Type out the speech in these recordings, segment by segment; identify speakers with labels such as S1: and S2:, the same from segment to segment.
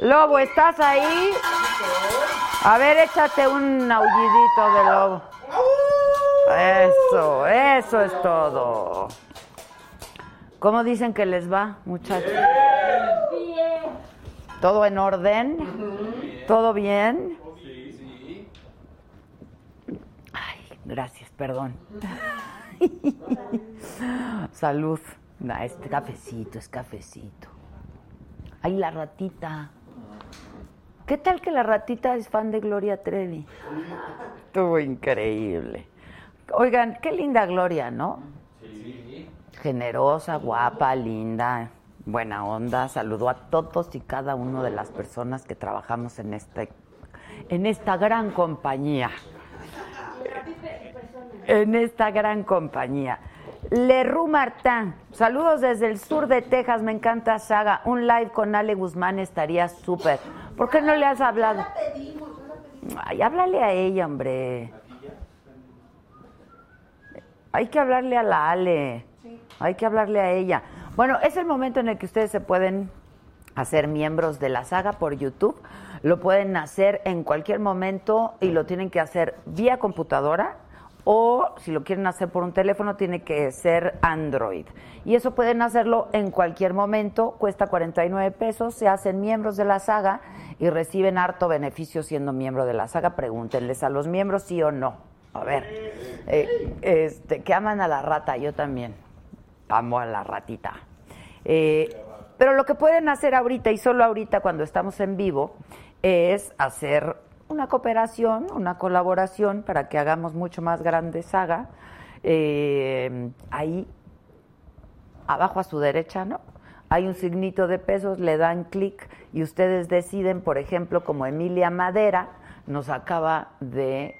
S1: Lobo, ¿estás ahí? A ver, échate un aullidito de lobo. Eso, eso es todo. ¿Cómo dicen que les va, muchachos? ¿Todo en orden? ¿Todo bien? Ay, gracias, perdón. Salud. Nah, este cafecito, es cafecito. Ay, la ratita. ¿Qué tal que la ratita es fan de Gloria Trevi? Estuvo increíble. Oigan, qué linda Gloria, ¿no? Generosa, guapa, linda, buena onda. Saludó a todos y cada una de las personas que trabajamos en este en esta gran compañía. En esta gran compañía. Lerú Martín, saludos desde el sur de Texas, me encanta Saga. Un live con Ale Guzmán estaría súper. ¿Por qué no le has hablado? Ay, háblale a ella, hombre. Hay que hablarle a la Ale. Hay que hablarle a ella. Bueno, es el momento en el que ustedes se pueden hacer miembros de la saga por YouTube. Lo pueden hacer en cualquier momento y lo tienen que hacer vía computadora o si lo quieren hacer por un teléfono tiene que ser Android. Y eso pueden hacerlo en cualquier momento, cuesta 49 pesos, se hacen miembros de la saga y reciben harto beneficio siendo miembro de la saga. Pregúntenles a los miembros sí o no. A ver, eh, este, que aman a la rata, yo también amo a la ratita. Eh, pero lo que pueden hacer ahorita y solo ahorita cuando estamos en vivo es hacer una cooperación, una colaboración para que hagamos mucho más grande saga. Eh, ahí, abajo a su derecha, ¿no? Hay un signito de pesos, le dan clic y ustedes deciden, por ejemplo, como Emilia Madera nos acaba de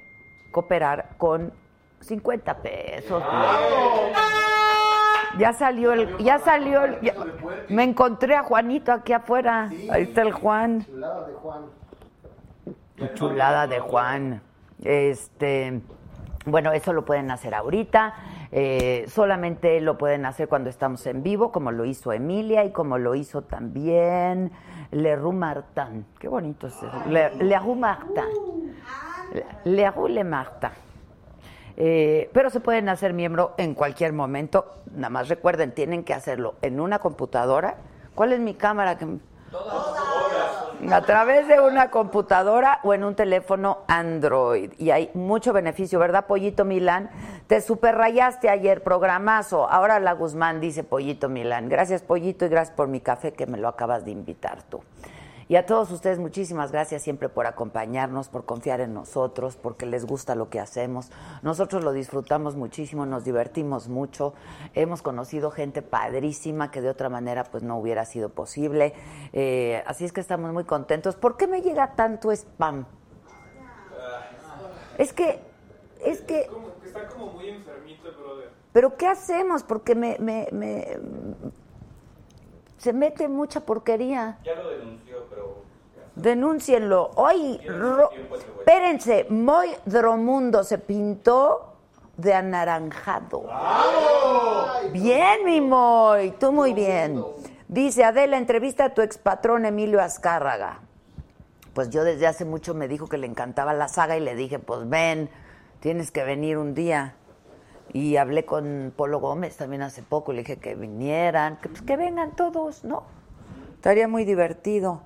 S1: cooperar con 50 pesos. Ya salió el, ya salió el, ya- me encontré a Juanito aquí afuera. Ahí está el Juan. Chulada de Juan. Este, bueno, eso lo pueden hacer ahorita. eh, solamente lo pueden hacer cuando estamos en vivo, como lo hizo Emilia y como lo hizo también Leroux Martin. Qué bonito es eso. Le- Leroux Martin. Le- Leroux Le Martin. Eh, pero se pueden hacer miembro en cualquier momento. Nada más recuerden, tienen que hacerlo en una computadora. ¿Cuál es mi cámara? que- a través de una computadora o en un teléfono Android. Y hay mucho beneficio, ¿verdad, Pollito Milán? Te superrayaste ayer, programazo. Ahora la Guzmán dice Pollito Milán. Gracias, Pollito, y gracias por mi café que me lo acabas de invitar tú. Y a todos ustedes, muchísimas gracias siempre por acompañarnos, por confiar en nosotros, porque les gusta lo que hacemos. Nosotros lo disfrutamos muchísimo, nos divertimos mucho. Hemos conocido gente padrísima que de otra manera pues no hubiera sido posible. Eh, así es que estamos muy contentos. ¿Por qué me llega tanto spam? Es que, es que
S2: Como que está como muy enfermito, brother.
S1: Pero ¿qué hacemos? Porque me, me- me- se mete mucha porquería. Ya lo denunció, pero... Denúncienlo. Hoy, Ro- espérense, Moy Dromundo se pintó de anaranjado. Bien, mi Moy, tú muy bien. Dice Adela, entrevista a tu expatrón Emilio Azcárraga pues yo desde hace mucho me dijo que le encantaba la saga y le dije, pues ven, tienes que venir un día. Y hablé con Polo Gómez también hace poco, le dije que vinieran, que, pues, que vengan todos, ¿no? Estaría muy divertido.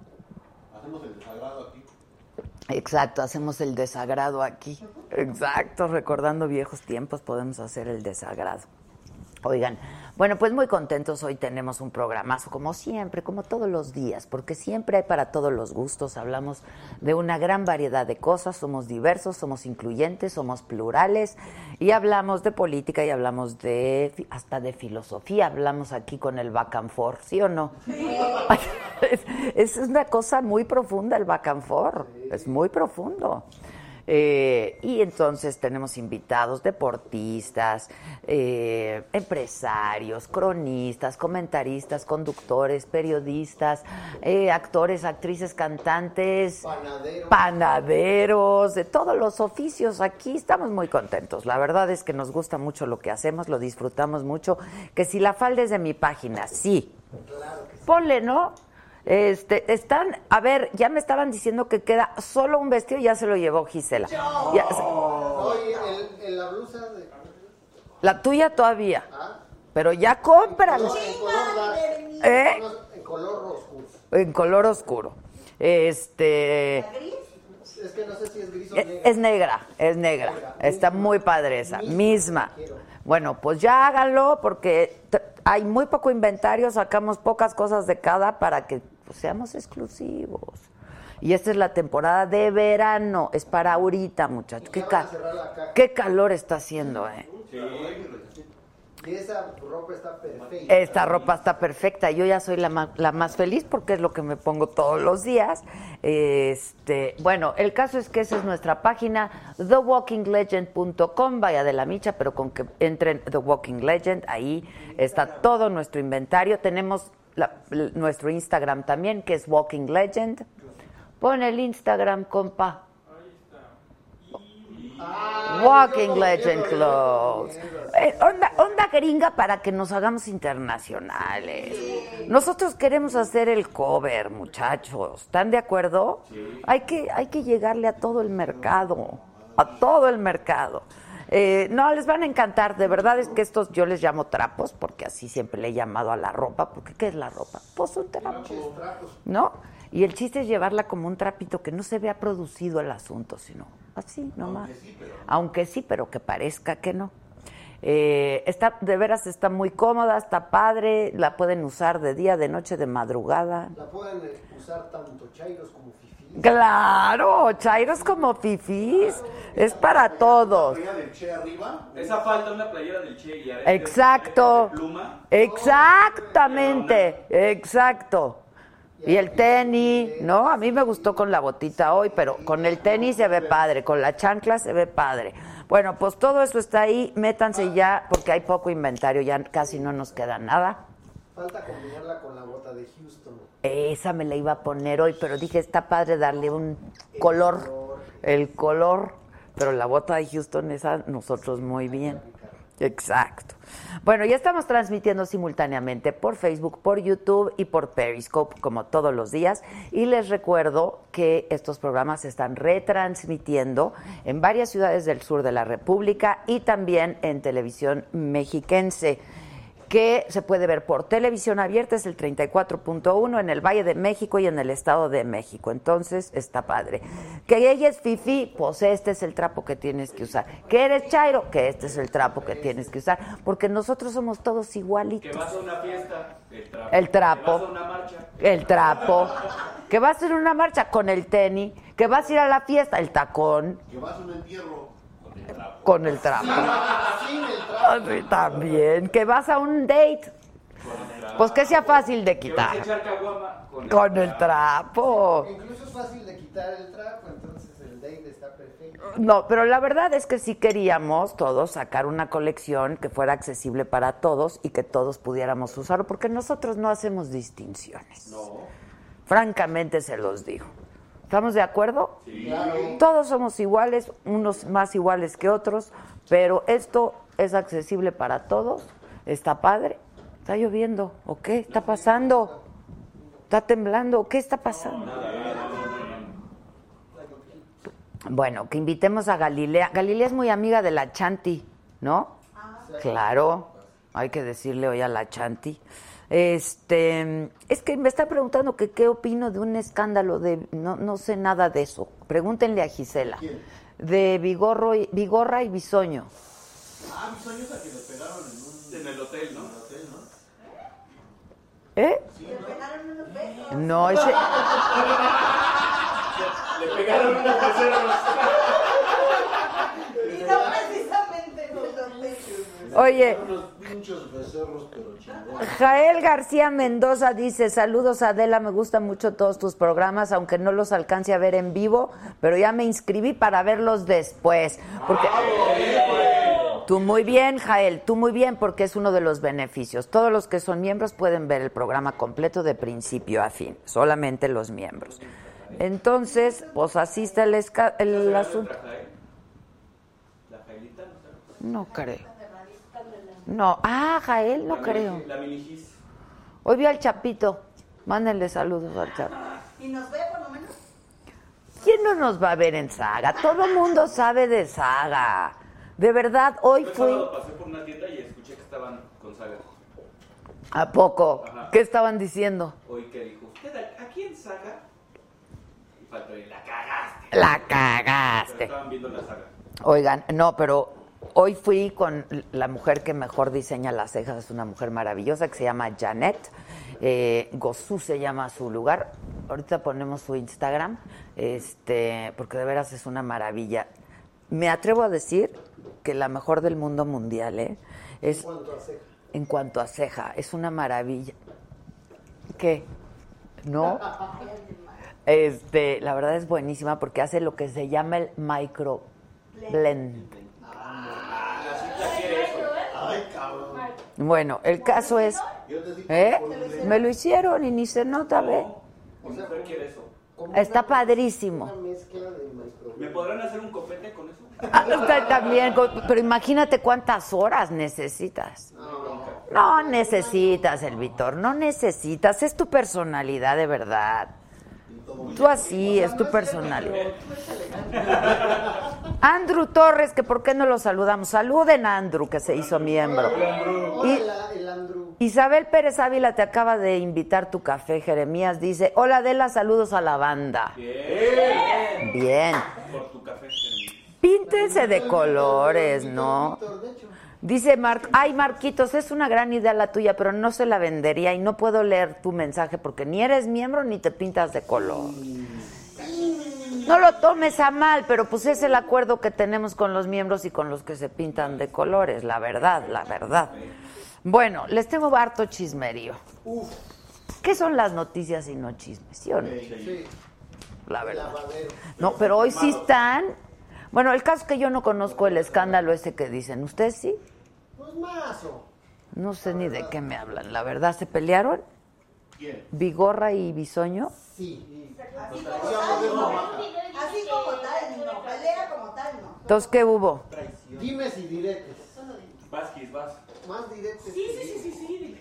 S1: Exacto, hacemos el desagrado aquí. Exacto, recordando viejos tiempos podemos hacer el desagrado. Oigan, bueno, pues muy contentos. Hoy tenemos un programazo, como siempre, como todos los días, porque siempre hay para todos los gustos. Hablamos de una gran variedad de cosas. Somos diversos, somos incluyentes, somos plurales y hablamos de política y hablamos de fi- hasta de filosofía. Hablamos aquí con el back and forth, ¿sí o no? es, es una cosa muy profunda el back and forth. Es muy profundo. Eh, y entonces tenemos invitados, deportistas, eh, empresarios, cronistas, comentaristas, conductores, periodistas, eh, actores, actrices, cantantes, panaderos. de todos los oficios aquí. Estamos muy contentos. La verdad es que nos gusta mucho lo que hacemos, lo disfrutamos mucho. Que si la falda es de mi página, sí, Ponle, ¿no? Este, están, a ver, ya me estaban diciendo que queda solo un vestido y ya se lo llevó Gisela. Ya se-
S3: la blusa de Ah.
S1: la tuya todavía. Pero ya cómprala. ¿Eh?
S3: color oscuro.
S1: En color oscuro. Este.
S3: Es que no sé si es gris o
S1: Es es negra, es negra. Está muy padre esa, misma. Bueno, pues ya háganlo porque t- hay muy poco inventario, sacamos pocas cosas de cada para que pues, seamos exclusivos. Y esta es la temporada de verano, es para ahorita, muchachos. Qué, ca- qué calor está haciendo, ¿eh?
S3: Y esa ropa está perfecta.
S1: Esta ropa está perfecta. Yo ya soy la ma- la más, feliz porque es lo que me pongo todos los días. Este, bueno, el caso es que esa es nuestra página, thewalkinglegend.com, vaya de la micha, pero con que entren The Walking Legend, ahí está todo nuestro inventario. Tenemos la- l- nuestro Instagram también, que es Walking Legend. Pon el Instagram, compa. Walking Legend Clothes. Eh, onda, onda gringa para que nos hagamos internacionales. Nosotros queremos hacer el cover, muchachos. ¿Están de acuerdo? Hay, que, hay que llegarle a todo el mercado. A todo el mercado. Eh, no, les van a encantar. De verdad es que estos yo les llamo trapos, porque así siempre le he llamado a la ropa. Porque ¿qué es la ropa? Pues un trapo. ¿No? Y el chiste es llevarla como un trapito que no se vea producido el asunto, sino así nomás. Aunque sí, pero, que parezca que no. Eh, está, de veras está muy cómoda, está padre, la pueden usar de día, de noche, de madrugada.
S3: La pueden eh, usar tanto chairos como fifi.
S1: Claro, chairos como fifís, es para todos.
S4: Esa falta una playera del Che y aretes,
S1: Exacto.
S4: aretes de Pluma.
S1: Exactamente, exacto. Y el tenis, ¿no? A mí me gustó con la botita hoy, pero con el tenis se ve padre, con la chancla se ve padre. Bueno, pues todo eso está ahí, métanse ya, porque hay poco inventario, ya casi no nos queda nada.
S3: Falta combinarla con la bota de Houston.
S1: Esa me la iba a poner hoy, pero dije, está padre darle un color, el color, pero la bota de Houston, esa nosotros muy bien. Exacto. Bueno, ya estamos transmitiendo simultáneamente por Facebook, por YouTube y por Periscope, como todos los días. Y les recuerdo que estos programas se están retransmitiendo en varias ciudades del sur de la República y también en televisión mexiquense que se puede ver por televisión abierta, es el 34.1 en el Valle de México y en el Estado de México. Entonces, está padre. Que ella es fifi, pues este es el trapo que tienes que usar. Que eres chairo, que este es el trapo que tienes que usar. Porque nosotros somos todos
S4: Que
S1: igualitos.
S4: vas a una fiesta, el trapo.
S1: El trapo.
S4: Que vas a una marcha.
S1: El trapo. Que vas a ir a una marcha con el tenis. Que vas a ir a la fiesta, el tacón. Que vas a un entierro. Con el trapo. Así También. Que vas a un date. Pues que sea fácil de
S4: Que vas a
S1: quitar.
S4: echar caguama con el
S1: Con el trapo.
S3: Incluso es fácil de quitar el trapo, entonces el
S5: Dade está perfecto.
S1: No, pero la verdad es que sí queríamos todos sacar una colección que fuera accesible para todos y que todos pudiéramos usar, porque nosotros no hacemos distinciones.
S4: No.
S1: Francamente se los digo. ¿Estamos de acuerdo?
S5: Claro.
S1: Todos somos iguales, unos más iguales que otros, pero esto es accesible para todos. Está padre. Está lloviendo, ¿o qué? ¿Está pasando? ¿Está temblando? ¿O ¿Qué está pasando? Bueno, que invitemos a Galilea. Galilea es muy amiga de la Chanti, ¿no?
S4: Ah,
S1: Claro, hay que decirle hoy a la Chanti. Este, es que me está preguntando que qué opino de un escándalo de no, no sé nada de eso. Pregúntenle a Gisela. De Vigorro y- Vigorra y Bisoño.
S4: Ah, En el hotel, ¿no?
S1: ¿Eh? No, ese
S4: Le pegaron unos peceros.
S1: Oye,
S5: Unos pinchos becerros, pero chingados.
S1: Jael García Mendoza dice, saludos Adela, me gustan mucho todos tus programas, aunque no los alcance a ver en vivo, pero ya me inscribí para verlos después. Porque... Tú muy bien, Jael, tú muy bien, porque es uno de los beneficios. Todos los que son miembros pueden ver el programa completo de principio a fin, solamente los miembros. Entonces, pues así está el, esca- el asunto.
S4: La Jaelita, no sé.
S1: No creo. No, ah, Jael, no
S4: La
S1: creo.
S4: mini- La minigis.
S1: Hoy vi al Chapito. Mándenle saludos al Chapito.
S6: ¿Y nos ve por lo menos?
S1: ¿Quién no nos va a ver en Saga? Todo mundo sabe de Saga. De verdad, hoy
S4: El
S1: fui.
S4: sábado pasé por una tienda y escuché que estaban con saga.
S1: ¿A poco?
S4: Ajá.
S1: ¿Qué estaban diciendo?
S4: Hoy que dijo, ¿usted a- aquí en saga? Y faltó y la cagaste.
S1: La
S4: Pero
S1: cagaste.
S4: estaban viendo la saga.
S1: Oigan, no, pero hoy fui con la mujer que mejor diseña las cejas, es una mujer maravillosa que se llama Janet. Eh, Gozú se llama su lugar. Ahorita ponemos su Instagram, este, porque de veras es una maravilla. Me atrevo a decir que la mejor del mundo mundial, ¿eh? Es en cuanto a ceja, es una maravilla. ¿Qué? ¿No? Este, la verdad es buenísima porque hace lo que se llama el micro blend. Bueno, el caso es, ¿eh? Me lo hicieron y ni se nota, ¿ve?
S4: Mi mujer quiere eso.
S1: Está padrísimo.
S5: Una mezcla de micro.
S4: ¿Me podrán hacer un copete con eso?
S1: Ah, Usted también, co- pero imagínate cuántas horas necesitas. No necesitas el Vitor, no necesitas, es tu personalidad de verdad. Tú así, es tu personalidad. Andrew Torres, que por qué no lo saludamos. Saluden a Andrew, que se hizo miembro. Y-
S5: Hola, el Andrew.
S1: Isabel Pérez Ávila te acaba de invitar tu café, Jeremías dice, hola Adela, saludos a la banda. Bien.
S4: Por tu café. Jeremy.
S1: Píntense de colores, ¿no?
S5: Víctor, de hecho.
S1: Dice Marc, ay Marquitos, es una gran idea la tuya, pero no se la vendería y no puedo leer tu mensaje porque ni eres miembro ni te pintas de color. No lo tomes a mal, pero pues es el acuerdo que tenemos con los miembros y con los que se pintan de colores, la verdad, la verdad. Bueno, les tengo harto chismerío.
S5: Uf,
S1: ¿Qué son las noticias y no chismes? ¿Sí o no?
S5: sí,
S1: La verdad.
S5: lavadero.
S1: No, pero hoy sí están. Bueno, el caso es que yo no conozco el escándalo ese que dicen. ¿Ustedes sí?
S5: Pues mazo.
S1: No sé ni de qué me hablan. La verdad, ¿se pelearon?
S5: ¿Quién?
S1: ¿Vigorra y Bisoño?
S5: Sí.
S6: Así como tal, no. Pelea como tal, no.
S1: Entonces, ¿qué hubo?
S5: Dimes y diretes.
S4: Vas, Gis, vas.
S5: Más diretes. que dimes.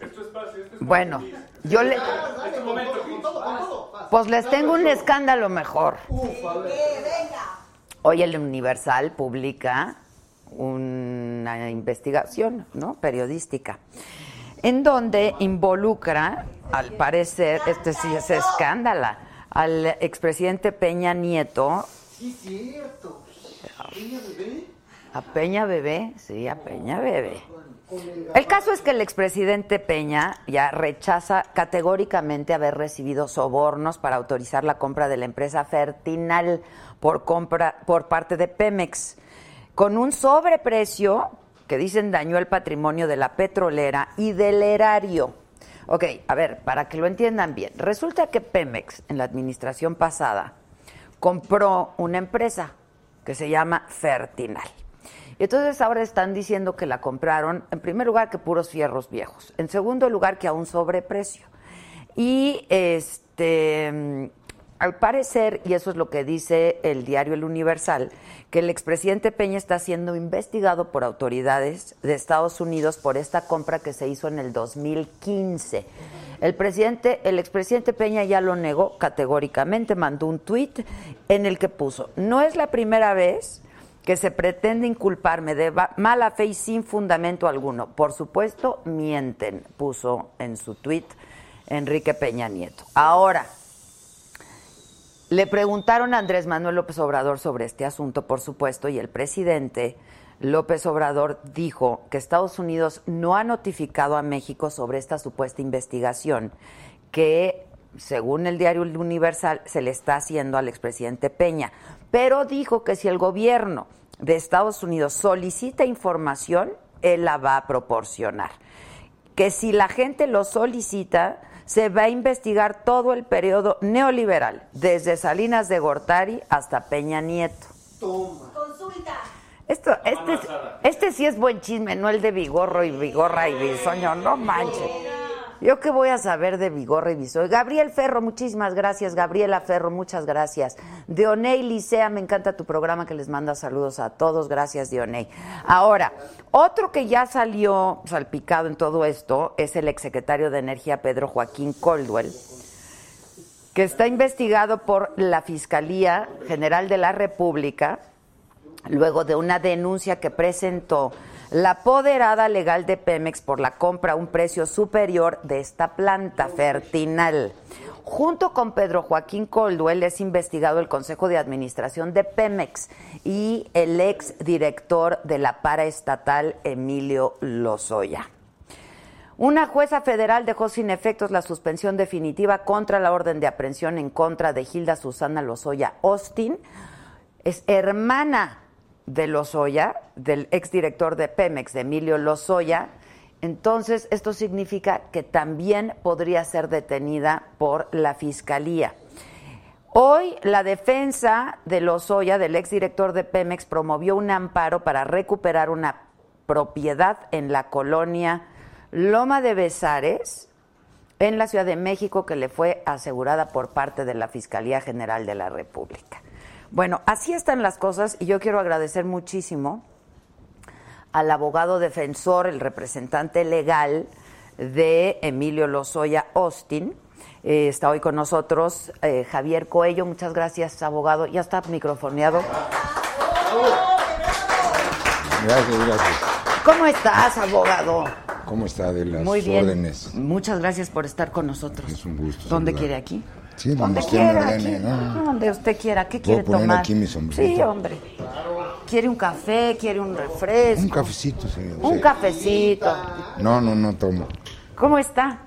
S4: Esto es fácil, esto es
S1: Bueno, yo le...
S5: Ah, dale,
S4: Este
S5: con
S4: momento,
S5: todo, con todo, con todo. Vas.
S1: Pues les tengo un escándalo mejor.
S5: Uf, a ver.
S6: Que venga.
S1: Hoy el Universal publica una investigación, ¿no? Periodística, en donde involucra, al parecer, este sí es escándala, al expresidente Peña Nieto,
S5: Sí, cierto. Niña bebé.
S1: a Peña Bebé, sí, a Peña Bebé. El caso es que el expresidente Peña ya rechaza categóricamente haber recibido sobornos para autorizar la compra de la empresa Fertinal por compra por parte de Pemex con un sobreprecio que dicen dañó el patrimonio de la petrolera y del erario. Ok, a ver, para que lo entiendan bien, resulta que Pemex en la administración pasada compró una empresa que se llama Fertinal. Y entonces ahora están diciendo que la compraron, en primer lugar, que puros fierros viejos. En segundo lugar, que a un sobreprecio. Y este, mm, al parecer, y eso es lo que dice el diario El Universal, que el expresidente Peña está siendo investigado por autoridades de Estados Unidos por esta compra que se hizo en el 2015. El presidente, el expresidente Peña ya lo negó categóricamente, mandó un tuit en el que puso, no es la primera vez que se pretende inculparme de va- mala fe y sin fundamento alguno. Por supuesto, mienten, puso en su tuit Enrique Peña Nieto. Ahora, le preguntaron a Andrés Manuel López Obrador sobre este asunto, por supuesto, y el presidente López Obrador dijo que Estados Unidos no ha notificado a México sobre esta supuesta investigación que, según el diario El Universal, se le está haciendo al expresidente Peña. Pero dijo que si el gobierno de Estados Unidos solicita información, él la va a proporcionar que si la gente lo solicita, se va a investigar todo el periodo neoliberal, desde Salinas de Gortari hasta Peña Nieto.
S7: Toma.
S6: Consulta.
S1: Esto, este, es- este sí es buen chisme, no el de Vigorro y Vigorra y Bisoño, no manches. Yo qué voy a saber de Vigorra y Bisoño. Gabriel Ferro, muchísimas gracias. Gabriela Ferro, muchas gracias. Dionei Licea, me encanta tu programa que les manda saludos a todos. Gracias, Dionei. Ahora, otro que ya salió salpicado en todo esto es el exsecretario de Energía, Pedro Joaquín Coldwell que está investigado por la Fiscalía General de la República luego de una denuncia que presentó la apoderada legal de Pemex por la compra a un precio superior de esta planta fertinal. Junto con Pedro Joaquín Coldwell es investigado el Consejo de Administración de Pemex y el ex director de la paraestatal Emilio Lozoya. Una jueza federal dejó sin efectos la suspensión definitiva contra la orden de aprehensión en contra de Gilda Susana Lozoya Austin, es hermana de Lozoya, del exdirector de Pemex, de Emilio Lozoya. Entonces, esto significa que también podría ser detenida por la fiscalía. Hoy la defensa de Lozoya, del exdirector de Pemex, promovió un amparo para recuperar una propiedad en la colonia Loma de Besares, en la Ciudad de México, que le fue asegurada por parte de la Fiscalía General de la República. Bueno, así están las cosas y yo quiero agradecer muchísimo al abogado defensor, el representante legal de Emilio Lozoya Austin. Eh, está hoy con nosotros eh, Javier Coello. Muchas gracias, abogado. Ya está microfoneado.
S8: Gracias, gracias.
S1: ¿Cómo estás, abogado?
S8: ¿Cómo está de las
S1: Muy bien.
S8: órdenes?
S1: Muchas gracias por estar con nosotros.
S8: Es un gusto
S1: ¿Dónde
S8: saludar.
S1: quiere aquí?
S8: Sí,
S1: Donde
S8: donde usted me
S1: quiera,
S8: ordene,
S1: aquí,
S8: ¿no?
S1: donde usted quiera. ¿Qué
S8: Puedo
S1: quiere
S8: poner
S1: tomar?
S8: aquí mi sombrerito.
S1: Sí, hombre. ¿Quiere un café? ¿Quiere un refresco?
S8: Un cafecito, señor.
S1: Un
S8: Sí.
S1: cafecito.
S8: No, no, no tomo.
S1: ¿Cómo está?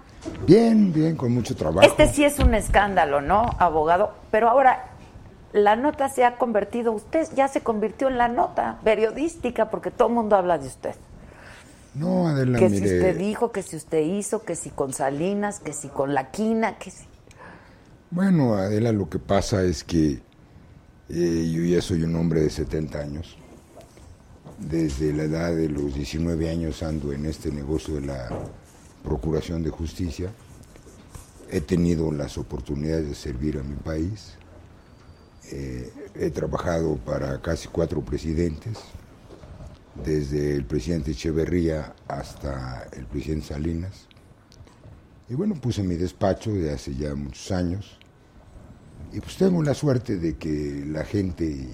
S8: Bien, bien, con mucho trabajo.
S1: Este sí es un escándalo, ¿no, abogado? Pero ahora la nota se ha convertido, usted ya se convirtió en la nota periodística porque todo el mundo habla de usted.
S8: No, Adela,
S1: que si
S8: mire.
S1: usted dijo, que si usted hizo, que si con Salinas, que si con la quina, que si...
S8: Bueno, Adela, lo que pasa es que eh, yo ya soy un hombre de 70 años. Desde la edad de los 19 años ando en este negocio de la Procuración de Justicia. He tenido las oportunidades de servir a mi país. Eh, he trabajado para casi cuatro presidentes, desde el presidente Echeverría hasta el presidente Salinas. Y bueno, puse mi despacho de hace ya muchos años. Y pues tengo la suerte de que la gente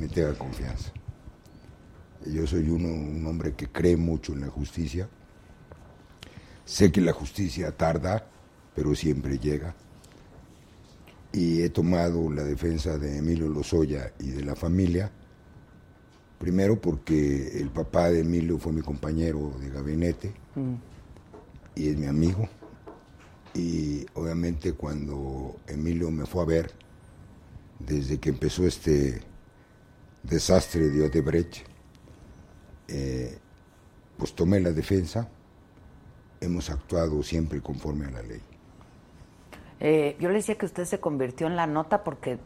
S8: me tenga confianza. Yo soy uno- un hombre que cree mucho en la justicia. Sé que la justicia tarda, pero siempre llega. Y he tomado la defensa de Emilio Lozoya y de la familia. Primero porque el papá de Emilio fue mi compañero de gabinete y es mi amigo. Y obviamente cuando Emilio me fue a ver, desde que empezó este desastre de Odebrecht, eh, pues tomé la defensa, hemos actuado siempre conforme a la ley.
S1: Eh, yo le decía que usted se convirtió en la nota porque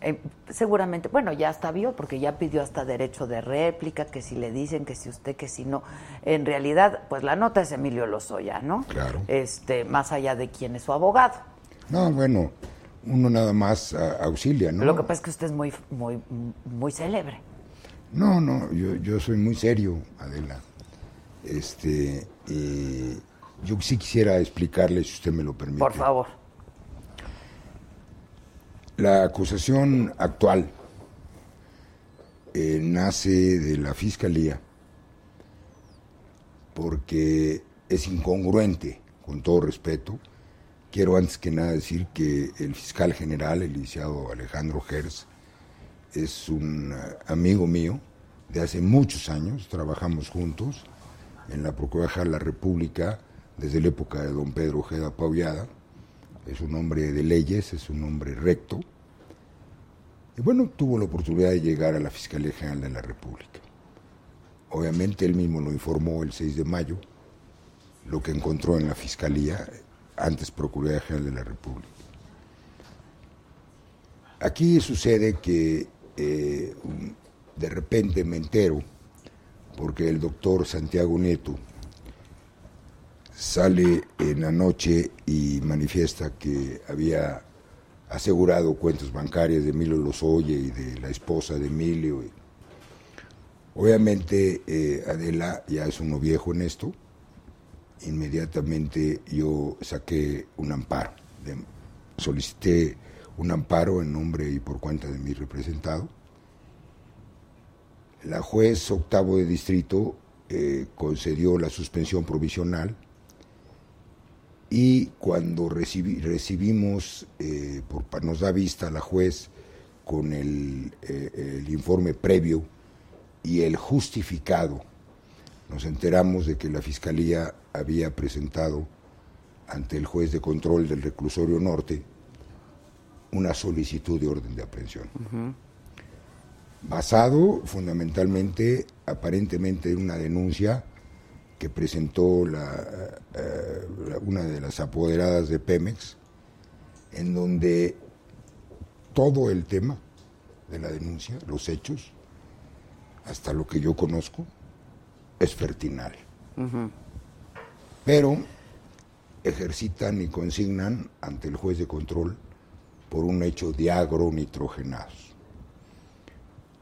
S6: Eh, seguramente, bueno, ya hasta vio, porque ya pidió hasta derecho de réplica, que si le dicen, que si usted, que si no. En realidad, pues la nota es Emilio Lozoya, ¿no?
S8: Claro.
S6: Este, más allá de quién es su abogado.
S8: No, bueno, uno nada más a- auxilia, ¿no?
S6: Lo que pasa es que usted es muy, muy, muy célebre.
S8: No, no, yo, yo soy muy serio, Adela. Este, eh, yo sí quisiera explicarle, si usted me lo permite.
S6: Por favor.
S8: La acusación actual eh, nace de la Fiscalía porque es incongruente, con todo respeto. Quiero antes que nada decir que el fiscal general, el licenciado Alejandro Gers, es un eh, amigo mío de hace muchos años, trabajamos juntos en la Procuraduría de la República desde la época de don Pedro Ojeda Paullada es un hombre de leyes, es un hombre recto. Y bueno, tuvo la oportunidad de llegar a la Fiscalía General de la República. Obviamente él mismo lo informó el 6 de mayo, lo que encontró en la Fiscalía, antes Procuraduría General de la República. Aquí sucede que eh, un- de repente me entero, porque el doctor Santiago Nieto, sale en la noche y manifiesta que había asegurado cuentas bancarias de Emilio Lozoya y de la esposa de Emilio. y- Obviamente eh, Adela ya es uno viejo en esto. Inmediatamente yo saqué un amparo. de- solicité un amparo en nombre y por cuenta de mi representado. La juez octavo de distrito eh, concedió la suspensión provisional y cuando recibi- recibimos, eh, por, pa- nos da vista la juez con el, eh, el informe previo y el justificado, nos enteramos de que la Fiscalía había presentado ante el juez de control del reclusorio norte una solicitud de orden de aprehensión basado fundamentalmente, aparentemente, en una denuncia que presentó la, eh, la- una de las apoderadas de Pemex, en donde todo el tema de la denuncia, los hechos, hasta lo que yo conozco, es fertinal. Pero ejercitan y consignan ante el juez de control por un hecho de agronitrogenados.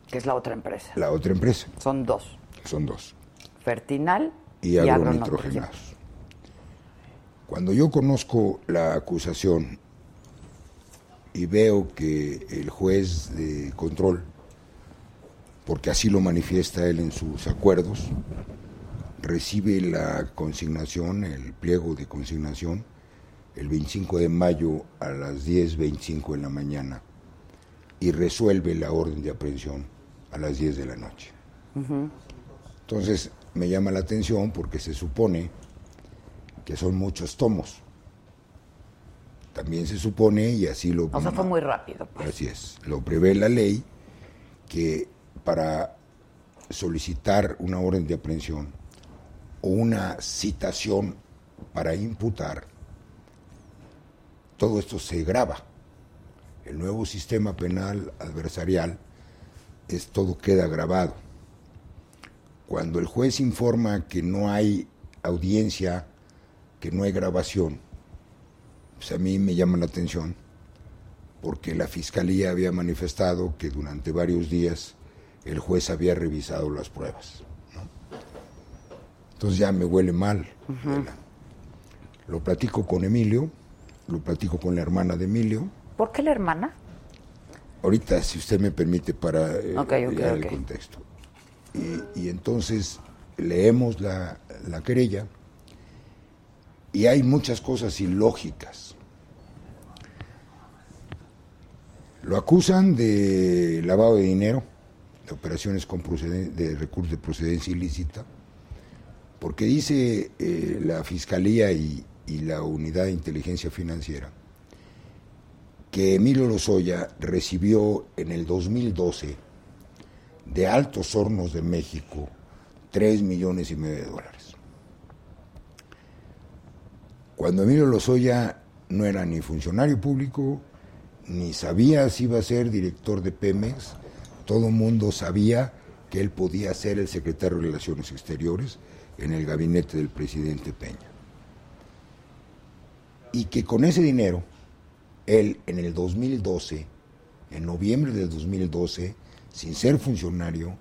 S6: Que es la otra empresa.
S8: La otra empresa,
S6: Son dos.
S8: son dos,
S6: Fertinal
S8: y
S6: agronitrogenados.
S8: agronitrogenados. Cuando yo conozco la acusación y veo que el juez de control, porque así lo manifiesta él en sus acuerdos, recibe la consignación, el pliego de consignación, el 25 de mayo a las 10.25 de la mañana y resuelve la orden de aprehensión a las 10 de la noche. Entonces me llama la atención porque se supone que son muchos tomos. También se supone, y así lo...
S6: O sea, fue muy rápido. pues.
S8: Así es. Lo prevé la ley que para solicitar una orden de aprehensión o una citación para imputar, todo esto se graba. El nuevo sistema penal adversarial es todo queda grabado. Cuando el juez informa que no hay audiencia, que no hay grabación, pues a mí me llama la atención porque la fiscalía había manifestado que durante varios días el juez había revisado las pruebas. ¿no? Entonces ya me huele mal. Adela. Lo platico con Emilio, lo platico con la hermana de Emilio.
S6: ¿Por qué la hermana?
S8: Ahorita, si usted me permite, para eh,
S6: Ok, ok,
S8: dar el
S6: ok.
S8: contexto. Y, y entonces leemos la, la querella y hay muchas cosas ilógicas. Lo acusan de lavado de dinero, de operaciones con proceden- de recursos de procedencia ilícita, porque dice eh, la Fiscalía y- y la Unidad de Inteligencia Financiera que Emilio Lozoya recibió en el 2012 de Altos Hornos de México 3 millones y medio de dólares. Cuando Emilio Lozoya no era ni funcionario público, ni sabía si iba a ser director de Pemex, todo mundo sabía que él podía ser el secretario de Relaciones Exteriores en el gabinete del presidente Peña. Y que con ese dinero, él en el 2012, en noviembre del 2012, sin ser funcionario,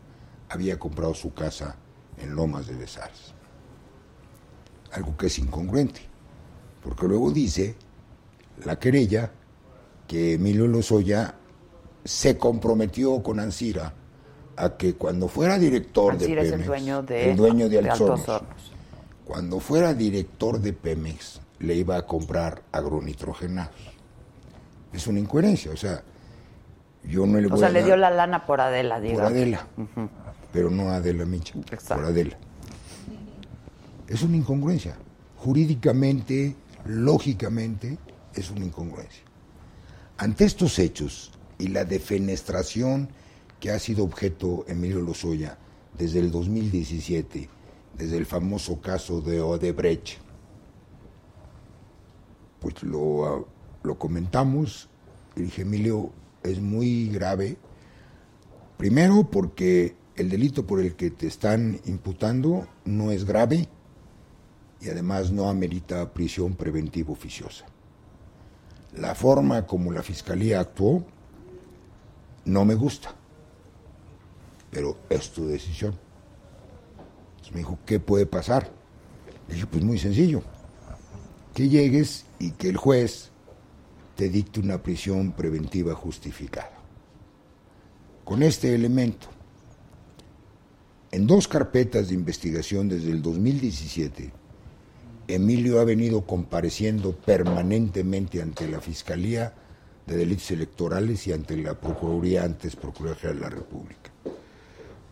S8: había comprado su casa en Lomas de Besares. Algo que es incongruente, porque luego dice la querella que Emilio Lozoya se comprometió con Ansira a que cuando fuera director
S6: Ansira
S8: de
S6: es
S8: Pemex,
S6: el dueño de,
S8: el dueño de
S6: Altos
S8: Altos Hornos,
S6: Hornos.
S8: cuando fuera director de Pemex, le iba a comprar agronitrogenados. Es una incoherencia, o sea, yo no le
S6: O
S8: voy
S6: sea,
S8: a
S6: le
S8: dar
S6: dio la lana por Adela,
S8: por
S6: digamos.
S8: Adela, pero no a Adela Micha,
S6: Exacto.
S8: por Adela. Es una incongruencia, jurídicamente, lógicamente, es una incongruencia. Ante estos hechos y la defenestración que ha sido objeto Emilio Lozoya desde el 2017, desde el famoso caso de Odebrecht, pues lo, ah, lo comentamos. Y dije, Emilio, es muy grave. Primero, porque el delito por el que te están imputando no es grave y además no amerita prisión preventiva oficiosa. La forma como la fiscalía actuó no me gusta, pero es tu decisión. Entonces me dijo, ¿qué puede pasar? Le dije, pues muy sencillo que llegues y que el juez te dicte una prisión preventiva justificada. Con este elemento, en dos carpetas de investigación desde el 2017, Emilio ha venido compareciendo permanentemente ante la Fiscalía de Delitos Electorales y ante la Procuraduría, antes Procuraduría General de la República.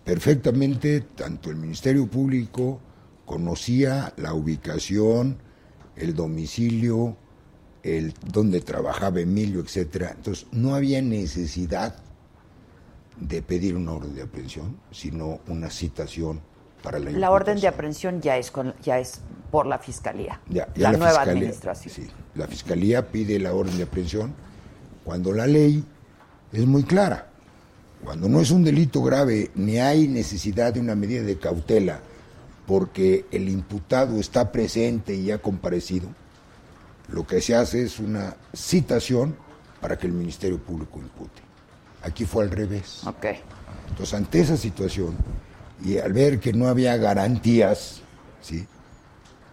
S8: Perfectamente, tanto el Ministerio Público conocía la ubicación, el domicilio, el dónde trabajaba Emilio, etcétera. Entonces, no había necesidad de pedir una orden de aprehensión, sino una citación para la
S6: La orden de
S8: imputación.
S6: aprehensión ya es con, ya es por la fiscalía.
S8: Ya, ya
S6: la, nueva
S8: fiscalía-
S6: administración.
S8: sí, la fiscalía pide la orden de aprehensión cuando la ley es muy clara. Cuando no es un delito grave ni hay necesidad de una medida de cautela porque el imputado está presente y ha comparecido, lo que se hace es una citación para que el Ministerio Público impute. Aquí fue al revés.
S6: Ok.
S8: Entonces, ante esa situación, y al ver que no había garantías, ¿sí?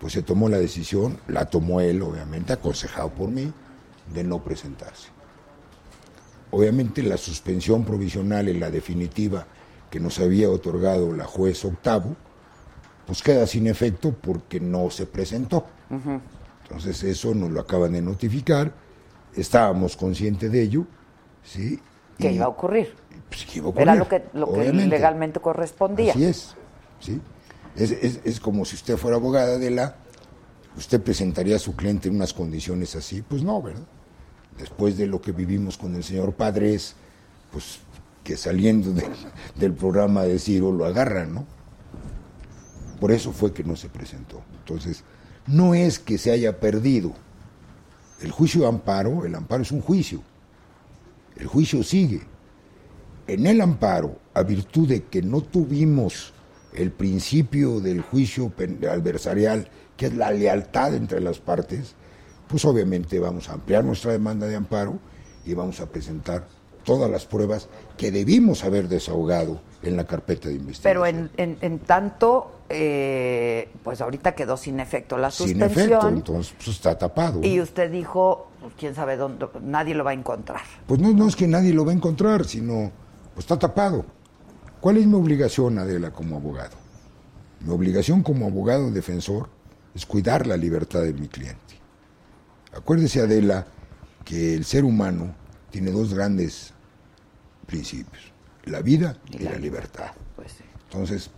S8: pues se tomó la decisión, la tomó él, obviamente, aconsejado por mí, de no presentarse. Obviamente la suspensión provisional y la definitiva que nos había otorgado la juez octavo, pues queda sin efecto porque no se presentó. Entonces eso nos lo acaban de notificar, estábamos conscientes de ello, ¿sí?
S6: ¿Qué
S8: Y-
S6: iba a ocurrir?
S8: pues, que iba a
S6: Era
S8: ocurrir,
S6: lo que, lo que
S8: obviamente.
S6: legalmente correspondía.
S8: Así es, ¿sí? Es, es- es como si usted fuera abogada de la... ¿Usted presentaría a su cliente en unas condiciones así? Pues no, ¿verdad? Después de lo que vivimos con el señor Padres, pues que saliendo del- del programa de Ciro lo agarran, ¿no? Por eso fue que no se presentó. Entonces, no es que se haya perdido. El juicio de amparo, el amparo es un juicio. El juicio sigue en el amparo, a virtud de que no tuvimos el principio del juicio pen- adversarial, que es la lealtad entre las partes, pues obviamente vamos a ampliar nuestra demanda de amparo y vamos a presentar todas las pruebas que debimos haber desahogado en la carpeta de investigación.
S6: Pero en, en- en tanto, eh, pues ahorita quedó sin efecto la
S8: Sin
S6: suspensión.
S8: efecto, entonces pues, está tapado.
S6: Y usted dijo, pues, quién sabe dónde, nadie lo va a encontrar.
S8: Pues no, no es que nadie lo va a encontrar, sino pues está tapado. ¿Cuál es mi obligación, Adela, como abogado? Mi obligación como abogado defensor es cuidar la libertad de mi cliente. Acuérdese, Adela, que el ser humano tiene dos grandes principios, la vida y, la, libertad.
S6: Pues sí.
S8: Entonces,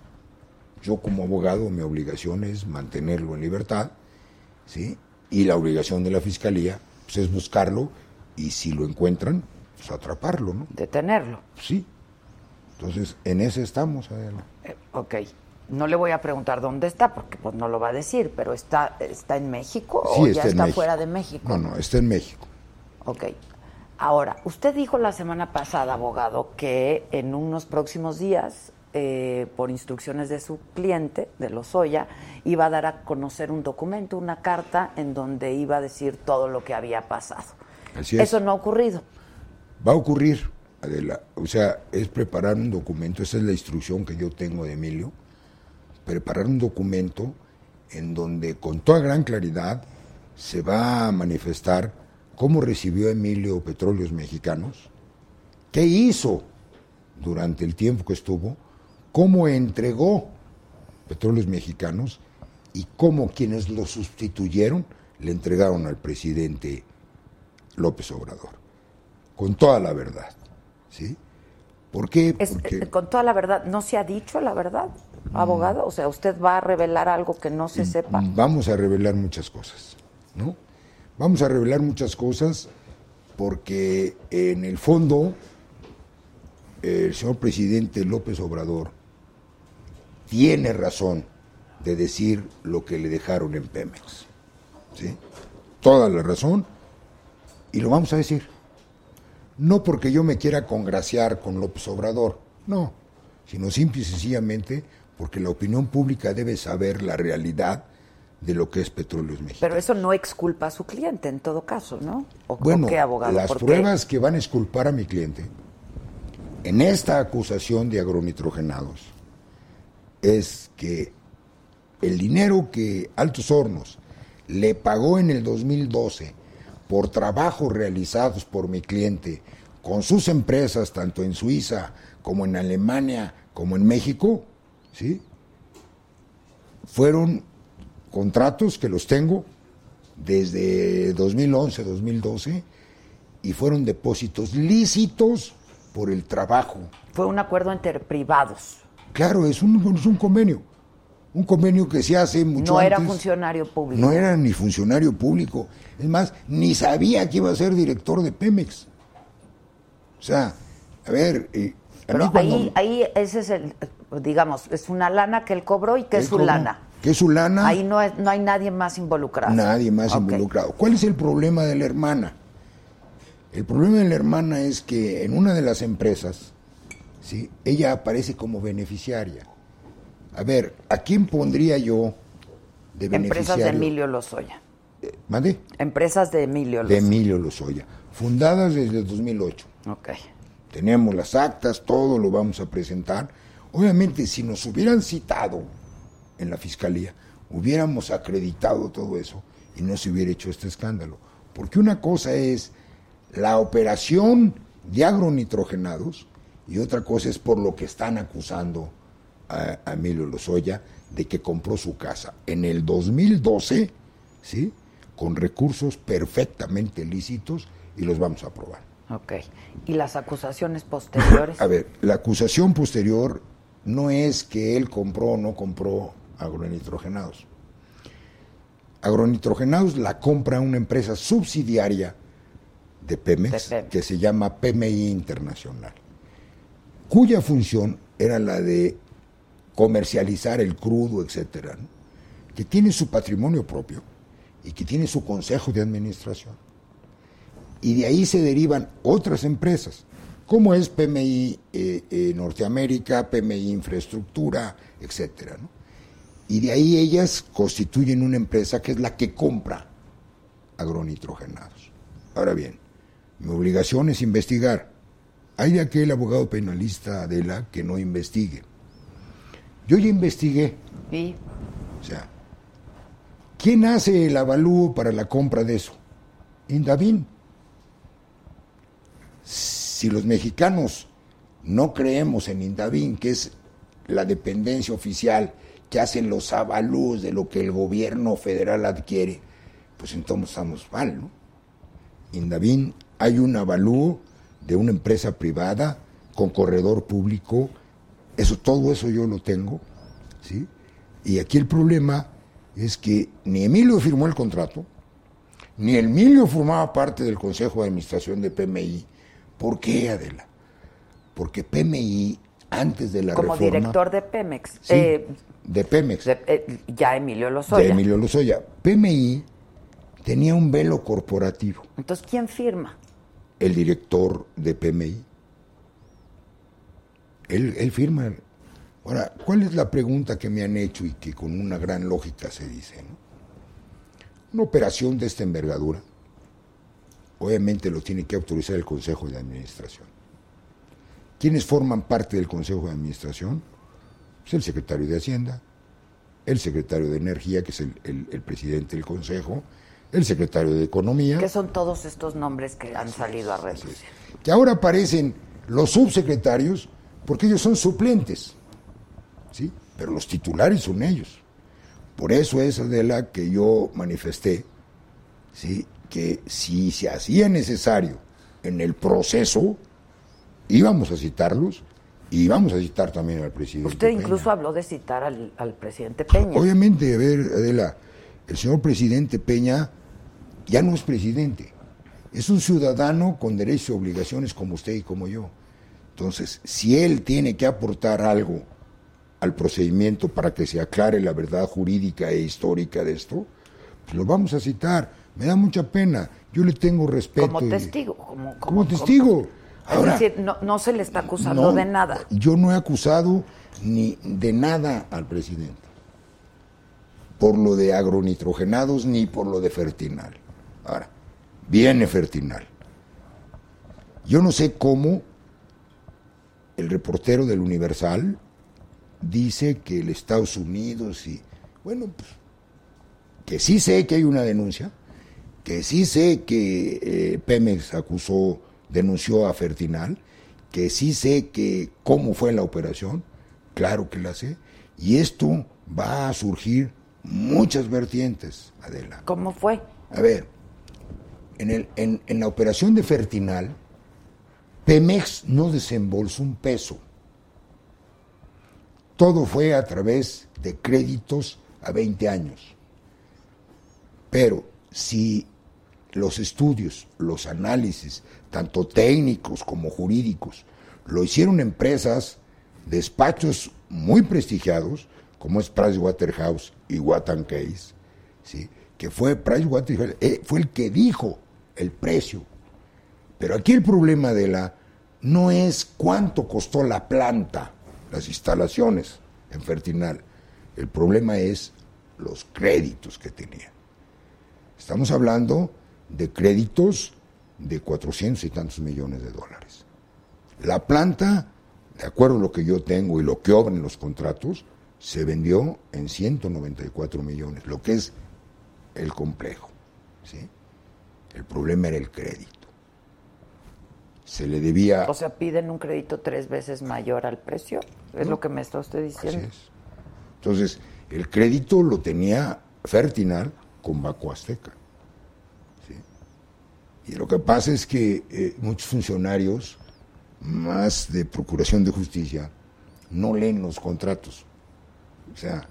S8: yo como abogado, mi obligación es mantenerlo en libertad, ¿sí? Y la obligación de la fiscalía pues, es buscarlo y si lo encuentran, pues atraparlo, ¿no?
S6: Detenerlo.
S8: Sí. Entonces, en ese estamos, Adela.
S6: Eh, ok. No le voy a preguntar dónde está, porque pues no lo va a decir, pero está, está en México o ya
S8: está en
S6: está
S8: México.
S6: fuera de México.
S8: No, no, está en México.
S6: Ok. Ahora, usted dijo la semana pasada, abogado, que en unos próximos días, eh, por instrucciones de su cliente, de Lozoya, iba a dar a conocer un documento, una carta en donde iba a decir todo lo que había pasado.
S8: Así es.
S6: Eso no ha ocurrido.
S8: Va a ocurrir, Adela. O sea, es preparar un documento, esa es la instrucción que yo tengo de Emilio, preparar un documento en donde con toda gran claridad se va a manifestar cómo recibió Emilio Petróleos Mexicanos, qué hizo durante el tiempo que estuvo, cómo entregó Petróleos Mexicanos y cómo quienes lo sustituyeron le entregaron al presidente López Obrador. Con toda la verdad. ¿Sí? ¿Por qué?
S6: Es-
S8: Porque
S6: eh, con toda la verdad, ¿no se ha dicho la verdad,
S8: Mm.
S6: abogado? O sea, ¿usted va a revelar algo que no se sepa?
S8: vamos a revelar muchas cosas, ¿no? Vamos a revelar muchas cosas porque en el fondo el señor presidente López Obrador tiene razón de decir lo que le dejaron en Pemex. ¿sí? Toda la razón y lo vamos a decir. No porque yo me quiera congraciar con López Obrador, no, sino simple y sencillamente porque la opinión pública debe saber la realidad de lo que es Petróleos Mexicanos.
S6: Pero eso no exculpa a su cliente, en todo caso, ¿no? ¿O, o
S8: Bueno,
S6: qué, abogado?
S8: las
S6: ¿Por qué?
S8: pruebas que van a exculpar a mi cliente en esta acusación de agronitrogenados es que el dinero que Altos Hornos le pagó en el 2012 por trabajos realizados por mi cliente con sus empresas, tanto en Suiza como en Alemania, como en México, ¿sí? fueron contratos que los tengo desde 2011, 2012, y fueron depósitos lícitos por el trabajo.
S6: Fue un acuerdo entre privados.
S8: Claro, es un, es un convenio, un convenio que se hace mucho
S6: no era
S8: antes.
S6: funcionario público.
S8: No era ni funcionario público. Es más, ni sabía que iba a ser director de Pemex. O sea, a ver, eh, a mí
S6: Pero
S8: cuando-
S6: ahí, ahí ese es el, digamos, es una lana que él cobró y que es
S8: él
S6: su
S8: cobró-
S6: lana.
S8: Que es su lana.
S6: Ahí no, es- no hay nadie más involucrado.
S8: Nadie más
S6: Ok.
S8: involucrado. ¿Cuál es el problema de la hermana? El problema de la hermana es que en una de las empresas, ¿sí? ella aparece como beneficiaria. A ver, ¿a quién pondría yo de
S6: Empresas de
S8: beneficiario?
S6: Emilio Lozoya.
S8: ¿Mande?
S6: Empresas de Emilio
S8: De
S6: Lozoya.
S8: Emilio Lozoya. Fundadas desde el 2008.
S6: Ok.
S8: Tenemos las actas, todo lo vamos a presentar. Obviamente, si nos hubieran citado en la fiscalía, hubiéramos acreditado todo eso y no se hubiera hecho este escándalo. Porque una cosa es la operación de agronitrogenados y otra cosa es por lo que están acusando a, a Emilio Lozoya de que compró su casa en el 2012, ¿sí? Con recursos perfectamente lícitos y los vamos a probar.
S6: Ok. ¿Y las acusaciones posteriores?
S8: A ver, la acusación posterior no es que él compró o no compró agronitrogenados. Agronitrogenados la compra una empresa subsidiaria de Pemex,
S6: De Pemex.
S8: que se llama PMI Internacional, cuya función era la de comercializar el crudo, etcétera, ¿no? que tiene su patrimonio propio y que tiene su consejo de administración y de ahí se derivan otras empresas, como es PMI eh, eh, Norteamérica, PMI Infraestructura, etcétera. ¿no? Y de ahí ellas constituyen una empresa que es la que compra agronitrogenados. Ahora bien, mi obligación es investigar. Hay aquel abogado penalista Adela que no investigue. Yo ya investigué.
S6: ¿Y?
S8: O sea, ¿quién hace el avalúo para la compra de eso? Indavín. Si los mexicanos no creemos en Indavín, que es la dependencia oficial que hacen los avalúos de lo que el gobierno federal adquiere, pues entonces estamos mal, ¿no? Indavín hay un avalúo de una empresa privada con corredor público, eso todo eso yo lo tengo, ¿sí? Y aquí el problema es que ni Emilio firmó el contrato, ni Emilio formaba parte del Consejo de Administración de PMI. ¿Por qué, Adela? Porque PMI antes de la
S6: Como
S8: reforma
S6: director de Pemex.
S8: Sí,
S6: eh,
S8: de Pemex
S6: de- eh, ya Emilio Lozoya.
S8: de Emilio Lozoya. PMI tenía un velo corporativo.
S6: Entonces, ¿quién firma?
S8: el director de PMI. Él, él firma. Ahora, ¿cuál es la pregunta que me han hecho y que con una gran lógica se dice? ¿no? Una operación de esta envergadura, obviamente lo tiene que autorizar el Consejo de Administración. ¿Quiénes forman parte del Consejo de Administración? Pues el secretario de Hacienda, el secretario de Energía, que es el, el- el presidente del Consejo, el secretario de Economía.
S6: ¿Qué son todos estos nombres que han salido a redes?
S8: que ahora aparecen los subsecretarios porque ellos son suplentes, ¿sí? Pero los titulares son ellos. Por eso es, Adela, que yo manifesté, ¿sí? Que si se hacía necesario en el proceso, íbamos a citarlos y íbamos a citar también al presidente.
S6: Usted
S8: Peña.
S6: incluso habló de citar al, al presidente Peña.
S8: Obviamente, a ver, Adela, el señor presidente Peña ya no es presidente. Es un ciudadano con derechos y obligaciones como usted y como yo. Entonces, si él tiene que aportar algo al procedimiento para que se aclare la verdad jurídica e histórica de esto, pues lo vamos a citar. Me da mucha pena. Yo le tengo respeto.
S6: como
S8: y-
S6: testigo. Como, como-
S8: Como testigo. Ahora,
S6: es decir, no, no se le está acusando
S8: no,
S6: de nada.
S8: Yo no he acusado ni de nada al presidente. Por lo de agronitrogenados ni por lo de Fertinal. Ahora, viene Fertinal. Yo no sé cómo el reportero del Universal dice que el Estados Unidos y. Bueno, pues, que sí sé que hay una denuncia, que sí sé que eh, Pemex acusó, denunció a Fertinal, que sí sé que cómo fue la operación, claro que la sé, y esto va a surgir muchas vertientes, Adela.
S6: ¿Cómo fue?
S8: A ver, en, el- en- en la operación de Fertinal, Pemex no desembolsó un peso. Todo fue a través de créditos a 20 años. Pero si los estudios, los análisis, tanto técnicos como jurídicos, lo hicieron empresas, despachos muy prestigiados, como es Pricewaterhouse y Watan Case, ¿sí? que fue Pricewaterhouse, eh, fue el que dijo el precio. Pero aquí el problema de la no es cuánto costó la planta, las instalaciones en Fertinal. El problema es los créditos que tenía. Estamos hablando de créditos de 400 y tantos millones de dólares. La planta, de acuerdo a lo que yo tengo y lo que obran los contratos, se vendió en 194 millones, lo que es el complejo. ¿sí? El problema era el crédito. Se le debía...
S6: O sea, piden un crédito tres veces mayor al precio. Es lo que me está usted
S8: Así
S6: diciendo.
S8: es. Entonces, el crédito lo tenía Fertinal con Banco Azteca. ¿sí? Y lo que pasa es que eh, muchos funcionarios, más de Procuración de Justicia, no leen los contratos. O sea,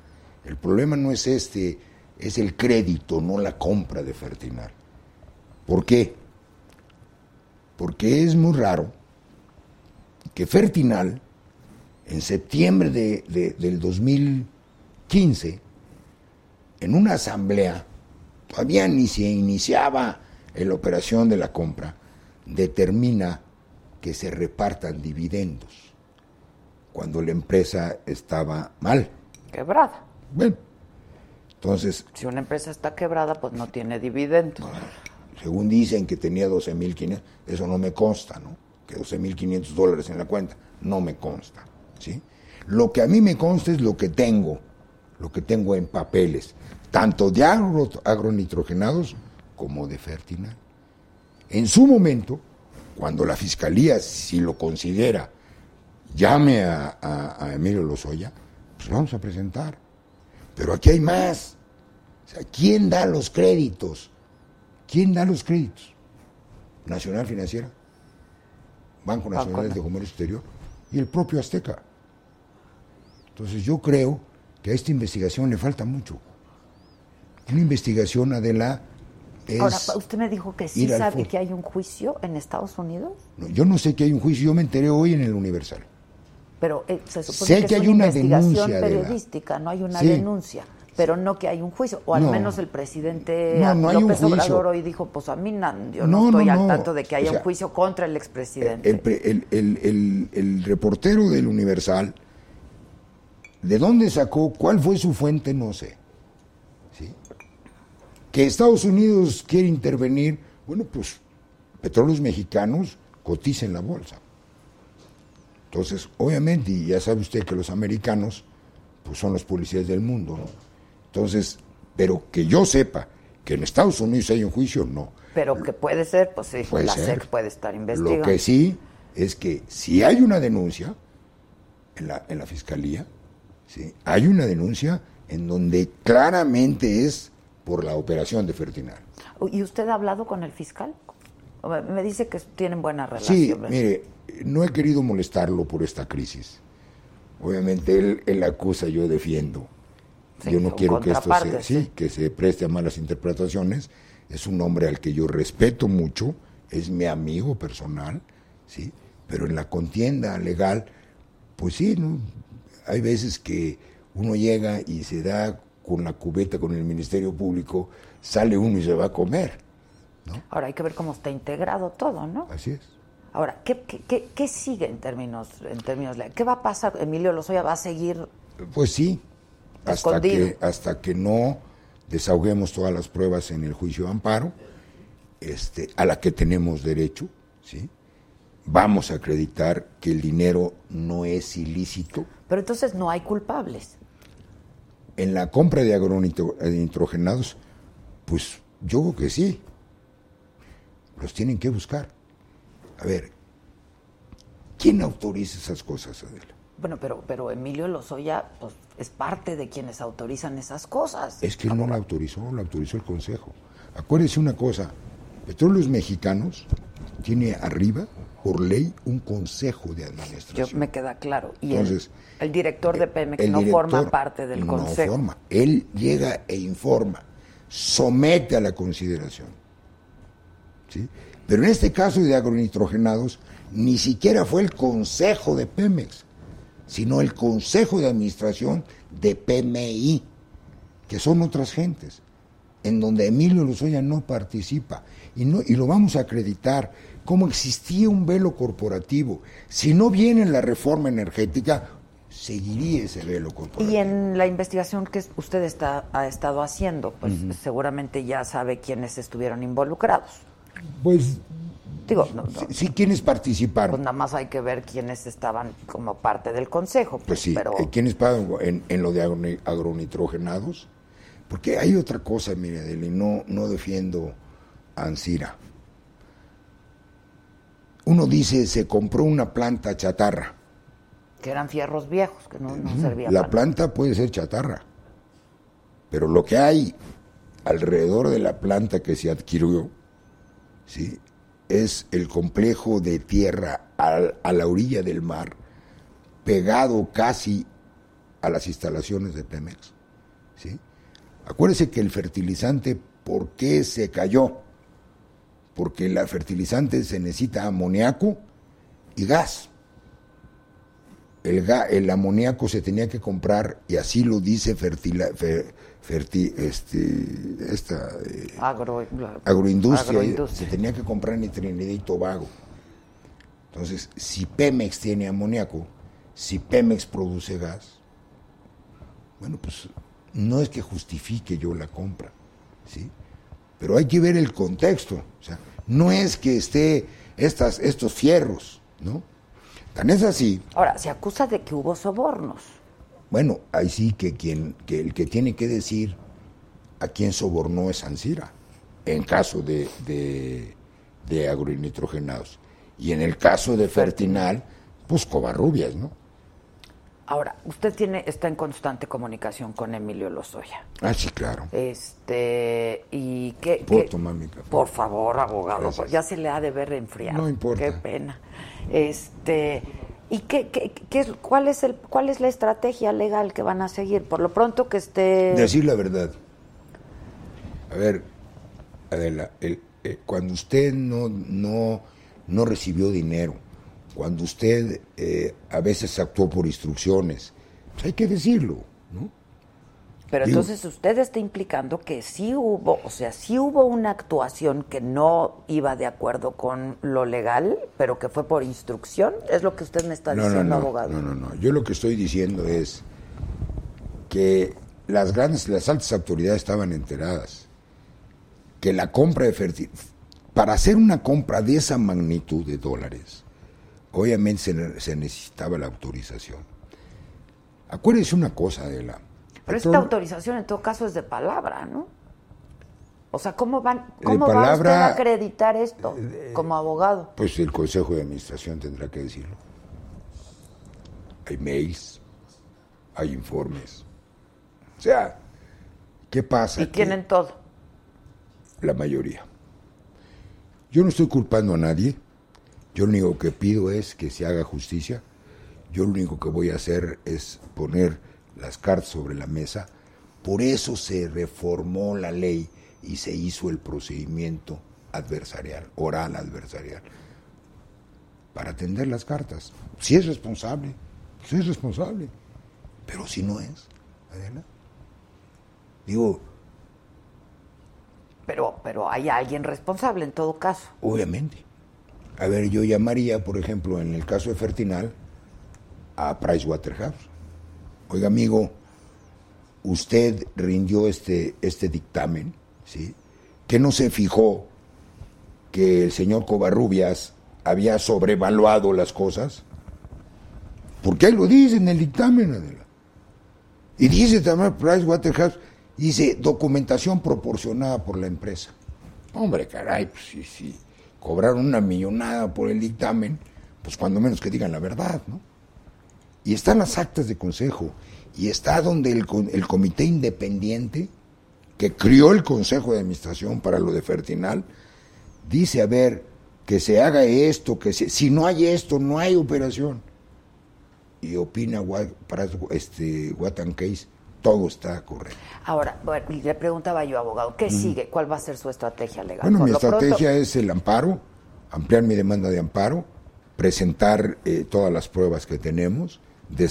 S8: el problema no es este, es el crédito, no la compra de Fertinal. ¿Por qué? Porque es muy raro que Fertinal en septiembre de- de- del 2015, en una asamblea, todavía ni se iniciaba la operación de la compra, determina que se repartan dividendos cuando la empresa estaba mal.
S6: Quebrada.
S8: Bueno, entonces,
S6: Si una empresa está quebrada, pues no tiene dividendos.
S8: según dicen que tenía 12.500, eso no me consta, ¿no? Que 12.500 dólares en la cuenta, no me consta, ¿sí? Lo que a mí me consta es lo que tengo, lo que tengo en papeles, tanto de agro- agronitrogenados como de Fertinal. En su momento, cuando la fiscalía, si lo considera, llame a, a- a Emilio Lozoya, pues vamos a presentar. Pero aquí hay más. O sea, ¿quién da los créditos? ¿Quién da los créditos? Nacional Financiera, Banco Nacional
S6: Na-
S8: de Comercio Exterior y el propio Azteca. Entonces yo creo que a esta investigación le falta mucho. Una investigación, Adela, es...
S6: Ahora, usted me dijo que sí
S8: ir al
S6: sabe
S8: fondo.
S6: que hay un juicio en Estados Unidos,
S8: No, yo no sé que hay un juicio, yo me enteré hoy en el Universal.
S6: pero eh, se supone
S8: Sé
S6: que,
S8: que
S6: es
S8: hay
S6: una
S8: una
S6: investigación
S8: denuncia, Adela.
S6: periodística, no hay una
S8: Sí.
S6: denuncia.
S1: pero no que hay un juicio. O al
S8: No.
S1: menos el presidente
S8: No, no hay un
S1: López
S8: juicio.
S1: Obrador hoy dijo, pues a mí na- yo no,
S8: No,
S1: estoy
S8: no,
S1: al
S8: no.
S1: tanto de que haya
S8: O sea,
S1: un juicio contra el expresidente.
S8: El, pre- el- el- el- el reportero del Universal, ¿de dónde sacó? ¿Cuál fue su fuente? No sé. ¿Sí? Que Estados Unidos quiere intervenir, bueno, pues petróleos mexicanos cotizan en la bolsa. Entonces, obviamente, y ya sabe usted que los americanos pues son los policías del mundo, ¿no? Entonces, pero que yo sepa que en Estados Unidos hay un juicio, no.
S1: pero que puede ser, pues sí,
S8: eh, Puede
S1: la
S8: ser.
S1: SEC puede estar
S8: Lo
S1: investigando.
S8: que sí es que si hay una denuncia en la, en la fiscalía, ¿sí? hay una denuncia en donde claramente es por la operación de Ferdinand.
S1: ¿Y usted ha hablado con el fiscal? O me- Me dice que tienen buena relación.
S8: Sí,
S1: ¿verdad?
S8: mire, no he querido molestarlo por esta crisis. Obviamente él, él acusa, yo defiendo.
S1: Sí,
S8: yo no
S1: son
S8: quiero que esto se,
S1: contrapartes,
S8: sí,
S1: sí.
S8: que se preste a malas interpretaciones. Es un hombre al que yo respeto mucho, es mi amigo personal, sí. Pero en la contienda legal, pues sí, ¿no? hay veces que uno llega y se da con la cubeta con el Ministerio Público, sale uno y se va a comer.
S1: Ahora hay que ver cómo está integrado todo, ¿no?
S8: Así es.
S1: Ahora, ¿qué, qué, qué- qué sigue en términos, en términos legales? ¿Qué va a pasar? Emilio Lozoya va a seguir
S8: Pues sí, hasta
S1: Escondido.
S8: que, hasta que no desahoguemos todas las pruebas en el juicio de amparo, este, a la que tenemos derecho, ¿sí? vamos a acreditar que el dinero no es ilícito.
S1: Pero entonces no hay culpables.
S8: En la compra de agronitrogenados, pues yo creo que sí, los tienen que buscar. A ver, ¿quién autoriza esas cosas, Adela?
S1: Bueno, pero, pero Emilio Lozoya pues, es parte de quienes autorizan esas cosas.
S8: Es que él no la autorizó, la autorizó el Consejo. Acuérdese una cosa, Petróleos Mexicanos tiene arriba, por ley, un Consejo de
S1: Yo,
S8: Administración.
S1: me queda claro. Y el-
S8: Entonces, eh,
S1: el, director de Pemex
S8: El
S1: no
S8: director
S1: forma parte del consejo.
S8: No forma, él llega e informa, somete a la consideración. ¿sí? Pero en este caso de agronitrogenados, ni siquiera fue el Consejo de Pemex, sino el Consejo de Administración de PMI, que son otras gentes, en donde Emilio Lozoya no participa. Y, no, y lo vamos a acreditar, como existía un velo corporativo. Si no viene la reforma energética, seguiría ese velo corporativo.
S1: Y en la investigación que usted está, ha estado haciendo, pues seguramente ya sabe quiénes estuvieron involucrados.
S8: Pues,
S1: Digo, no, no,
S8: sí, quienes participaron.
S1: pues nada más hay que ver quiénes estaban como parte del consejo.
S8: Pues sí,
S1: pero
S8: eh, ¿quiénes pagan en, en lo de agroni- agronitrogenados? Porque hay otra cosa, mire, Adele, no, no defiendo a Ansira. Uno dice, se compró una planta chatarra.
S1: que eran fierros viejos, que no, no servían.
S8: La
S1: para-
S8: planta puede ser chatarra, pero lo que hay alrededor de la planta que se adquirió, ¿sí? es el complejo de tierra al- a la orilla del mar, pegado casi a las instalaciones de Pemex. ¿sí? Acuérdese que el fertilizante, ¿por qué se cayó? Porque el fertilizante se necesita amoníaco y gas el, ga- el amoníaco se tenía que comprar, y así lo dice fertila- fer- ferti- este, esta, eh,
S1: Agro, la-
S8: agroindustria,
S1: agroindustria.
S8: se tenía que comprar en Trinidad y Tobago. Entonces, si Pemex tiene amoníaco, si Pemex produce gas, bueno, pues no es que justifique yo la compra, ¿sí? Pero hay que ver el contexto, o sea, no es que esté estas, estos fierros, ¿no? Tan es así
S1: Ahora, se acusa de que hubo sobornos.
S8: bueno, ahí sí que quien, que el que tiene que decir a quién sobornó es Ansira, en caso de, de, de agronitrogenados. Y en el caso de Fertinal, pues Covarrubias, ¿no?
S1: Ahora, usted tiene, está en constante comunicación con Emilio Lozoya.
S8: Ah, sí, claro.
S1: Este, y qué.
S8: ¿Puedo
S1: qué-
S8: tomar mi café?
S1: Por favor, abogado,
S8: Gracias.
S1: ya se le ha de ver enfriado.
S8: No importa.
S1: Qué pena. Este, ¿y qué, qué- qué es, cuál es el, cuál es la estrategia legal que van a seguir? Por lo pronto que esté.
S8: Decir la verdad. A ver, Adela, el- eh, cuando usted no, no, no recibió dinero, cuando usted eh, a veces actuó por instrucciones, pues hay que decirlo, ¿no?
S6: Pero
S8: Digo-
S6: entonces usted está implicando que sí hubo, o sea, sí hubo una actuación que no iba de acuerdo con lo legal, pero que fue por instrucción. Es lo que usted me está diciendo, abogado.
S8: No, no, no. Yo lo que estoy diciendo es que las grandes, las altas autoridades estaban enteradas que la compra de fertil, para hacer una compra de esa magnitud de dólares, obviamente se, ne- se necesitaba la autorización. Acuérdense una cosa, Adela.
S6: Pero
S8: Petrol-
S6: esta autorización en todo caso es de palabra, ¿no? O sea, ¿cómo, van,
S8: De
S6: cómo va usted a
S8: palabra- eh,
S6: acreditar esto como abogado?
S8: Pues el Consejo de Administración tendrá que decirlo. Hay mails, hay informes. O sea, ¿qué pasa?
S6: Y
S8: Que
S6: tienen todo.
S8: La mayoría. Yo no estoy culpando a nadie. Yo lo único que pido es que se haga justicia. Yo lo único que voy a hacer es poner las cartas sobre la mesa. Por eso se reformó la ley y se hizo el procedimiento adversarial, oral adversarial, para atender las cartas. Si es responsable, si es responsable, pero si no es, Adela. Digo,
S6: Pero, pero hay alguien responsable en todo caso.
S8: Obviamente. A ver, yo llamaría, por ejemplo, en el caso de Fertinal, a Pricewaterhouse. Oiga, amigo, usted rindió este, este dictamen, ¿sí? Que no se fijó que el señor Covarrubias había sobrevaluado las cosas. Porque ahí lo dice en el dictamen, Adela. Y dice también Pricewaterhouse, dice documentación proporcionada por la empresa. Hombre, caray, pues sí, sí. Cobraron una millonada por el dictamen, pues cuando menos que digan la verdad, ¿no? Y están las actas de consejo, y está donde el, con- el comité independiente que crió el consejo de administración para lo de Fertinal, dice, a ver, que se haga esto, que se- si no hay esto, no hay operación. Y opina Wa- para este, Watan Case, todo está correcto.
S6: Ahora, bueno, y le preguntaba yo, abogado, ¿qué sigue? ¿Cuál va a ser su estrategia legal?
S8: Bueno,
S6: Por
S8: mi
S6: lo pronto-
S8: estrategia es el amparo, ampliar mi demanda de amparo, presentar eh, todas las pruebas que tenemos,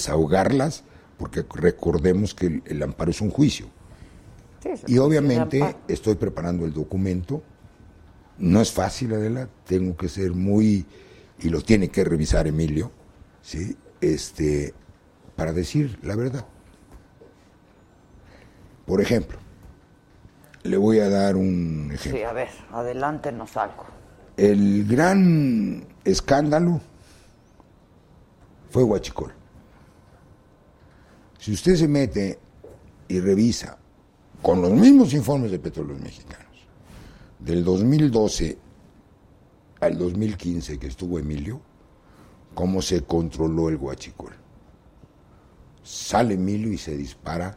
S8: desahogarlas, porque recordemos que el, el amparo es un juicio.
S6: Sí, sí, sí,
S8: Y obviamente
S6: amparo.
S8: estoy preparando el documento. No es fácil, Adela, tengo que ser muy, y lo tiene que revisar Emilio, ¿sí? Este, para decir la verdad. Por ejemplo, le voy a dar un ejemplo
S6: Sí, a ver, adelante nos algo.
S8: el gran escándalo fue Huachicol. Si usted se mete y revisa con los mismos informes de petróleos mexicanos, del 2012 al 2015 que estuvo Emilio, cómo se controló el Huachicol. Sale Emilio y se dispara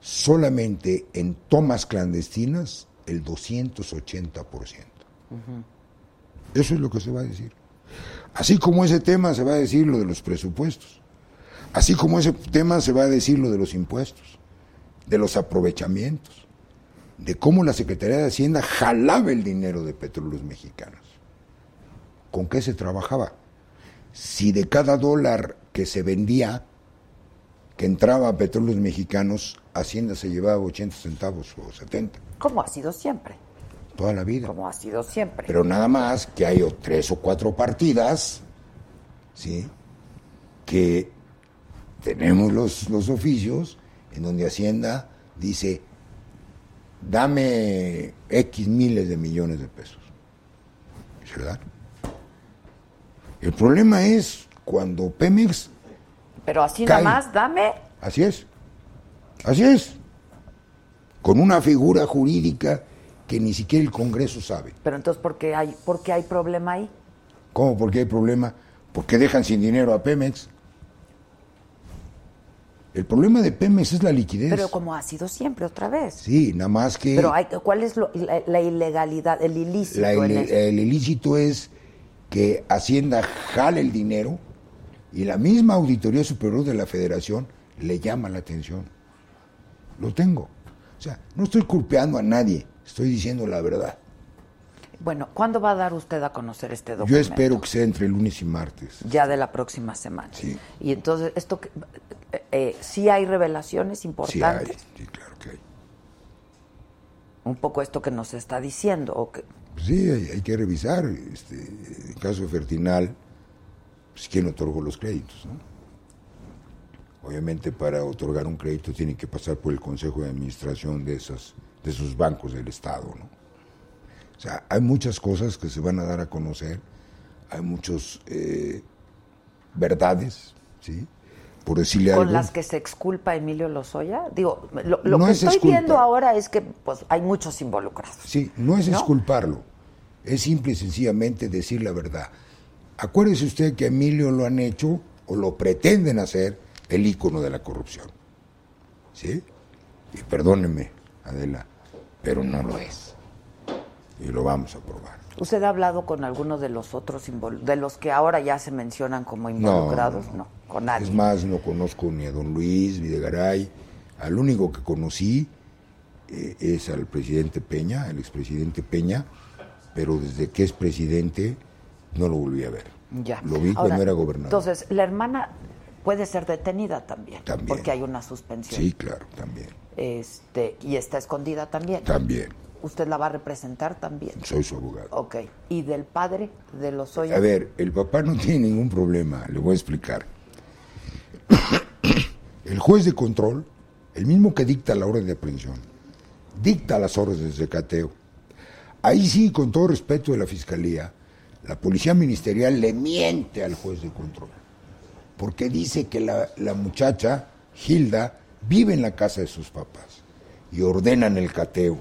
S8: solamente en tomas clandestinas el 280%. Eso es lo que se va a decir. Así como ese tema se va a decir lo de los presupuestos. Así como ese tema se va a decir lo de los impuestos, de los aprovechamientos, de cómo la Secretaría de Hacienda jalaba el dinero de petróleos mexicanos. ¿Con qué se trabajaba? Si de cada dólar que se vendía, que entraba a petróleos mexicanos, Hacienda se llevaba 80 centavos o 70,
S6: Como ha sido siempre,
S8: toda la vida.
S6: como ha sido siempre.
S8: Pero nada más que hay o- tres o cuatro partidas, ¿sí? Que tenemos los, los oficios en donde Hacienda dice, dame X miles de millones de pesos. ¿Es verdad? El problema es cuando Pemex,
S6: Pero así
S8: Cae.
S6: nada más, dame.
S8: así es, así es, con una figura jurídica que ni siquiera el Congreso sabe.
S6: Pero entonces, ¿por qué hay, por qué hay problema ahí?
S8: ¿Cómo? ¿Por qué hay problema? Porque dejan sin dinero a Pemex. El problema de Pemex es la liquidez.
S6: Pero como ha sido siempre, otra vez.
S8: Sí, nada más que
S6: Pero hay, ¿cuál es lo- la, la ilegalidad, el ilícito?
S8: la-
S6: en
S8: el,
S6: esto?
S8: el ilícito es que Hacienda jale el dinero y la misma Auditoría Superior de la Federación le llama la atención. Lo tengo. O sea, no estoy culpeando a nadie, estoy diciendo la verdad.
S1: Bueno, ¿cuándo va a dar usted a conocer este documento?
S8: Yo espero que sea entre lunes y martes.
S1: Ya de la próxima semana.
S8: Sí.
S1: Y entonces, esto que- eh, eh, sí hay revelaciones
S8: Sí, hay,
S1: importantes.
S8: sí, claro que hay.
S1: Un poco esto que nos está diciendo. O que,
S8: Pues sí, hay, hay que revisar. Este, en el caso de Fertinal, pues quién otorgó los créditos, ¿no? Obviamente para otorgar un crédito tiene que pasar por el consejo de administración de esas, de esos bancos del estado, ¿no? O sea, hay muchas cosas que se van a dar a conocer, hay muchas verdades, ¿sí? Por decirle
S1: con
S8: algo.
S1: las que se exculpa Emilio Lozoya. Digo, lo, lo
S8: No
S1: que
S8: es
S1: estoy
S8: exculpa.
S1: viendo ahora es que pues hay muchos involucrados.
S8: Sí, no es
S1: ¿No?
S8: exculparlo, es simple y sencillamente decir la verdad. Acuérdese usted que a Emilio lo han hecho o lo pretenden hacer el ícono de la corrupción. ¿Sí? Y perdóneme, Adela, pero no lo es. Y lo vamos a probar.
S1: ¿Usted ha hablado con alguno de los otros invol- de los que ahora ya se mencionan como
S8: No,
S1: involucrados? No, con nadie.
S8: Es más, no conozco ni a don Luis Videgaray. Al único que conocí eh, es al presidente Peña, el expresidente Peña, pero desde que es presidente no lo volví a ver.
S1: Ya.
S8: Lo vi
S1: Ahora,
S8: cuando era gobernador.
S1: Entonces, la hermana puede ser detenida también,
S8: También.
S1: porque hay una suspensión.
S8: sí, claro, también.
S1: Este, y está escondida también.
S8: También.
S1: Usted la va a representar también.
S8: Soy su abogado.
S1: Ok. ¿Y del padre de los hoy?
S8: A ver, el papá no tiene ningún problema, le voy a explicar. El juez de control, el mismo que dicta la orden de aprehensión, dicta las órdenes de cateo. Ahí sí, con todo respeto de la fiscalía, la policía ministerial le miente al juez de control. Porque dice que la, la muchacha, Gilda, vive en la casa de sus papás y ordenan el cateo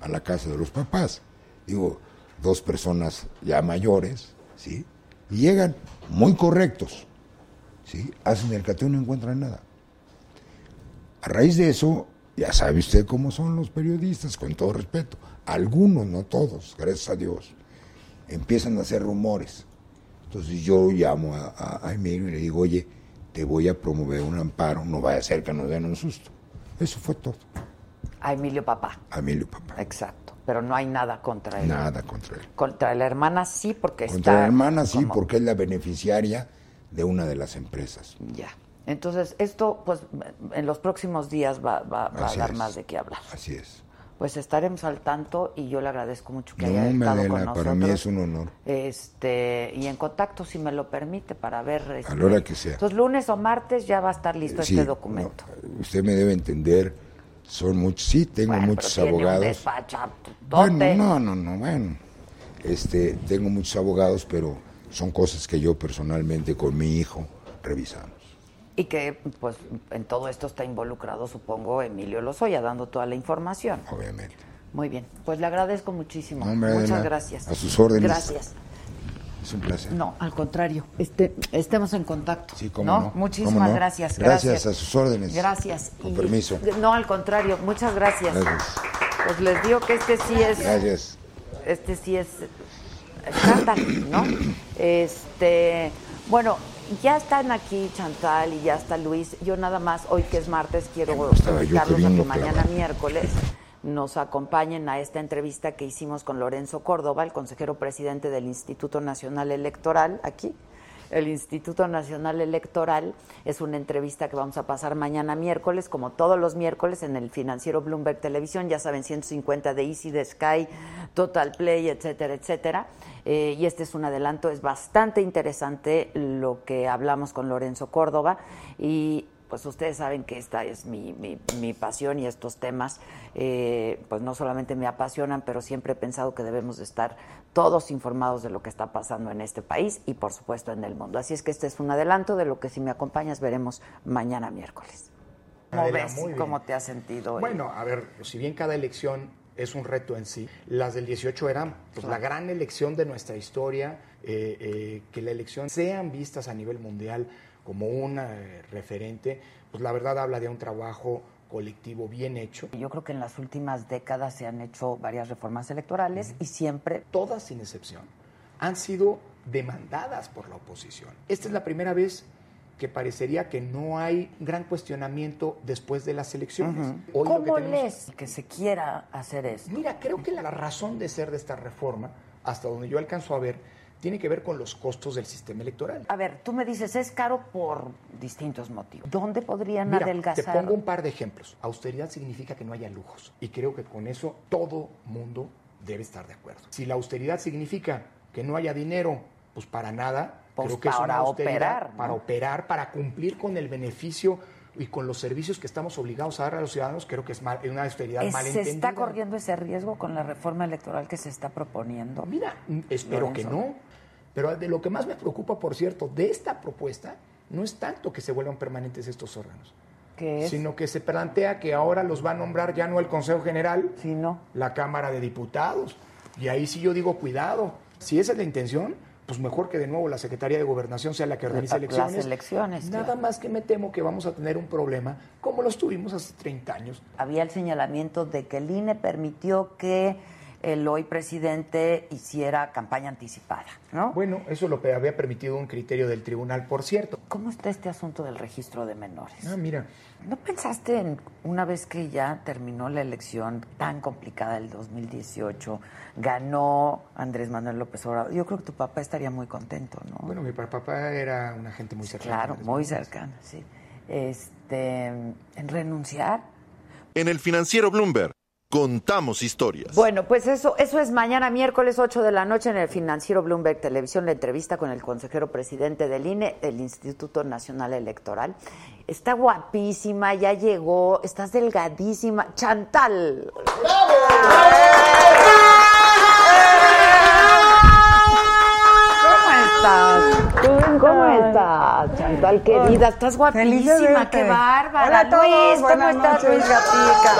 S8: a la casa de los papás. Digo, dos personas ya mayores, ¿sí? Y llegan muy correctos, ¿sí? Hacen el cateo y no encuentran nada. A raíz de eso, ya sabe usted cómo son los periodistas, con todo respeto. Algunos, no todos, gracias a Dios. Empiezan a hacer rumores. Entonces yo llamo a, a, a Emilio y le digo, oye, te voy a promover un amparo, no vaya a ser que nos den un susto. Eso fue todo.
S1: A Emilio Papá.
S8: A Emilio, papá.
S1: Exacto. Pero no hay nada contra él.
S8: Nada contra él.
S1: Contra la hermana sí, porque está.
S8: Contra la hermana sí,
S1: como-
S8: porque es la beneficiaria de una de las empresas.
S1: Ya. Entonces, esto, pues, en los próximos días va, va- va a
S8: Así
S1: dar
S8: es.
S1: más de qué hablar.
S8: Así es.
S1: Pues estaremos al tanto y yo le agradezco mucho que haya
S8: No me
S1: estado con
S8: Adela,
S1: nosotros.
S8: para mí es un honor.
S1: Este, y en contacto, si me lo permite, para ver. este,
S8: A la hora que sea.
S1: Entonces, lunes o martes ya va a estar listo
S8: Sí,
S1: este documento.
S8: no, usted me debe entender, son muchos, sí, tengo
S1: Bueno,
S8: muchos
S1: pero tiene un
S8: abogados.
S1: despachatote.
S8: Bueno, no, no, no, bueno. Este, tengo muchos abogados, pero son cosas que yo personalmente con mi hijo revisamos.
S1: Y que, pues, en todo esto está involucrado, supongo, Emilio Lozoya, dando toda la información.
S8: Obviamente.
S1: Muy bien. Pues le agradezco muchísimo.
S8: No, hombre,
S1: Muchas
S8: Adela,
S1: gracias.
S8: a sus órdenes.
S1: Gracias.
S8: Es un placer.
S1: No, al contrario. Este, estemos en contacto.
S8: Sí, cómo no, cómo
S1: Muchísimas
S8: no.
S1: gracias.
S8: Gracias, a sus órdenes.
S1: Gracias.
S8: Con
S1: Y-
S8: permiso.
S1: No, al contrario. Muchas gracias.
S8: Gracias.
S1: Pues les digo que este sí es
S8: Gracias.
S1: este sí es escándalo, ¿no? Este, bueno, ya están aquí Chantal y ya está Luis. Yo nada más, hoy que es martes, quiero
S8: gustaba yo que
S1: invitarlos a
S8: vino
S1: que mañana
S8: clavado.
S1: miércoles nos acompañen a esta entrevista que hicimos con Lorenzo Córdoba, el consejero presidente del Instituto Nacional Electoral, aquí. El Instituto Nacional Electoral es una entrevista que vamos a pasar mañana miércoles, como todos los miércoles, en el financiero Bloomberg Televisión, ya saben, 150 de Easy, de Sky, Total Play, etcétera, etcétera. Eh, y este es un adelanto, es bastante interesante lo que hablamos con Lorenzo Córdoba y pues ustedes saben que esta es mi, mi- mi pasión y estos temas eh, pues no solamente me apasionan, pero siempre he pensado que debemos de estar todos informados de lo que está pasando en este país y por supuesto en el mundo. Así es que este es un adelanto de lo que si me acompañas veremos mañana miércoles. ¿Cómo
S9: Adela,
S1: ves?
S9: muy bien.
S1: ¿Cómo te has sentido? hoy?
S9: Bueno, a ver, si bien cada elección es un reto en sí, las del 18 eran pues, la gran elección de nuestra historia, eh, eh, que la elección sean vistas a nivel mundial como un eh, referente, pues la verdad habla de un trabajo colectivo bien hecho,
S1: Yo creo que en las últimas décadas se han hecho varias reformas electorales y siempre
S9: todas sin excepción, han sido demandadas por la oposición. Esta es la primera vez que parecería que no hay gran cuestionamiento después de las elecciones. Hoy lo que
S1: ¿Cómo
S9: tenemos-
S1: lees que se quiera hacer esto?
S9: Mira, creo que la razón de ser de esta reforma hasta donde yo alcanzo a ver, tiene que ver con los costos del sistema electoral.
S1: A ver, tú me dices, es caro por distintos motivos. ¿Dónde podrían
S9: Mira,
S1: adelgazar?
S9: Te pongo un par de ejemplos. Austeridad significa que no haya lujos. Y creo que con eso todo mundo debe estar de acuerdo. Si la austeridad significa que no haya dinero, pues para nada.
S1: Pues
S9: creo que es
S1: para
S9: una austeridad
S1: operar, ¿no?
S9: Para operar, para cumplir con el beneficio y con los servicios que estamos obligados a dar a los ciudadanos, creo que es mal- una austeridad
S1: Eh, ¿Se
S9: malentendida.
S1: está corriendo ese riesgo con la reforma electoral que se está proponiendo?
S9: Mira, mm, espero que
S1: Lorenzo.
S9: no. Pero de lo que más me preocupa, por cierto, de esta propuesta, no es tanto que se vuelvan permanentes estos órganos,
S1: ¿Qué es?
S9: sino que se plantea que ahora los va a nombrar ya no el Consejo General,
S1: Si no.
S9: la Cámara de Diputados. Y ahí sí yo digo, cuidado, si esa es la intención, pues mejor que de nuevo la Secretaría de Gobernación sea la que organice
S1: Las
S9: elecciones.
S1: elecciones,
S9: Nada
S1: claro.
S9: más que me temo que vamos a tener un problema como los tuvimos hace 30 años.
S1: Había el señalamiento de que el INE permitió que el hoy presidente hiciera campaña anticipada, ¿no?
S9: Bueno, eso lo pe- había permitido un criterio del tribunal, por cierto.
S1: ¿Cómo está este asunto del registro de menores?
S9: Ah, mira,
S1: ¿No pensaste en una vez que ya terminó la elección tan complicada del 2018, ganó Andrés Manuel López Obrador? Yo creo que tu papá estaría muy contento, ¿no?
S9: bueno, mi pa- papá era una gente muy cercana.
S1: claro,
S9: Andrés
S1: muy
S9: Manuel.
S1: cercana, sí. Este, en renunciar.
S10: En el financiero Bloomberg, contamos historias.
S1: Bueno, pues eso, eso es mañana miércoles 8 de la noche en el financiero Bloomberg Televisión, la entrevista con el consejero presidente del INE, el Instituto Nacional Electoral. Está guapísima, ya llegó, estás delgadísima. Chantal. ¿Cómo estás? ¿Cómo estás, Chantal querida? Estás guapísima, qué bárbara.
S4: Hola a todos,
S1: Luis, ¿cómo
S4: buenas
S1: estás,
S4: noches.
S1: Luis Gatica?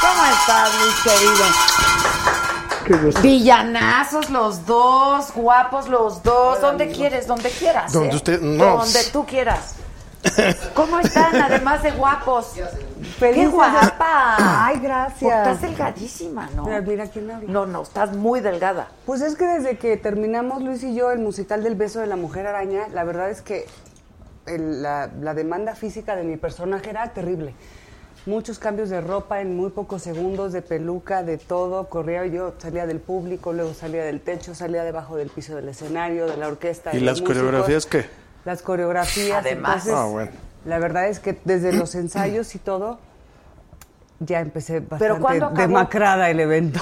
S1: ¿Cómo estás, Luis querido? Villanazos los dos, guapos los dos. ¿Dónde quieres? Donde quieras. Eh,
S11: Donde usted- no.
S1: Donde tú quieras. ¿Cómo están, además de guapos? ¡Qué guapa!
S4: Ay,
S1: Porque Estás
S4: gracias.
S1: delgadísima, ¿no?
S4: Mira, mira quién habla.
S1: No, no, estás muy delgada.
S4: Pues es que desde que terminamos Luis y yo el musical del beso de la mujer araña, la verdad es que el- la, la demanda física de mi personaje era terrible. Muchos cambios de ropa en muy pocos segundos, de peluca, de todo. Corría yo, salía del público, luego salía del techo, salía debajo del piso del escenario, de la orquesta.
S11: ¿Y
S4: de los
S11: las coreografías qué?
S4: Las coreografías.
S1: Además.
S4: entonces,
S11: Ah, bueno.
S4: La verdad es que desde los ensayos y todo, ya empecé
S1: ¿Pero
S4: bastante
S1: cuándo acabó?
S4: demacrada el evento.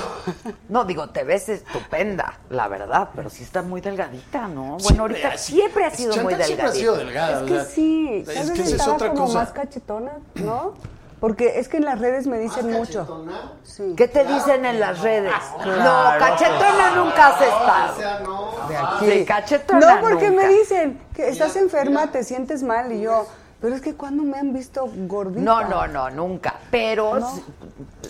S1: No, digo, te ves estupenda, la verdad, pero sí estás muy delgadita, ¿no? Bueno, ahorita siempre ha sido muy
S11: Chantal siempre ha
S1: delgadita.
S11: sido delgada.
S4: Es que
S11: o sea,
S4: sí,
S11: es
S4: tal vez
S11: que esa es
S4: estaba
S11: otra
S4: como
S11: cosa.
S4: más cachetona, ¿no? Porque es que en las redes me dicen mucho. Sí.
S1: ¿Qué te dicen en las redes?
S11: Ah,
S4: Claro.
S1: No, cachetona nunca has
S12: O
S1: estado.
S12: sea, no.
S1: Sí, cachetona
S4: No, porque
S1: nunca.
S4: me dicen que estás enferma, te sientes mal y yo, pero es que cuando me han visto gordita.
S1: No, no, no, nunca. Pero
S4: No.
S1: sí,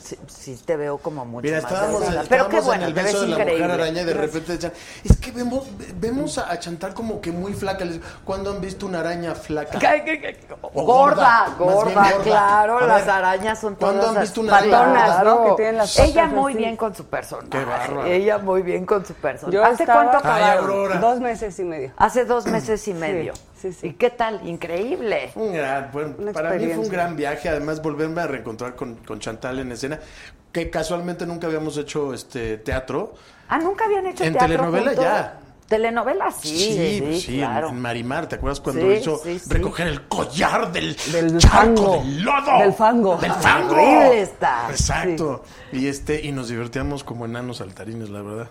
S1: sí- sí te veo como mucho
S11: Mira,
S1: más
S11: estábamos,
S1: delgada.
S11: estábamos
S1: Pero qué bueno,
S11: en el
S1: te
S11: beso
S1: ves
S11: de la
S1: increíble.
S11: mujer araña y de repente decían, es que vemos, vemos a Chantal como que muy flaca. Les digo, ¿Cuándo han visto una araña flaca?
S1: Ca- ca- ca-
S11: O
S1: Gorda, gorda,
S11: más bien gorda.
S1: claro,
S11: A ver,
S1: las arañas son todas
S11: ¿cuándo han
S1: las
S11: visto una araña
S1: patonas,
S11: gorda?
S4: ¿no?
S1: ¿no?
S4: Que tienen las
S1: Ella
S4: patas
S1: muy
S4: así.
S1: bien con su persona.
S11: Qué bárbara.
S1: Ella muy bien con su persona.
S4: Yo
S1: ¿Hace
S4: estaba-
S1: cuánto
S4: Ay,
S1: acabaron?
S11: Aurora. ahora.
S4: Dos meses y medio.
S1: Hace dos meses y medio.
S4: sí, sí.
S1: ¿Y qué tal? Increíble.
S11: Un gran, bueno,
S4: Una
S11: para mí fue un
S4: experiencia.
S11: gran viaje. Además, volverme a reencontrar con, con Chantal en escena, que casualmente nunca habíamos hecho este teatro.
S1: Ah, nunca habían hecho
S11: En
S1: teatro
S11: telenovela
S1: juntos?
S11: ya.
S1: Telenovela sí, sí,
S11: pues en-
S1: claro.
S11: en, Marimar, ¿te acuerdas cuando
S1: Sí,
S11: hizo
S1: sí, sí.
S11: recoger el collar del,
S4: Del
S11: charco
S4: fango.
S11: del lodo?
S4: Del fango.
S11: Del fango.
S1: Horrible está.
S11: Exacto. Y este, y nos divertíamos como enanos saltarines, la verdad.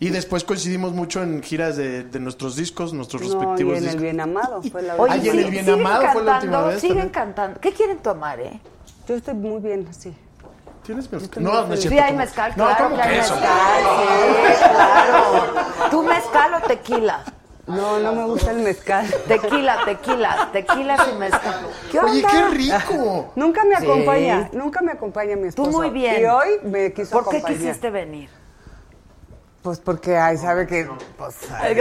S11: Y después coincidimos mucho en giras de, de nuestros discos, nuestros
S4: No, y
S11: respectivos
S4: en el
S11: discos.
S4: bien amado fue la
S1: Oye,
S11: Ah, y en
S1: sí,
S11: el bien
S1: siguen
S11: amado fue la última
S1: cantando,
S11: vez
S1: Siguen
S11: también.
S1: cantando. ¿Qué quieren tomar, eh?
S4: Yo estoy muy bien así.
S11: ¿Tienes mezcal? No, no es
S1: Sí,
S11: cierto,
S1: hay
S11: ¿cómo?
S1: mezcal,
S11: No,
S1: claro
S11: ¿cómo
S1: que hay
S11: que eso?
S1: mezcal, sí, claro. ¿Tú mezcal o tequila?
S4: No, no me gusta el mezcal.
S1: Tequila, tequila, tequila y mezcal. ¿Qué
S11: Oye,
S1: onda?
S11: qué rico.
S4: Nunca me
S1: Sí.
S4: acompaña, nunca me acompaña mi
S1: Tú
S4: esposo.
S1: muy bien.
S4: Y hoy me quiso
S1: ¿Por qué
S4: acompañar.
S1: quisiste venir?
S4: Pues porque, ay, sabe que... pues, ay,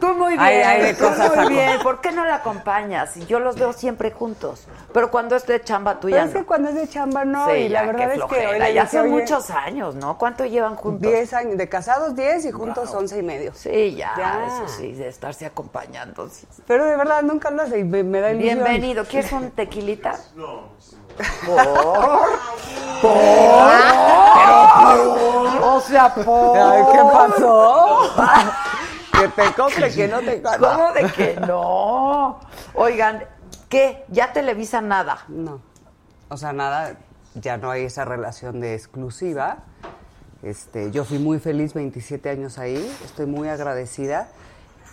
S1: Tú muy bien,
S4: Ay, ay, de
S1: tú
S4: cosas
S1: muy
S4: saco.
S1: bien. ¿Por qué no la acompañas? Yo los veo siempre juntos. Pero cuando es de chamba
S4: Pero
S1: tuya,
S4: es que
S1: no.
S4: cuando es de chamba, no,
S1: Sí,
S4: y
S1: ya, qué
S4: la verdad es que hoy
S1: flojera.
S4: le
S1: ya
S4: dije,
S1: son
S4: "Oye,
S1: muchos años, ¿no? ¿Cuánto llevan juntos?
S4: 10 años, de casados 10 y juntos 11 y medio.
S1: Sí, ya,
S4: Ya.
S1: eso sí, de estarse acompañando. sí.
S4: Pero de verdad nunca lo hace y me, me da ilusión.
S1: Bienvenido. ¿Quieres un tequilita? No. ¿Por? ¿Por? O sea, Chapo.
S8: Ay, ¿qué pasó? que te compre, que no te compre.
S1: ¿Cómo de que no? Oigan, ¿qué? ¿Ya Televisa nada?
S8: No. O sea, nada, ya no hay esa relación de exclusiva. Este, yo fui muy feliz 27 años ahí, estoy muy agradecida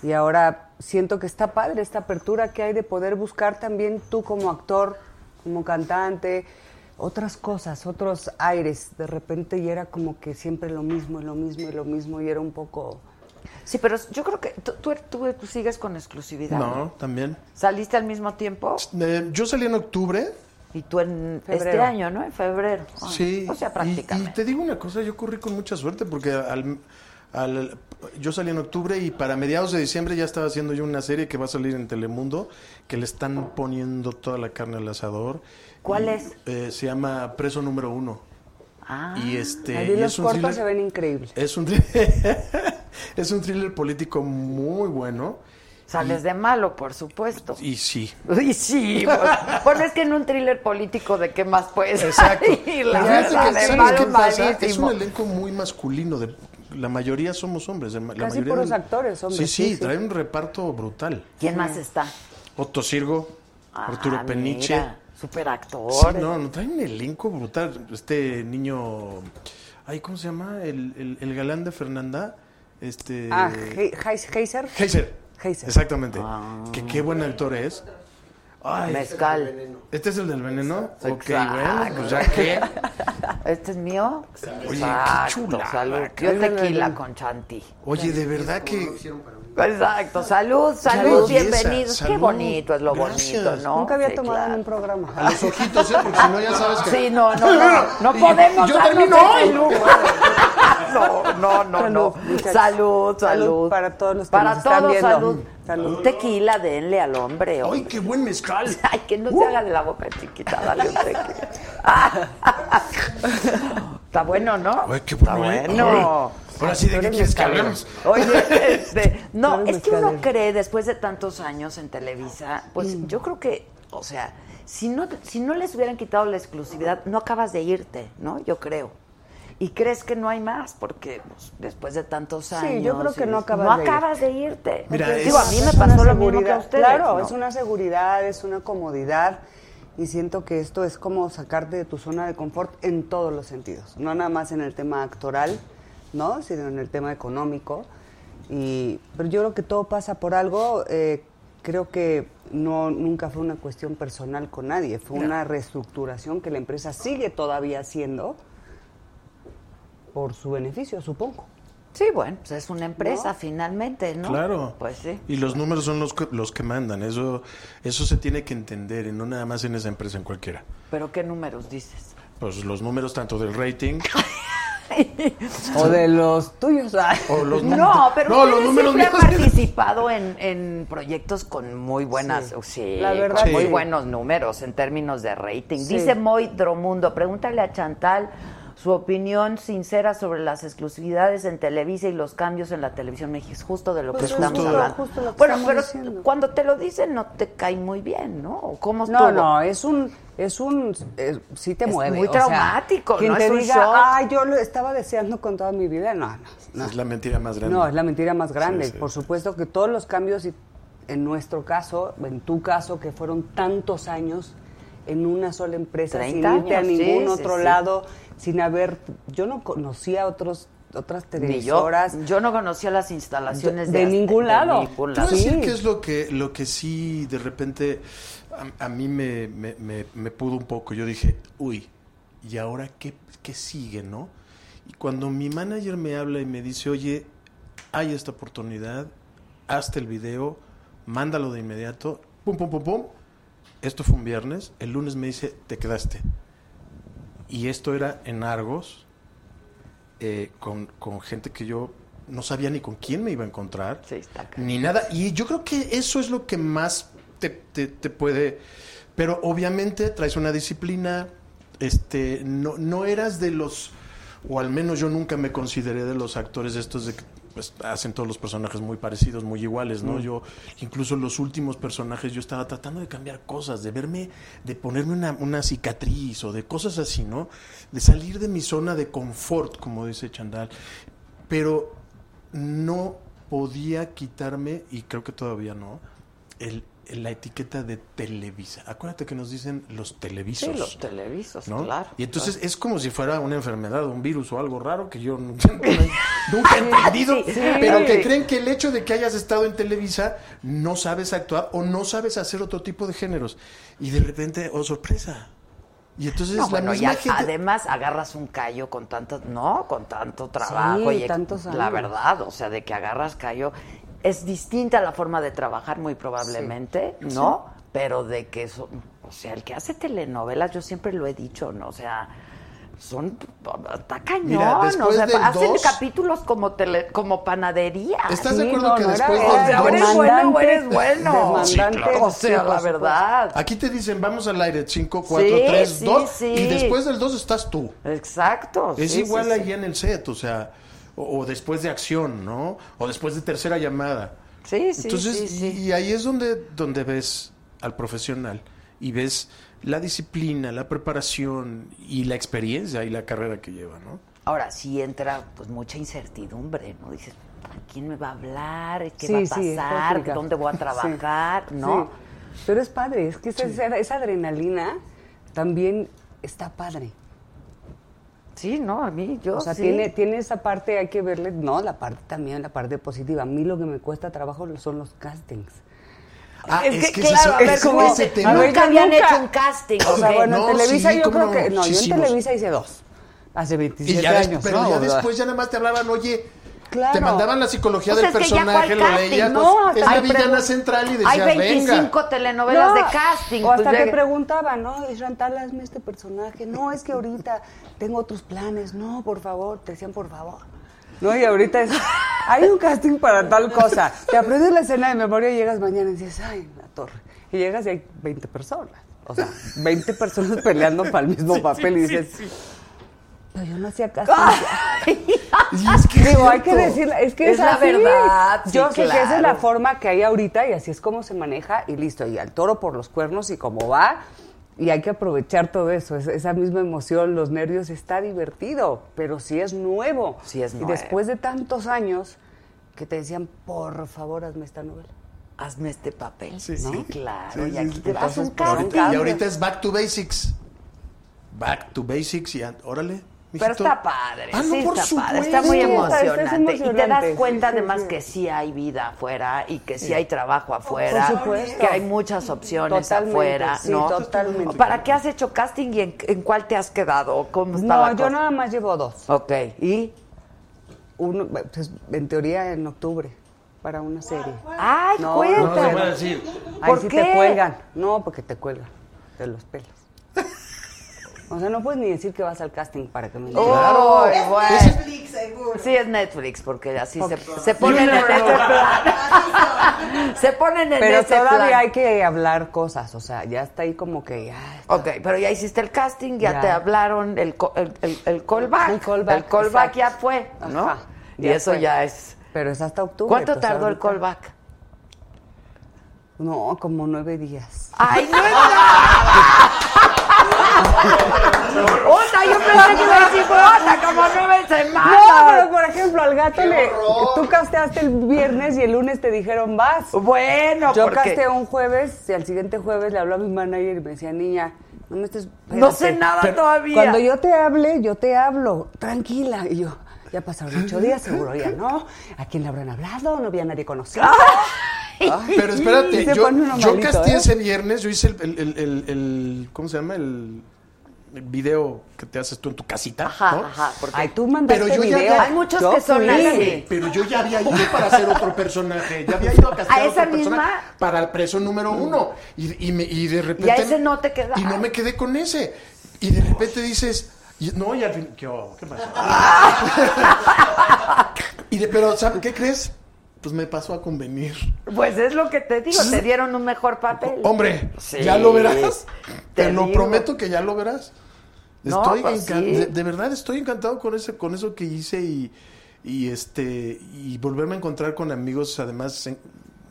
S8: y ahora siento que está padre esta apertura que hay de poder buscar también tú como actor, como cantante, otras cosas, otros aires. De repente y era como que siempre lo mismo, y lo mismo, y lo mismo y era un poco...
S1: Sí, pero yo creo que tú, tú, tú- tú sigues con exclusividad.
S4: No, también.
S1: ¿Saliste al mismo tiempo?
S4: Eh, yo salí en octubre.
S1: Y tú en Este
S4: Febrero.
S1: año, ¿no? En febrero. Ay,
S4: Sí.
S1: O sea,
S4: y-
S1: prácticamente.
S4: Y, te digo una cosa, yo corrí con mucha suerte porque al, al- yo salí en octubre y para mediados de diciembre ya estaba haciendo yo una serie que va a salir en Telemundo, que le están poniendo toda la carne al asador.
S1: ¿Cuál
S4: Y,
S1: es?
S4: eh, se llama Preso Número Uno.
S1: Ah,
S4: y este,
S8: Ahí
S4: y
S8: los
S4: es un
S8: cortos
S4: thriller-
S8: se ven increíbles.
S4: es un, thriller, es un thriller político muy bueno.
S1: Sales de malo, por supuesto.
S4: Y sí.
S1: Y sí, pues, bueno, es que en un thriller político, ¿de qué más puedes
S4: Exacto.
S1: salir? La
S4: Pero fíjate
S1: verdad,
S4: que,
S1: de
S4: ¿sabes
S1: malo,
S4: qué pasa? Es
S1: malísimo.
S4: un elenco muy masculino. De, la mayoría somos hombres. de- la
S8: Casi
S4: mayoría
S8: puros
S4: de-
S8: actores, hombres,
S4: Sí, sí,
S8: sí, sí.
S4: trae un reparto brutal.
S1: ¿Quién más está?
S4: Otto Sirgo, Mm.
S1: Ah,
S4: Arturo Peniche.
S1: Super actor.
S4: Sí, no, no, trae un elenco brutal. Este niño. Ay, ¿cómo se llama? El, el- el galán de Fernanda. Este.
S8: Ah, Hei- Heis- Heiser.
S4: Heiser.
S8: Heiser.
S4: Exactamente. Que qué buen actor es. Ay,
S1: Mezcal.
S4: ¿Este es el del veneno? Ok, bueno,
S1: Exacto.
S4: pues ya que.
S1: ¿Este es mío?
S4: qué chulada,
S1: salud.
S4: cabrón.
S1: Yo tequila con Chanti.
S4: Oye, de verdad que.
S1: Exacto, salud, salud,
S4: Salud.
S1: bienvenidos. Qué
S4: Salud.
S1: bonito es lo
S4: Gracias.
S1: bonito, ¿no?
S8: Nunca había
S1: Sí,
S8: tomado
S1: claro.
S8: en un programa.
S4: A los ojitos, ¿eh? Porque si no, ya sabes que.
S1: Sí, no, no, no, no,
S4: Y-
S1: podemos
S4: y Yo
S1: darnos
S4: termino
S1: ese
S4: hoy.
S1: lujo. No, no, no, no.
S8: Salud,
S1: Salud,
S8: muchachos.
S1: salud.
S8: Salud para todos los que
S1: Para
S8: nos están
S1: todos,
S8: viendo.
S1: salud.
S8: Salud.
S1: Tequila, denle al hombre.
S4: ¡Ay,
S1: hombre.
S4: qué Uh. buen mezcal!
S1: Ay, que no se haga de la boca chiquita, dale un tequila. Está bueno, ¿no?
S4: Ay, qué
S1: Está
S4: bueno, ¿eh?
S1: bueno.
S4: Ay, ahora sí, ¿de
S1: Tú
S4: qué
S1: eres
S4: quieres que
S1: mezcalero.
S4: hablemos?
S1: Oye, este, no,
S8: Tú eres
S1: es que uno
S8: mezcalero.
S1: cree después de tantos años en Televisa, pues
S8: Mm.
S1: yo creo que, o sea, si no, si no les hubieran quitado la exclusividad, no acabas de irte, ¿no? Yo creo. Y crees que no hay más, porque pues, después de tantos años.
S8: Sí, yo creo que
S1: y-
S8: no acabas de ir.
S1: acabas de irte.
S4: Mira,
S1: Entonces,
S4: es-
S1: Digo, a mí me
S8: Es
S1: pasó lo mismo
S8: una
S1: que a
S8: seguridad.
S1: ustedes.
S8: Claro,
S1: ¿no?
S8: es una seguridad, es una comodidad. Y siento que esto es como sacarte de tu zona de confort en todos los sentidos. No nada más en el tema actoral, ¿no? Sino en el tema económico. Y, pero yo creo que todo pasa por algo. eh, creo que no, nunca fue una cuestión personal con nadie. Fue una reestructuración que la empresa sigue todavía haciendo por su beneficio, supongo.
S1: Sí, bueno, pues es una empresa finalmente, ¿no?
S4: Claro.
S1: Pues sí.
S4: Y los números son los que, los que mandan. Eso, eso se tiene que entender, y no nada más en esa empresa, en cualquiera.
S1: Pero ¿qué números dices?
S4: Pues los números tanto del rating
S8: O de los tuyos. ah.
S4: o los números.
S1: No, pero
S4: no, los
S1: ustedes
S4: números
S1: siempre han
S4: míos.
S1: participado en, en proyectos con muy buenas, sí,
S8: Sí. La verdad,
S1: con muy
S4: sí.
S1: buenos números en términos de rating.
S8: Sí.
S1: Dice Moy Dromundo, pregúntale a Chantal su opinión sincera sobre las exclusividades en Televisa y los cambios en la televisión mexicana, es justo de lo
S8: Pues
S1: que
S4: es
S1: estamos
S4: justo-
S1: hablando.
S8: justo lo que
S1: bueno,
S8: estamos
S1: pero
S8: diciendo.
S1: cuando te lo dicen no te cae muy bien, ¿no? ¿O ¿Cómo estuvo?
S8: No, no, es un, es un, eh, sí te
S1: Es
S8: mueve.
S1: muy
S8: o sea,
S1: traumático,
S8: quien
S1: ¿no?
S8: te
S1: Es un
S8: diga,
S1: shock.
S8: ah, yo lo estaba deseando con toda mi vida, no, no.
S4: Es la mentira más grande.
S8: No, es la mentira más grande.
S4: Sí, sí.
S8: Por supuesto que todos los cambios, y en nuestro caso, en tu caso, que fueron tantos años en una sola empresa, sin
S1: 30
S8: irte a
S1: años, sí,
S8: ningún
S1: sí,
S8: otro
S1: sí.
S8: lado, sin haber, yo no conocía otros, otras
S1: Ni yo,
S8: televisoras.
S1: yo no conocía las instalaciones
S8: De-
S1: de,
S8: de
S1: Azte-
S8: ningún lado.
S1: ningún
S4: Te voy a
S1: lado.
S8: Sí.
S4: decir que es lo que, lo que sí de repente a, a mí me, me- me- me pudo un poco. Yo dije, uy, ¿y ahora qué, qué sigue, no? Y cuando mi manager me habla y me dice, oye, hay esta oportunidad, hazte el video, mándalo de inmediato, pum, pum, pum, pum. Esto fue un viernes, el lunes me dice, te quedaste. Y esto era en Argos, eh, con, con gente que yo no sabía ni con quién me iba a encontrar,
S1: Sí, está cañón.
S4: ni nada. Y yo creo que eso es lo que más te, te- te puede... Pero obviamente traes una disciplina, este, no, no eras de los, o al menos yo nunca me consideré de los actores estos de que pues hacen todos los personajes muy parecidos, muy iguales, ¿no? Yo, incluso los últimos personajes, yo estaba tratando de cambiar cosas, de verme, de ponerme una, una cicatriz o de cosas así, ¿no? De salir de mi zona de confort, como dice Chandal. Pero no podía quitarme, y creo que todavía no, el, el- la etiqueta de Televisa. Acuérdate que nos dicen los televisos.
S1: Sí, los televisos,
S4: ¿no?
S1: claro.
S4: Y entonces es como si fuera una enfermedad, un virus o algo raro que yo nunca, nunca he entendido,
S13: Sí, sí.
S4: pero que creen que el hecho de que hayas estado en Televisa no sabes actuar o no sabes hacer otro tipo de géneros. Y de repente, oh sorpresa. Y entonces
S1: No,
S4: la
S1: bueno,
S4: misma
S1: ya
S4: gente...
S1: además agarras un callo con tantas, no, con tanto trabajo
S14: Sí,
S1: y
S14: tantos
S1: la
S14: años.
S1: verdad, o sea, de que agarras callo es distinta la forma de trabajar muy probablemente,
S4: pues
S14: Sí.
S1: ¿no? Pero de que eso, o sea, el que hace telenovelas, yo siempre lo he dicho, ¿no? O sea, son está cañón,
S4: Mira,
S1: o
S4: después
S1: sea,
S4: del
S1: hacen
S4: dos-
S1: capítulos como tele, como panadería.
S4: ¿Estás de
S1: Sí,
S4: acuerdo
S1: no,
S4: que
S1: no era-
S4: después
S1: o
S4: del
S1: sea, o eres
S4: dos-
S1: bueno o eres bueno.
S4: Sí, claro.
S1: O sea, la verdad.
S4: Aquí te dicen, vamos al aire, 5, 4,
S1: Sí,
S4: 3,
S1: sí,
S4: 2,
S1: sí.
S4: y después del 2 estás tú.
S1: Exacto.
S4: Es
S1: sí,
S4: igual
S1: sí, sí.
S4: allá en el set, o sea, o, o después de acción, ¿no? O después de tercera llamada.
S1: Sí, sí,
S4: Entonces,
S1: sí, sí.
S4: y ahí es donde, donde ves al profesional y ves la disciplina, la preparación y la experiencia y la carrera que lleva, ¿no?
S1: Ahora sí entra pues mucha incertidumbre, ¿no? Dices, ¿a quién me va a hablar? ¿Qué
S14: Sí,
S1: va
S14: sí, es
S1: a pasar?
S14: complicado.
S1: ¿Dónde voy a
S14: Sí.
S1: trabajar? ¿No?
S14: Sí. Pero es padre, es que esa, esa- esa
S1: Ah,
S14: adrenalina también está padre.
S1: Sí, no, a mí yo
S14: O sea,
S1: sí.
S14: tiene, tiene esa parte, hay que verle, no, la parte también, la parte positiva. A mí lo que me cuesta trabajo son los castings.
S4: Ah,
S1: es, que, claro, a ver, ¿cómo
S4: ese
S1: se-
S4: tema.
S14: A ver,
S1: nunca
S14: yo
S1: habían
S14: nunca-
S1: hecho un casting,
S14: O sea,
S1: ¿ok?
S14: bueno,
S4: No,
S14: en Televisa
S4: sí,
S14: yo
S4: cómo
S14: creo
S4: no,
S14: que... No, yo en
S4: muchísimos.
S14: Televisa hice dos. Hace
S4: Y
S14: 27
S4: ya des-
S14: años.
S4: pero
S14: ¿no?
S4: ya
S14: O sea,
S4: después ya nada más te hablaban, oye,
S14: Claro.
S4: te mandaban la psicología
S1: O sea,
S4: del
S1: Pues es que ya
S4: personaje,
S1: fue al
S4: lo
S1: casting,
S4: leías,
S1: ¿no?
S4: pues, es
S1: Hay
S4: la villana
S1: pregun-
S4: central y decías,
S1: Hay 25
S4: venga.
S1: telenovelas
S14: No,
S1: de casting.
S14: O hasta
S1: pues,
S14: te
S1: ya-
S14: preguntaban, ¿no? Israel, tal, hazme este personaje. No, es que ahorita tengo otros planes. No, por favor, te decían, por favor. No, y ahorita es, hay un casting para tal cosa. Te aprendes la escena de memoria y llegas mañana y dices, ay, la torre. Y llegas y hay 20 personas. O sea, 20 personas peleando para el mismo papel y dices, pero yo no hacía casting.
S4: Y es que es
S14: Digo, hay que
S4: cierto.
S14: decir, es que
S1: Es
S14: es,
S1: la
S14: así.
S1: verdad, sí,
S14: Yo sé que esa es la
S1: claro.
S14: forma que hay ahorita y así es como se maneja y listo. Y al toro por los cuernos y como va. Y hay que aprovechar todo eso, es- esa misma emoción, los nervios, está divertido, pero sí es nuevo.
S1: Sí es
S14: Y
S1: nuevo.
S14: después de tantos años que te decían, por favor, hazme esta novela.
S1: Hazme este papel,
S4: Sí,
S1: ¿no?
S4: sí.
S1: Claro,
S4: Sí,
S1: y
S4: sí,
S1: aquí
S4: sí.
S1: te vas a un
S4: Entonces, pues,
S1: casting.
S4: ahorita- Y ahorita es back to basics. Back to basics y an- órale.
S1: Pero
S4: mijito.
S1: está padre,
S4: Ah, no,
S1: sí
S4: por
S1: está padre,
S4: supuesto.
S1: está muy
S14: Sí, está- está
S1: emocionante. Y te das
S14: emocionante,
S1: cuenta
S14: sí, sí,
S1: además
S14: sí.
S1: que sí hay vida afuera y que sí hay trabajo afuera,
S14: Por supuesto.
S1: que hay muchas opciones
S14: Totalmente,
S1: afuera,
S14: sí,
S1: ¿no?
S14: totalmente.
S1: ¿Para qué has hecho casting y en, en cuál te has quedado? ¿Cómo está
S14: No,
S1: la
S14: yo
S1: cosa?
S14: nada más llevo dos.
S1: Ok, ¿y?
S14: Uno, pues, en teoría, en octubre, para una serie.
S1: ¡Ay,
S14: No,
S1: cuenta!
S4: No se puede decir.
S14: Ahí
S1: ¿Por
S14: sí
S1: qué?
S14: te cuelgan. No, porque te cuelgan de los pelos. O sea, no puedes ni decir que vas al casting para que me
S1: ¡Uy,
S14: digan.
S1: Oh, bueno!
S15: Es Netflix, seguro.
S1: Sí, es Netflix, porque así se, se
S14: You
S1: ponen en
S14: never
S1: ese
S14: know.
S1: plan. se ponen en
S14: Pero
S1: ese
S14: todavía
S1: plan.
S14: hay que hablar cosas, o sea, ya está ahí como que ya.
S1: Ok, pero ya hiciste el casting, ya,
S14: Ya.
S1: te hablaron, el, co- el, el, el callback.
S14: El callback,
S1: El callback
S14: exacto.
S1: ya fue, ¿no?
S14: Ajá,
S1: y
S14: ya
S1: eso
S14: fue.
S1: ya es.
S14: Pero es hasta octubre.
S1: ¿Cuánto
S14: pues,
S1: tardó el
S14: ahorita-
S1: callback?
S14: No, como nueve días.
S1: ¡Ay, no es nada! ¡Ota, yo pensé que iba a decir, ota, como nueve
S14: No, pero
S1: semanas!
S14: por ejemplo, al gato le. Tú casteaste el viernes y el lunes te dijeron vas.
S1: bueno,
S14: Yo
S1: porque
S14: casteo un jueves y al siguiente jueves le habló a mi manager y me decía, niña, no me estés...
S1: No sé
S14: espérate.
S1: nada todavía.
S14: Cuando yo te hable, yo te hablo, tranquila. Y yo, ya pasaron ocho días, seguro ya no. ¿A quién le habrán hablado? No había nadie conocido.
S4: Pero espérate,
S14: Se
S4: yo,
S14: pone uno
S4: yo
S14: malito,
S4: casteé
S14: ¿eh?
S4: ese viernes, yo hice el, el- el- el- el- ¿cómo se llama? El, el video que te haces tú en tu casita,
S1: Ajá,
S4: ¿no?
S1: ajá, porque
S14: Ay, tú mandaste
S4: Pero yo ya-
S14: video.
S1: hay muchos que son
S14: fui.
S1: así.
S4: Pero yo ya había ido para hacer otro personaje, ya había ido a castear
S1: ¿A esa
S4: otro
S1: misma?
S4: personaje para el preso número uno. Y, y me- y de repente...
S1: Y a ese no te queda-
S4: Y no me quedé con ese. Y de repente dices... y- no, y al fin... ¿Qué, hago? ¿Qué pasó? y de, pero, ¿sabes qué crees? Pues me pasó a convenir.
S1: Pues es lo que te digo, te dieron un mejor papel.
S4: Hombre,
S1: Sí,
S4: ya lo verás. Te,
S1: te
S4: lo
S1: digo.
S4: prometo que ya lo verás.
S1: No,
S4: Estoy
S1: pues
S4: encan-
S1: sí.
S4: de, de verdad estoy encantado con ese, con eso que hice y, y este y volverme a encontrar con amigos además en-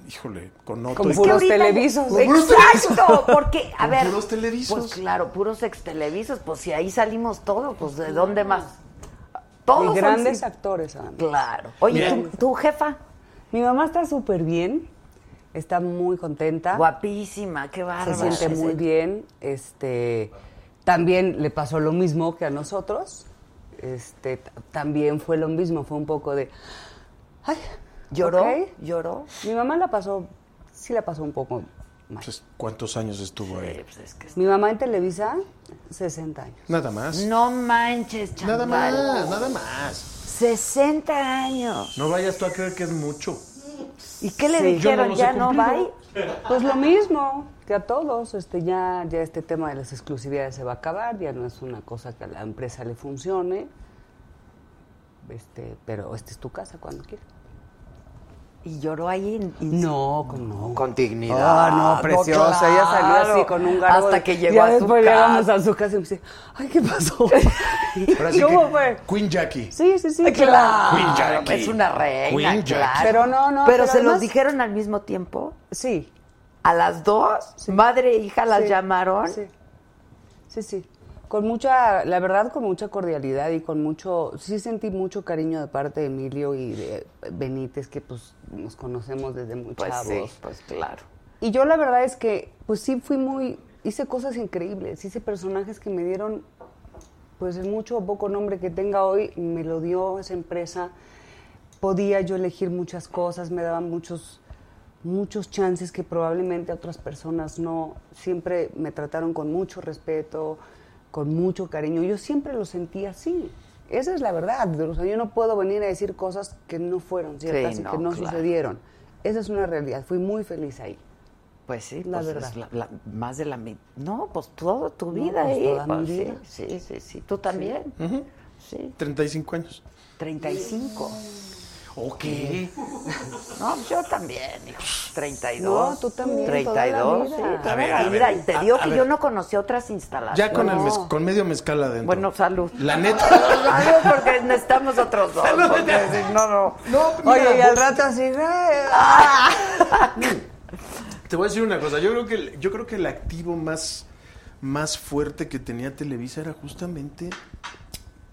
S4: híjole con otro
S1: Con
S4: y
S1: puros
S4: con-
S1: televisos.
S4: Con puros
S6: Exacto,
S4: televisos.
S6: porque, a
S4: Con
S6: ver.
S4: puros televisos.
S6: Pues claro, puros ex televisos, pues si ahí salimos todos, pues de dónde más. Todos
S1: y grandes
S6: así.
S1: actores, además.
S6: Claro. Oye,
S1: Bien.
S6: ¿tú, tú, jefa,
S1: Mi mamá está súper bien, está muy contenta.
S6: guapísima, qué bárbara.
S1: se siente muy bien. Este, también le pasó lo mismo que a nosotros. Este, t- también fue lo mismo, fue un poco de, ay,
S6: Lloró,
S1: ok.
S6: lloró.
S1: Mi mamá la pasó, sí la pasó un poco.
S4: Pues, cuántos años estuvo ahí
S1: Mi mamá en Televisa, 60 años.
S4: nada más
S6: No manches,
S4: nada
S6: chaval.
S4: más nada más
S6: 60 años.
S4: no vayas tú a creer que es mucho
S6: ¿Y qué le
S1: Sí.
S6: dijeron?
S4: los he
S6: ¿Ya no va
S4: cumplido.
S1: Pues lo mismo que a todos, este ya ya este tema de las exclusividades se va a acabar, ya no es una cosa que a la empresa le funcione. Este, pero esta es tu casa cuando quieras.
S6: Y lloró ahí. en- y-
S1: No, con, no.
S6: Con
S1: dignidad. Ah, no, preciosa. Ella salió así con un garbo.
S6: Hasta
S1: de-
S6: que llegó
S1: ya
S6: a su
S1: después llegamos
S6: casa.
S1: a su casa y me dice, ay, ¿qué pasó?
S4: Ahora sí
S1: ¿Cómo
S4: que-
S1: fue?
S4: Queen Jackie
S1: Sí, sí, sí.
S6: Claro,
S4: Queen Jackie.
S6: es una reina,
S4: Queen Jackie.
S6: claro.
S1: Pero no, no,
S6: Pero,
S1: pero
S6: se los
S1: además-
S6: dijeron al mismo tiempo.
S1: Sí.
S6: A las dos, madre e hija las
S1: Sí,
S6: llamaron.
S1: Sí. Sí, sí. Con mucha, la verdad, con mucha cordialidad y con mucho, sí sentí mucho cariño de parte de Emilio y de Benítez, que pues nos conocemos desde muy
S6: Pues
S1: chavos.
S6: sí, pues claro.
S1: Y yo la verdad es que, pues sí fui muy, hice cosas increíbles, hice personajes que me dieron, pues el mucho o poco nombre que tenga hoy, me lo dio esa empresa. Podía yo elegir muchas cosas, me daban muchos, muchos chances que probablemente a otras personas no. Siempre me trataron con mucho respeto, con mucho cariño. Yo siempre lo sentí así. Esa es la verdad. O sea, yo no puedo venir a decir cosas que no fueron ciertas y
S6: no,
S1: que no
S6: claro.
S1: sucedieron. Esa es una realidad. Fui muy feliz ahí.
S6: Pues sí,
S1: La
S6: pues
S1: verdad.
S6: es la- la- más de la mitad. No, pues toda tu vida
S1: pues
S6: ahí.
S1: toda mi
S6: pues sí,
S1: vida.
S6: Sí, sí, sí. Tú también.
S4: Ujú.
S6: Sí.
S4: 35 años
S6: 35.
S4: ok
S6: No, yo también, hijo. 32.
S1: No, tú también, toda la
S6: 32,
S1: vida.
S6: sí,
S1: A
S6: toda
S4: ver,
S6: la
S4: a
S6: vida.
S4: ver,
S6: Y te
S4: a-
S6: digo
S4: a
S6: que
S4: ver.
S6: yo no conocí otras instalaciones.
S4: ya con el
S6: No.
S4: mez- con medio mezcal adentro
S6: Bueno, salud.
S4: la neta
S6: Salud, porque necesitamos otros dos. porque si no, no.
S1: Oye, y al rato así, "Ay,
S4: Te voy a decir una cosa, yo creo que el, yo creo que el activo más, más fuerte que tenía Televisa era justamente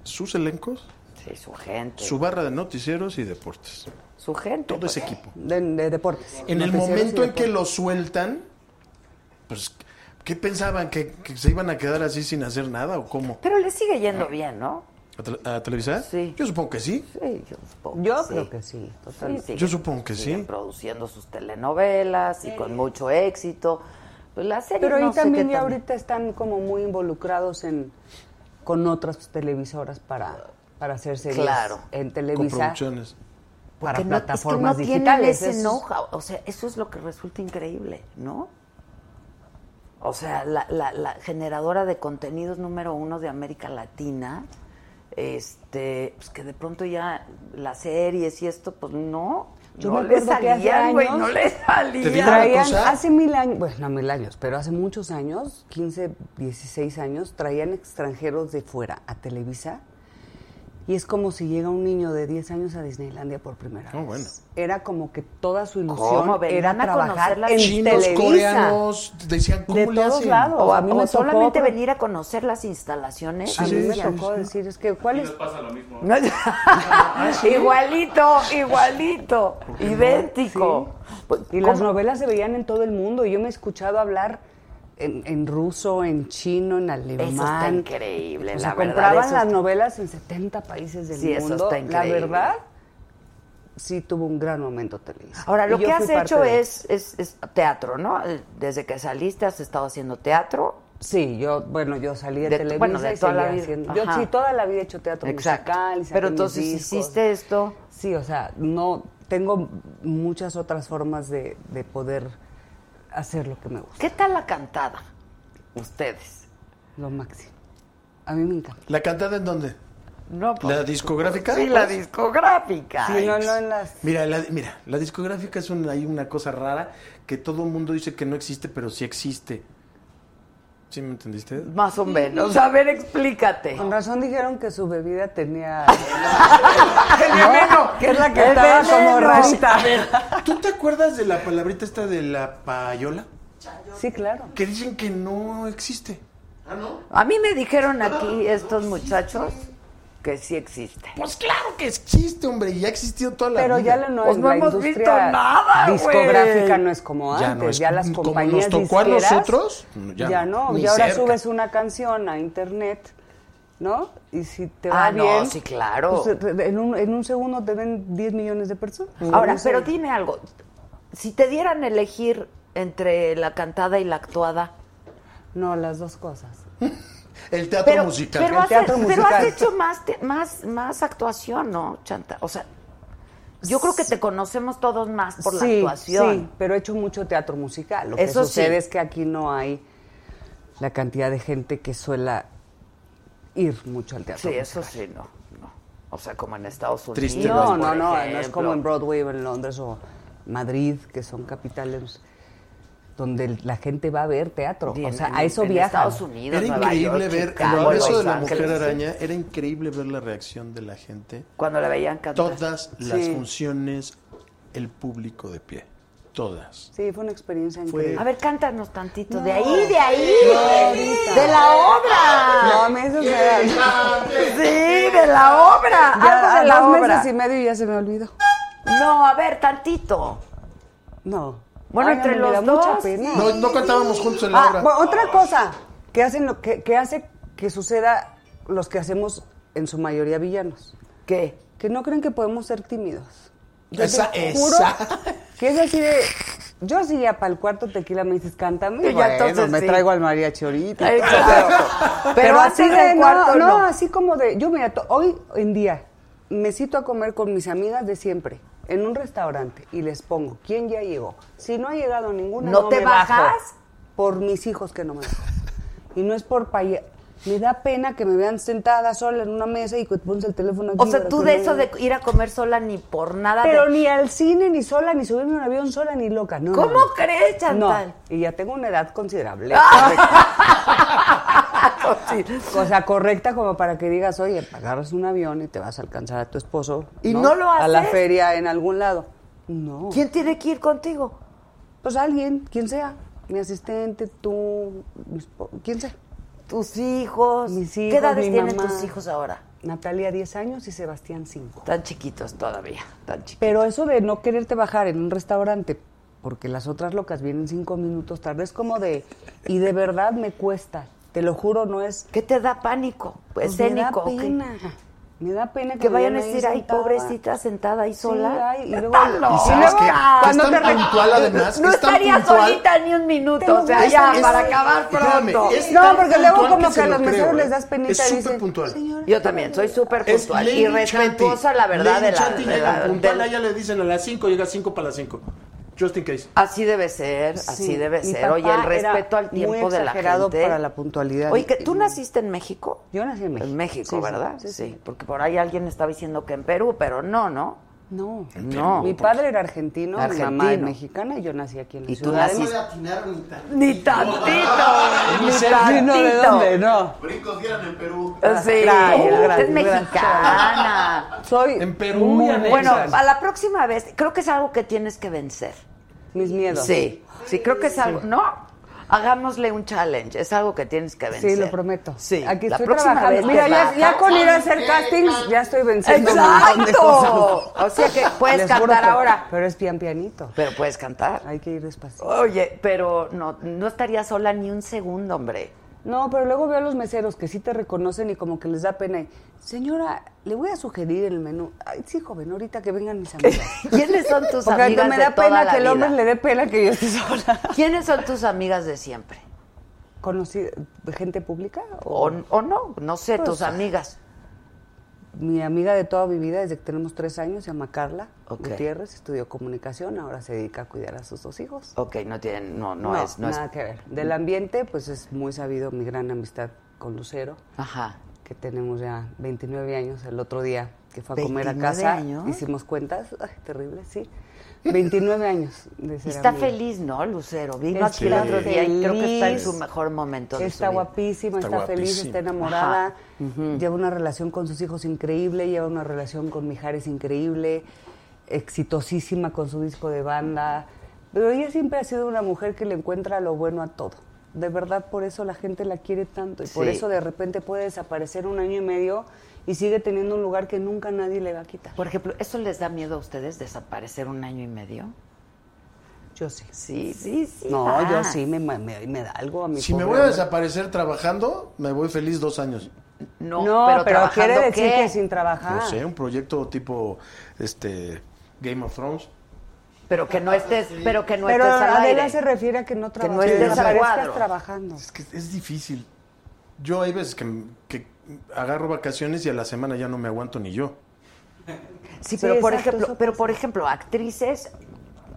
S4: sus elencos,
S6: Sí, su gente.
S4: su barra de noticieros y deportes.
S6: su gente.
S4: Todo ese
S6: pues.
S4: equipo.
S1: De, de deportes.
S4: En el
S1: Noticieros y
S4: momento en que
S1: deportes.
S4: lo sueltan, pues, ¿qué pensaban? ¿Que, que se iban a quedar así sin hacer nada o cómo?
S6: Pero le sigue
S1: Eh.
S6: yendo bien, ¿no?
S4: ¿A, tel- a Televisa?
S6: Sí.
S4: Yo supongo que sí.
S6: Sí, yo supongo.
S1: Yo
S6: que sí.
S1: creo que sí, totalmente.
S6: siguen-
S4: Yo supongo que sí.
S6: siguen produciendo sus telenovelas y con mucho éxito. Pues la serie
S1: Pero ahí
S6: no sé
S1: también
S6: qué
S1: ya
S6: tan-
S1: ahorita están como muy involucrados en con otras televisoras para, para hacer series
S6: Claro.
S1: en
S4: Con
S1: Televisa
S4: producciones.
S1: para
S6: que no- es que
S1: plataformas
S6: no tienen
S1: digitales.
S6: ese
S1: Eso es-
S6: know-how. O sea, eso es lo que resulta increíble, ¿no? O sea, la, la- la generadora de contenidos número uno de América Latina, este, pues que de pronto ya las series y esto, pues no.
S1: Yo
S6: no
S1: me
S6: le
S1: acuerdo que hace
S6: salían, güey,
S1: años-
S6: no le
S4: Te digo
S6: salían.
S4: una
S1: Traían
S4: cosa.
S1: hace mil años, bueno, no mil años, pero hace muchos años, 15, 16 años, traían extranjeros de fuera a Televisa y es como si llega un niño de 10 años a Disneylandia por primera
S4: Oh,
S1: vez.
S4: bueno.
S1: Era como que toda su
S6: ¿Cómo?
S1: ilusión
S6: Venían
S1: era
S6: a
S1: trabajar
S6: conocer las
S1: en
S4: Chinos,
S1: Televisa.
S4: coreanos, decían, ¿cómo
S1: De
S4: le
S1: todos
S4: hacen?
S1: lados.
S6: O,
S1: a mí
S6: o
S1: me tocó
S6: solamente
S1: pro-
S6: venir a conocer las instalaciones.
S1: A mí
S4: Sí,
S1: me
S4: sí,
S1: tocó decir, es que, ¿cuál es?
S16: pasa lo mismo.
S6: No, ¿Ah, igualito, igualito, idéntico. Pues,
S1: Y las
S6: ¿cómo?
S1: novelas se veían en todo el mundo. Y yo me he escuchado hablar en, en ruso, en chino, en alemán.
S6: Eso está increíble,
S1: O sea,
S6: la verdad,
S1: compraban
S6: eso
S1: las
S6: está-
S1: novelas en 70 países del
S6: Sí, eso
S1: mundo.
S6: está
S1: La
S6: increíble.
S1: verdad, sí tuvo un gran momento Televisa.
S6: Ahora, lo
S1: Y yo
S6: que has
S1: fui parte
S6: hecho
S1: de-
S6: es, es, es teatro, ¿no? Eh, Desde que saliste has estado haciendo teatro.
S1: Sí, yo, bueno, yo salí de,
S6: De-
S1: Televisa
S6: bueno, de
S1: y
S6: toda la
S1: seguí
S6: vida.
S1: haciendo-
S6: Ajá.
S1: Yo sí, toda la vida he hecho teatro
S6: Exacto.
S1: musical. y saqué
S6: Pero
S1: mis
S6: entonces
S1: discos.
S6: hiciste esto.
S1: Sí, o sea, no tengo muchas otras formas de, de poder hacer lo que me gusta,
S6: ¿Qué tal la cantada? Ustedes.
S1: lo máximo. A mí me encanta.
S4: ¿La cantada en dónde?
S6: No,
S1: pues,
S4: ¿La discográfica? Pues,
S6: Sí, la discográfica.
S1: Sí, no, no en las
S4: Mira, la, mira, la discográfica es un- hay una cosa rara que todo el mundo dice que no existe, pero sí existe. ¿Sí me entendiste?
S6: Más o menos. A ver, explícate.
S1: Con razón dijeron que su bebida tenía.
S6: tenía
S1: veneno. Que es la que estaba como rarita.
S4: A ver, ¿tú te acuerdas de la palabrita esta de la payola?
S1: Sí, claro.
S4: Que dicen que no existe.
S2: Ah, ¿no?
S6: A mí me dijeron aquí estos muchachos que sí existe.
S4: Pues claro que existe, hombre, y ya ha existido toda la
S1: Pero
S4: vida.
S1: ya no,
S6: Pues no
S1: la
S6: hemos
S1: industria
S6: visto nada, güey.
S1: discográfica no es como antes. Ya,
S4: no es
S1: las
S4: como
S1: compañías
S4: nos tocó a
S1: disqueras,
S4: nosotros,
S1: Ya,
S4: ya
S1: no.
S4: no, ni
S1: Y ahora
S4: cerca.
S1: subes una canción a internet, ¿no? Y si te va
S6: Ah, no,
S1: bien.
S6: sí, claro.
S1: pues, en, un, en un segundo te ven 10 millones de personas.
S6: Ahora,
S1: No sé.
S6: pero dime algo. Si te dieran a elegir entre la cantada y la actuada.
S1: No, las dos cosas.
S4: El teatro
S6: Pero,
S4: musical.
S6: pero, has,
S1: teatro
S6: pero
S1: musical.
S6: has hecho más, te- más, más actuación, ¿no, Chanta? O sea, yo creo que te conocemos todos más por la
S1: Sí,
S6: actuación.
S1: pero he hecho mucho teatro musical. Lo que
S6: Eso
S1: sucede
S6: sí.
S1: es que aquí no hay la cantidad de gente que suela ir mucho al teatro.
S6: Sí, eso sí, no, no. O sea, como en Estados Unidos.
S4: Triste,
S1: No,
S6: por
S1: no, no, no es
S6: ejemplo.
S1: como en Broadway o en Londres o Madrid, que son capitales donde el- la gente va a ver teatro.
S6: Y
S1: o
S6: en-
S1: sea,
S6: en-
S1: a eso
S6: en
S1: viaja.
S6: Estados Unidos,
S4: Era
S6: Nueva
S4: increíble
S6: York,
S4: ver
S6: Chicago,
S4: el regreso de
S6: Los
S4: la
S6: Ángeles,
S4: mujer
S6: sí.
S4: araña, era increíble ver la reacción de la gente.
S6: Cuando la veían cantar.
S4: Todas las
S1: Sí.
S4: funciones, el público de pie. Todas.
S1: Sí, fue una experiencia
S4: Fue-
S1: increíble.
S6: A ver, cántanos tantito. De ahí, de ahí.
S1: ahorita.
S6: de la obra.
S1: No, meses me da-
S6: Sí, de la obra.
S1: Ya,
S6: Algo de la
S1: dos
S6: obra.
S1: meses y medio y ya se me olvidó.
S6: No, a ver, tantito.
S1: No.
S6: Bueno,
S1: Ay,
S6: entre
S1: no, me da
S6: los
S1: mucha
S6: dos.
S1: pena.
S4: No, no cantábamos juntos en la
S1: Ah,
S4: obra.
S1: bueno, otra cosa que hacen lo que, que hace que suceda los que hacemos en su mayoría villanos,
S6: ¿Qué?
S1: que no creen que podemos ser tímidos. Yo te
S4: Esa-
S1: juro
S4: esa.
S1: Que es así de yo sí ya para el cuarto tequila me dices cántame
S6: Y ya entonces
S1: me
S6: sí.
S1: traigo al mariachi ahorita.
S6: Ay, claro. Pero así del
S1: no,
S6: cuarto,
S1: no,
S6: no.
S1: así como de yo mira, to- hoy en día me cito a comer con mis amigas de siempre en un restaurante y les pongo quién ya llegó. Si no ha llegado ninguna
S6: ¿No te
S1: me bajo.
S6: bajas?
S1: por mis hijos que no me dejan. Y no es por paya. Me da pena que me vean sentada sola en una mesa y que pones el teléfono aquí.
S6: O sea,
S1: para
S6: tú
S1: que
S6: de
S1: no-
S6: eso de ir a comer sola ni por nada. de-
S1: Pero ni al cine, ni sola, ni subirme a un avión sola, ni loca. No,
S6: ¿Cómo
S1: no, no.
S6: crees, Chantal?
S1: No, y ya tengo una edad considerable.
S6: Sí.
S1: O sea, correcta como para que digas, oye, agarras un avión y te vas a alcanzar a tu esposo.
S6: ¿Y no lo
S1: A la
S6: haces?
S1: feria en algún lado. No.
S6: ¿Quién tiene que ir contigo?
S1: Pues alguien, quien sea. Mi asistente, tú, mi espo- quien sea.
S6: Tus hijos.
S1: Mis
S6: ¿Qué
S1: hijos,
S6: edades
S1: mi
S6: tienen
S1: mamá.
S6: tus hijos ahora?
S1: Natalia, 10 años, y Sebastián, 5.
S6: Tan chiquitos todavía, tan chiquitos.
S1: Pero eso de no quererte bajar en un restaurante porque las otras locas vienen cinco minutos tarde es como de y de verdad me cuesta. Te lo juro, no es
S6: ¿Qué te da pánico?
S1: pues
S6: Escénico. ¿o
S1: Me da
S6: qué?
S1: pena. Me da pena que,
S6: Que
S1: me
S6: vayan a
S1: vean ahí
S6: decir, ay,
S1: sentada".
S6: pobrecita, sentada ahí
S1: Sí,
S6: sola.
S1: ay, y luego-
S6: ¡Vétalo!
S4: ¿Y sabes
S1: luego,
S4: qué? Que es
S1: cuando
S4: tan
S1: te re-
S4: puntual además.
S6: No
S4: es tan
S6: estaría
S4: puntual.
S6: solita ni un
S1: Te
S6: minuto,
S1: lo
S6: o sea,
S1: juro.
S6: ya,
S1: Es- es-
S6: para acabar
S4: Espérame,
S6: pronto.
S4: es
S1: No,
S4: tan
S1: porque luego
S4: puntual
S1: como
S4: se
S1: que a los
S4: creo,
S1: meseros
S4: ¿eh?
S1: les das penita
S4: Es
S1: y
S4: súper
S1: dicen,
S4: puntual.
S6: Yo también, soy súper
S4: Es
S6: puntual
S4: Lady
S6: y respetuosa,
S4: Chanti.
S6: la verdad,
S4: Lady
S6: de la,
S4: Chanti
S6: de
S4: llega
S6: la-
S4: puntual,
S6: del-
S4: a ella le dicen a las 5, llega 5 para las 5. Just in case.
S6: Así debe ser, así
S1: Sí,
S6: debe
S1: mi
S6: ser. Oye, el
S1: papá era
S6: respeto al
S1: muy
S6: tiempo de la
S1: exagerado
S6: gente.
S1: para la puntualidad.
S6: Oye, que-
S1: Y-
S6: ¿tú naciste en México?
S1: Yo nací en México.
S6: En México,
S1: Sí, sí,
S6: ¿verdad? Sí,
S1: sí, sí.
S6: porque por ahí alguien estaba diciendo que en Perú, pero no, ¿no?
S1: No,
S6: No.
S1: Mi padre era argentino, mi mamá es
S6: Argentino.
S1: mexicana y yo nací aquí en la
S6: Y tú
S2: No
S1: ciudad.
S2: le
S6: naciste-
S2: atinaron ni tan.
S6: Ni tantito, ni
S1: Sí,
S6: tantito.
S1: no, ¿de dónde? No.
S2: Brincos dieron en Perú.
S6: Sí,
S1: Gracias,
S6: es
S1: gracias,
S6: mexicana.
S1: Soy
S4: En Perú,
S1: muy
S4: ya me
S6: Bueno,
S1: buena.
S6: a la próxima vez, creo que es algo que tienes que vencer.
S1: mis miedos.
S6: Sí, sí, creo que es algo. No, hagámosle un challenge. Es algo que tienes que vencer.
S1: Sí, lo prometo.
S6: Sí,
S1: Aquí
S6: la
S1: estoy
S6: próxima
S1: trabajando.
S6: vez
S1: Mira,
S6: te
S1: ya,
S6: bajas.
S1: ya con ir a hacer castings ya estoy venciendo. un montón de
S6: ¡Exacto!
S1: cosas. Ah,
S6: O sea que puedes
S1: Les juro
S6: cantar
S1: que-
S6: ahora. Oh.
S1: Pero es pian pianito.
S6: Pero puedes cantar.
S1: Hay que ir despacio.
S6: Oye, pero no, no estaría sola ni un segundo, hombre.
S1: No, pero luego veo a los meseros que sí te reconocen y como que les da pena. y, Señora, le voy a sugerir el menú. Ay, sí, joven, ahorita que vengan mis amigas.
S6: ¿Quiénes son tus
S1: Porque
S6: amigas
S1: me
S6: de
S1: da
S6: toda
S1: pena
S6: la
S1: que el hombre
S6: vida?
S1: le dé pena que yo esté sola.
S6: ¿Quiénes son tus amigas de siempre?
S1: ¿Conocí gente pública?
S6: O, o no, no sé,
S1: Oh. Pues,
S6: tus amigas.
S1: Mi amiga de toda mi vida, desde que tenemos tres años, se llama Carla
S6: Ok.
S1: Gutiérrez, estudió comunicación, ahora se dedica a cuidar a sus dos hijos.
S6: Ok, no tienen, no, no, es, no es.
S1: nada que ver. Del ambiente, pues es muy sabido mi gran amistad con Lucero,
S6: Ajá.
S1: que tenemos ya 29 años. El otro día que fue a comer a
S6: 29
S1: casa,
S6: años.
S1: hicimos cuentas, ay, terrible, sí. 29 años de ser
S6: Está
S1: amiga.
S6: feliz, ¿no, Lucero?
S1: Está
S6: Vino aquí el otro día y creo que está en
S1: feliz.
S6: su mejor momento. de
S1: Está
S6: su vida.
S1: guapísima,
S6: Está
S1: está, feliz,
S6: guapísima.
S1: está enamorada,
S6: Ajá. Ujú.
S1: lleva una relación con sus hijos increíble, lleva una relación con Mijares increíble, exitosísima con su disco de banda. Pero ella siempre ha sido una mujer que le encuentra lo bueno a todo. De verdad, por eso la gente la quiere tanto y por
S6: Sí.
S1: eso de repente puede desaparecer un año y medio y sigue teniendo un lugar que nunca nadie le va a quitar.
S6: Por ejemplo, ¿eso les da miedo a ustedes desaparecer un año y medio?
S1: Yo sí.
S6: Sí, sí, sí. ah.
S1: No,
S6: da.
S1: yo sí, me, me- me da algo a mi
S4: Si me
S1: pobre
S4: voy a
S1: hombre.
S4: desaparecer trabajando, me voy feliz dos años.
S6: No,
S1: No, pero
S6: pero,
S1: quiere
S6: trabajando,
S1: decir
S6: ¿qué?
S1: que sin
S6: Ah.
S1: trabajar.
S4: No sé, un proyecto tipo este Game of Thrones.
S6: Pero que no estés, pero que no
S1: Pero
S6: estés al
S1: Adela
S6: aire.
S1: se refiere a que no
S6: Que no
S1: trabajes,
S6: estés al
S1: desaparezcas
S6: cuadro.
S1: trabajando.
S4: Es que es difícil. Yo hay veces que, que agarro vacaciones y a la semana ya no me aguanto ni yo.
S1: Sí,
S6: Sí, pero por
S1: exacto,
S6: ejemplo,
S1: eso
S6: pero por ejemplo, actrices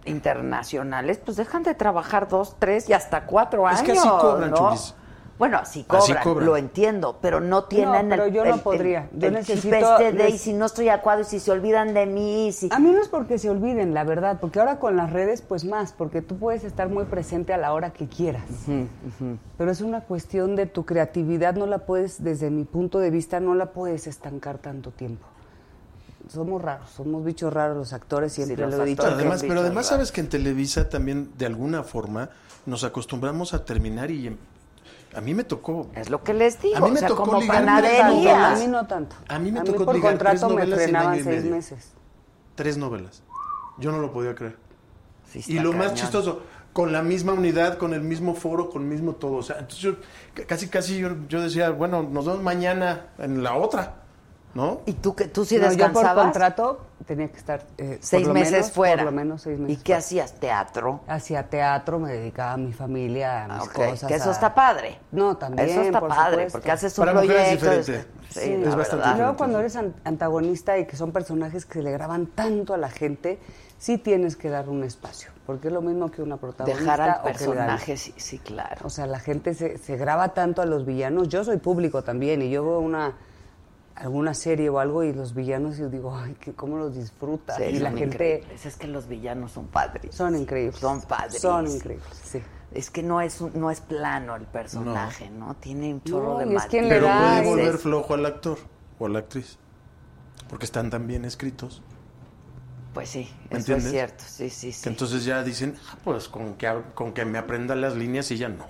S6: internacionales, pues dejan de trabajar dos, tres y hasta cuatro años.
S4: Es que así cobran,
S6: ¿no?
S4: Chulis.
S6: Bueno, así cobran,
S4: Así cobran.
S6: lo entiendo, pero no tienen
S1: pero
S6: el,
S1: yo
S6: el-
S1: no
S6: el-
S1: podría. Yo
S6: el chip
S1: necesito-
S6: este de,
S1: nes-
S6: "Y si no estoy a cuadro, y si se olvidan de mí, y si
S1: A mí no es porque se olviden, la verdad, porque ahora con las redes, pues más, porque tú puedes estar muy presente a la hora que quieras. Pero es una cuestión de tu creatividad, no la puedes, desde mi punto de vista, no la puedes estancar tanto tiempo. Somos raros, somos bichos raros los actores, siempre
S6: los
S1: lo he dicho.
S4: Pero
S1: que-
S4: además, pero además sabes que en Televisa también, de alguna forma, nos acostumbramos a terminar y... em- A mí me tocó...
S6: es lo que les digo,
S4: A mí me
S6: o sea,
S4: tocó
S6: como
S4: ligar
S1: Tanto,
S4: tres
S6: panadería.
S1: a
S4: novelas.
S1: mí no tanto.
S4: A mí me tocó
S1: por
S4: ligar tres
S1: contrato me
S4: novelas en
S1: frenaban
S4: año y
S1: seis
S4: medio.
S1: meses.
S4: Tres novelas. Yo no lo podía creer.
S6: Sí, está
S4: Y lo más
S6: cañón.
S4: chistoso, con la misma unidad, con el mismo foro, con el mismo todo. O sea, entonces yo c- casi, casi yo, yo decía, bueno, nos vemos mañana en la otra, ¿no?
S6: ¿Y tú que tú sí
S1: No, yo por
S6: descansabas?
S1: contrato tenía que estar eh, por
S6: seis
S1: lo
S6: meses
S1: menos-
S6: fuera.
S1: Por lo menos seis meses.
S6: ¿Y qué hacías? ¿Teatro?
S1: Hacía teatro, me dedicaba a mi familia, a mis
S6: Ah, Ok,
S1: cosas.
S6: Pues, Que eso
S1: a-
S6: está padre.
S1: No, también,
S6: Eso está
S1: por
S6: padre,
S1: supuesto.
S6: porque haces un
S4: Para mujeres
S6: proyecto.
S4: es diferente.
S6: es- Sí,
S4: Sí,
S6: la
S4: es bastante
S6: verdad.
S1: Y luego cuando eres an- antagonista y que son personajes que le graban tanto a la gente, sí tienes que dar un espacio, porque es lo mismo que una protagonista.
S6: Dejar al
S1: o que le dan-
S6: personaje, sí, sí, claro.
S1: O sea, la gente se, se graba tanto a los villanos. Yo soy público también y yo veo una alguna serie o algo y los villanos y yo digo, ay, que cómo los disfrutas.
S6: Sí,
S1: y la
S6: son
S1: gente
S6: increíbles. Es que los villanos son padres.
S1: son increíbles.
S6: Son padres.
S1: Son increíbles, sí.
S6: Es que no es, un- no es plano el personaje, ¿no? Tiene un chorro
S1: No,
S6: de
S1: y es quien le
S4: Pero
S1: da
S4: puede
S1: ese-
S4: volver flojo al actor o a la actriz. Porque están tan bien escritos.
S6: Pues sí, eso
S4: ¿Me entiendes?
S6: es cierto. Sí, sí, sí.
S4: Que entonces ya dicen, ah, pues con que, hab- con que me aprenda las líneas y ya no.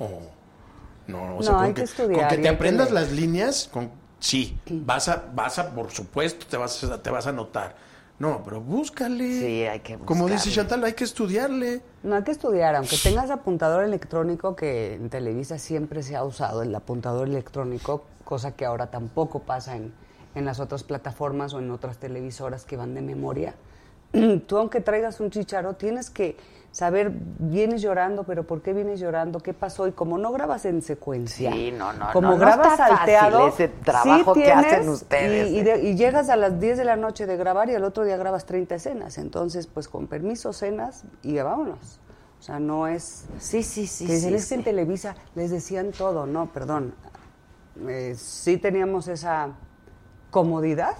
S4: No, o sea,
S1: No,
S4: con,
S1: hay que estudiar
S4: con que
S1: y
S4: te
S1: hay que
S4: aprendas
S1: leer.
S4: las líneas, con, sí, vas a, vas a, por supuesto, te vas a, te vas a notar. No, pero búscale.
S6: Sí, hay que
S4: Como dice
S6: buscarle.
S4: Chantal, hay que estudiarle.
S1: No hay que estudiar, aunque tengas apuntador electrónico, que en Televisa siempre se ha usado el apuntador electrónico, cosa que ahora tampoco pasa en, en las otras plataformas o en otras televisoras que van de memoria. Tú, aunque traigas un chicharo, tienes que saber, vienes llorando, pero ¿por qué vienes llorando? ¿Qué pasó? Y como no grabas en secuencia,
S6: Sí, no, no,
S1: como
S6: no, no
S1: grabas
S6: está fácil
S1: salteado,
S6: ese trabajo que
S1: tienes,
S6: hacen ustedes,
S1: y- y
S6: ¿eh?
S1: de- y llegas a las 10 de la noche de grabar y al otro día grabas 30 escenas. Entonces, pues con permiso, cenas y ya vámonos. O sea, no es.
S6: Sí, sí, sí.
S1: que dicen,
S6: sí,
S1: "Es que en
S6: sí.
S1: Televisa les decían todo. No, perdón. Eh, sí teníamos esa comodidad,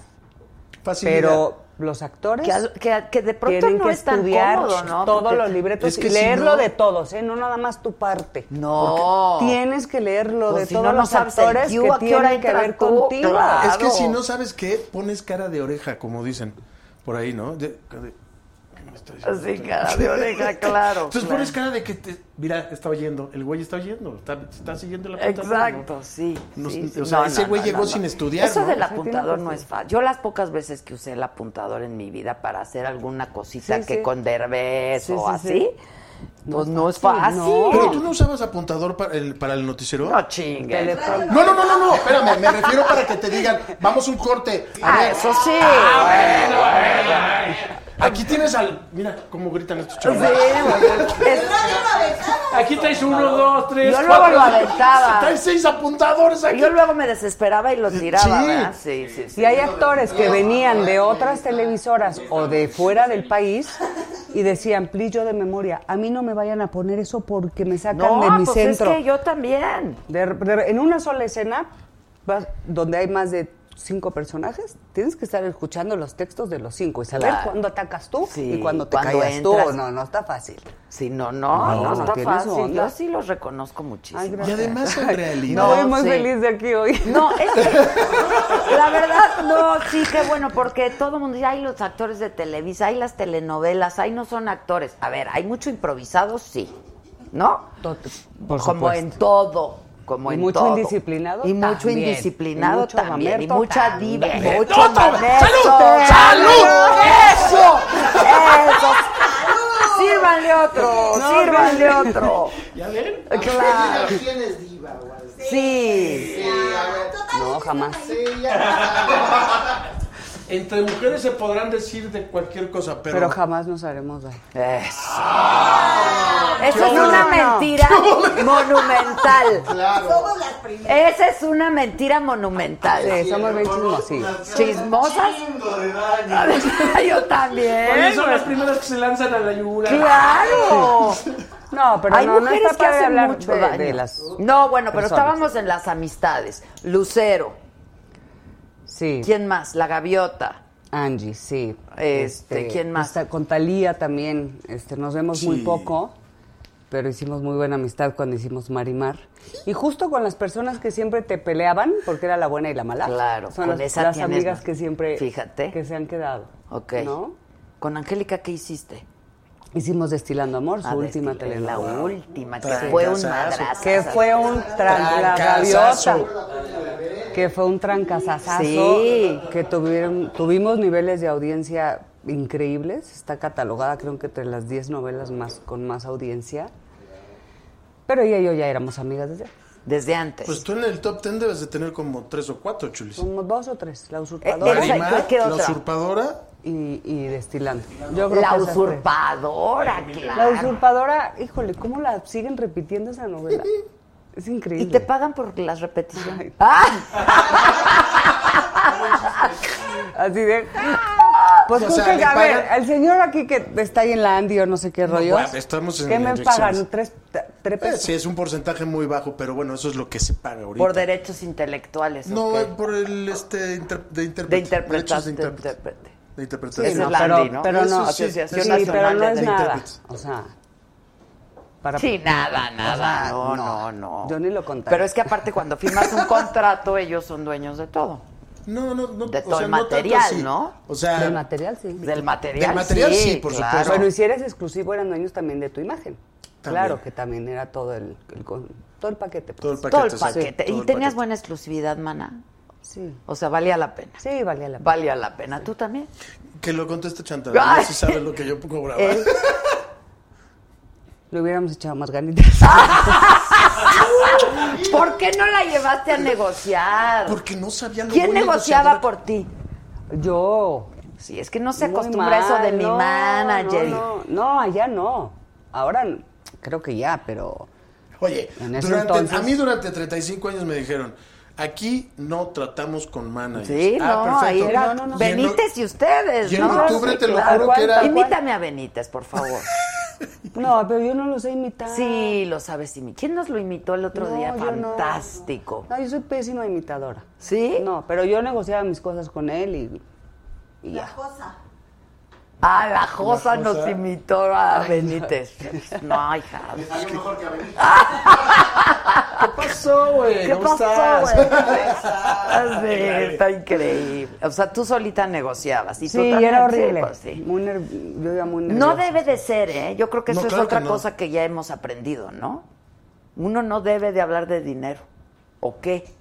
S4: Facilidad.
S1: pero los actores.
S6: Que, que- que de pronto
S1: tienen
S6: no
S1: que
S6: es tan
S1: estudiar
S6: cómodo, ¿no?
S1: todos
S6: Porque-
S1: los libretos
S4: Es que
S1: y
S4: si
S1: leerlo
S4: no-
S1: de todos, ¿eh? No nada más tu parte.
S6: No.
S1: Porque tienes que leerlo
S6: Pues
S1: de
S6: si
S1: todos
S6: no, no
S1: los
S6: sabes el
S1: actores
S6: cue,
S1: que
S6: ¿a qué hora
S1: tienen que
S6: entras
S1: ver
S6: tú?
S1: contigo.
S6: Claro.
S4: Es que si no sabes qué, pones cara de oreja, como dicen por ahí, ¿no? De- de- ¿qué me está diciendo?
S6: Así, cara de oreja, claro.
S4: Entonces
S6: claro.
S4: pones cara de que te, mira, está oyendo, el güey está oyendo, está, está siguiendo la puta
S6: Exacto, sí.
S4: No,
S6: sí, sí.
S4: o sea, ese güey llegó sin estudiar,
S6: Eso
S4: ¿no?
S6: del
S4: O
S1: sea,
S6: apuntador
S1: tiene
S6: no
S1: que
S6: es fácil. Yo las pocas veces que usé el apuntador en mi vida para hacer alguna cosita
S1: Sí,
S6: que
S1: sí.
S6: con derbez
S1: Sí,
S6: o
S1: sí,
S6: así, pues no, es
S1: fácil,
S6: fácil.
S1: no.
S4: Pero tú no usabas apuntador para el, para el noticiero.
S6: Oh. No chingues.
S1: Teletón.
S4: No, no, no, no, no, espérame, me refiero para que te digan, vamos un corte. A
S6: Ah,
S4: ver,
S6: eso sí.
S4: aquí tienes al. Mira cómo gritan estos chavos.
S6: Sí, es-
S16: Aquí traes uno, dos, tres,
S6: Yo luego
S16: cuatro.
S6: lo aventaba.
S4: Traes seis apuntadores aquí.
S6: Yo luego me desesperaba y lo tiraba,
S4: Sí.
S6: ¿verdad? Sí, sí, sí.
S1: Si hay actores que venían de otras televisoras o de fuera del país y decían, please, yo de memoria, a mí no me vayan a poner eso porque me sacan
S6: No,
S1: de mi
S6: pues
S1: centro.
S6: es que yo también.
S1: De- de- en una sola escena, vas- donde hay más de cinco personajes, tienes que estar escuchando los textos de los cinco y saber
S6: Claro.
S1: cuándo atacas tú
S6: Sí,
S1: y cuándo te
S6: cuando
S1: callas tú.
S6: entras.
S1: No, no está fácil.
S6: Sí, no, no, no,
S1: No, no
S6: está
S1: tienes
S6: fácil.
S1: onda.
S6: Yo sí los reconozco muchísimo.
S1: Ay, gracias. Y además son
S6: realidad.
S1: realidad. Estoy muy feliz de aquí hoy.
S6: Ah, No, es que- la verdad, no, sí, qué bueno, porque todo el mundo dice, hay los actores de Televisa, hay las telenovelas, ahí no son actores. A ver, hay mucho improvisado, sí, ¿no?
S1: por
S6: como
S1: supuesto.
S6: en todo. Como
S1: Y
S6: en
S1: mucho
S6: todo.
S1: indisciplinado
S6: Y mucho
S1: también.
S6: indisciplinado
S1: Y mucho
S6: también. Y
S1: mamerto
S6: mucha diva.
S1: también.
S6: y Mucho
S1: ¡No, toma!
S6: mamerto.
S1: ¡Salud! ¡Salud!
S6: ¡Eso! ¡Eso! ¡Sírvanle otro!
S1: No,
S6: ¡Sírvanle
S1: ven.
S6: otro!
S2: ¿Ya ven?
S6: Claro.
S2: ¿Quién tienes diva? güey?
S6: Sí.
S2: Sí, a ver.
S1: No, jamás.
S2: Sí, ya.
S4: Entre mujeres se podrán decir de cualquier cosa, pero.
S1: Pero, jamás nos haremos daño.
S6: Eso.
S1: Ah, Yo
S6: Eso es
S1: no,
S6: una
S1: no.
S6: mentira monumental.
S17: Somos las primeras.
S6: Esa es una mentira monumental.
S1: Sí, somos bien chismosillos.
S2: Las-
S6: ¿Chismosas?
S2: Un chingo de daño.
S6: Yo también.
S4: Oye, son las primeras que se lanzan a la yugular.
S6: Claro.
S1: No, pero
S6: Hay
S1: no, no
S6: mujeres
S1: está
S6: que
S1: padre
S6: hacen
S1: hablar
S6: mucho
S1: de,
S6: daño.
S1: de las.
S6: no, bueno, pero
S1: personas.
S6: estábamos en las amistades. Lucero.
S1: Sí.
S6: ¿Quién más? La gaviota.
S1: Angie, sí.
S6: Este, ¿quién más?
S1: hasta con Talía también. Este, nos vemos muy poco, pero hicimos muy buena amistad cuando hicimos Marimar. Y justo con las personas que siempre te peleaban, porque era la buena y la mala.
S6: Claro,
S1: son
S6: con
S1: las,
S6: esa
S1: las
S6: tienes
S1: amigas
S6: más.
S1: que siempre
S6: Fíjate.
S1: que se han quedado.
S6: Ok.
S1: ¿No?
S6: ¿Con Angélica qué hiciste?
S1: Hicimos Destilando Amor, su
S6: Ah,
S1: última
S6: desfile,
S1: telenovela.
S6: La última, que fue un madrazo.
S1: que fue un tran la
S4: Trancazazo.
S1: gaviota, que fue un trancazazazo,
S6: Sí.
S1: que tuvieron, tuvimos niveles de audiencia increíbles, está catalogada creo que entre las 10 novelas más con más audiencia. Pero ella y yo ya éramos amigas desde
S6: Desde antes.
S4: Pues tú en el top 10 debes de tener como tres o cuatro, chulis.
S1: somos dos o tres, la usurpadora
S6: Eh, esa-
S4: Marimar,
S6: ¿qué
S4: la
S6: otra?
S4: usurpadora.
S1: y, y destilando. Yo creo
S6: la
S1: que esas tres.
S6: usurpadora,
S1: La
S6: claro.
S1: usurpadora, híjole, ¿cómo la siguen repitiendo esa novela? Es
S6: Y
S1: increíble.
S6: te pagan por las repeticiones. ¡Ah!
S1: Así de. Pues
S4: O
S1: creo
S4: sea,
S1: que,
S4: le
S1: a ver,
S4: pagan-
S1: el señor aquí que está ahí en la Andy o no sé qué rollo.
S4: guau, estamos en
S1: ¿Qué me
S4: inyecciones.
S1: pagan? ¿Tres, t- tres
S4: Eh,
S1: pesos?
S4: sí, es un porcentaje muy bajo, pero bueno, eso es lo que se paga ahorita.
S6: Por derechos intelectuales.
S4: No,
S6: ¿ok?
S4: por el este inter- de intérprete.
S6: De interpretar.
S4: derechos
S6: De
S4: De intérprete.
S6: intérprete.
S4: De
S6: Sí,
S4: interpretación.
S6: esa es la
S1: pero,
S6: Andy, ¿no?
S1: pero no,
S4: Eso sí,
S6: Asociación
S4: eso
S1: sí, pero
S6: Nacional
S1: no
S6: de
S1: es nada.
S4: Intérpretes.
S1: O sea, para.
S6: Sí, nada, nada.
S1: sea,
S6: no,
S1: no.
S6: no, no.
S1: Yo ni lo contaría.
S6: Pero es que aparte cuando firmas un contrato, ellos son dueños de todo.
S4: No, no, no.
S6: De
S4: o
S6: todo
S4: sea,
S6: el
S4: no tanto
S6: material,
S4: así.
S6: ¿no?
S4: O sea,
S1: Del material, sí.
S6: Del material.
S4: Del material, sí, por
S6: claro.
S4: supuesto.
S1: Bueno, y si eres exclusivo, eran dueños también de tu imagen.
S4: También.
S1: Claro que también era todo el, el con- todo el paquete. pues.
S4: Todo el paquete.
S6: Todo el
S4: exacto,
S6: paquete.
S4: todo
S6: y
S4: el
S6: tenías
S4: paquete.
S6: buena exclusividad, mana.
S1: Sí.
S6: O sea, valía la pena.
S1: Sí, valía la pena.
S6: Valía la pena. ¿Tú también?
S4: Que lo conteste Chantal.
S6: Ay. Eh.
S4: No sé si sabe lo que yo cobraba.
S6: Él-
S1: Le hubiéramos echado más ganitas.
S6: ¿Por qué no la llevaste a negociar?
S4: Porque no sabía lo
S6: ¿Quién
S4: buen
S6: negociaba
S4: negociador-
S6: por ti?
S1: Yo.
S6: Sí, es que no se
S1: Muy
S6: acostumbra a eso de
S1: mal,
S6: mi
S1: no,
S6: manager.
S1: No, no, no, allá no. Ahora n- creo que ya, pero.
S4: Oye,
S1: En ese
S4: durante-
S1: entonces-
S4: a mí durante 35 años me dijeron, aquí no tratamos con managers.
S6: Sí,
S4: Ah,
S6: no, ahí
S4: perfecto.
S6: era
S1: No, no, no.
S4: Y en lo-
S6: Benítez y ustedes,
S4: y en
S6: ¿no?
S4: octubre
S6: Sí,
S4: te lo
S6: claro.
S4: juro que era-
S6: Invítame a Benítez, por favor.
S1: No, pero yo no lo sé imitar.
S6: Sí, lo sabes imitar. ¿Quién nos lo imitó el otro
S1: No,
S6: día?
S1: yo no.
S6: Fantástico.
S1: No, yo soy pésima imitadora.
S6: ¿Sí?
S1: No, pero yo negociaba mis cosas con él y. y
S17: La
S1: ya.
S17: cosa.
S6: Ah, la Josa
S4: La Josa.
S6: nos imitó a Benítez. No, hija.
S2: Me salió mejor que a mí.
S4: ¿Qué pasó, güey?
S6: ¿Qué
S4: ¿Cómo
S6: pasó,
S4: estás?
S6: güey? Ah, sí, está increíble. O sea, tú solita negociabas. Y tú
S1: Sí, y
S6: también,
S1: era horrible.
S6: sí, pues, sí.
S1: Muy nerv- Yo iba muy nerviosa.
S6: No debe de ser, ¿eh? Yo creo que eso
S4: No,
S6: es
S4: claro
S6: otra
S4: que no.
S6: cosa que ya hemos aprendido, ¿no? Uno no debe de hablar de dinero. ¿O qué?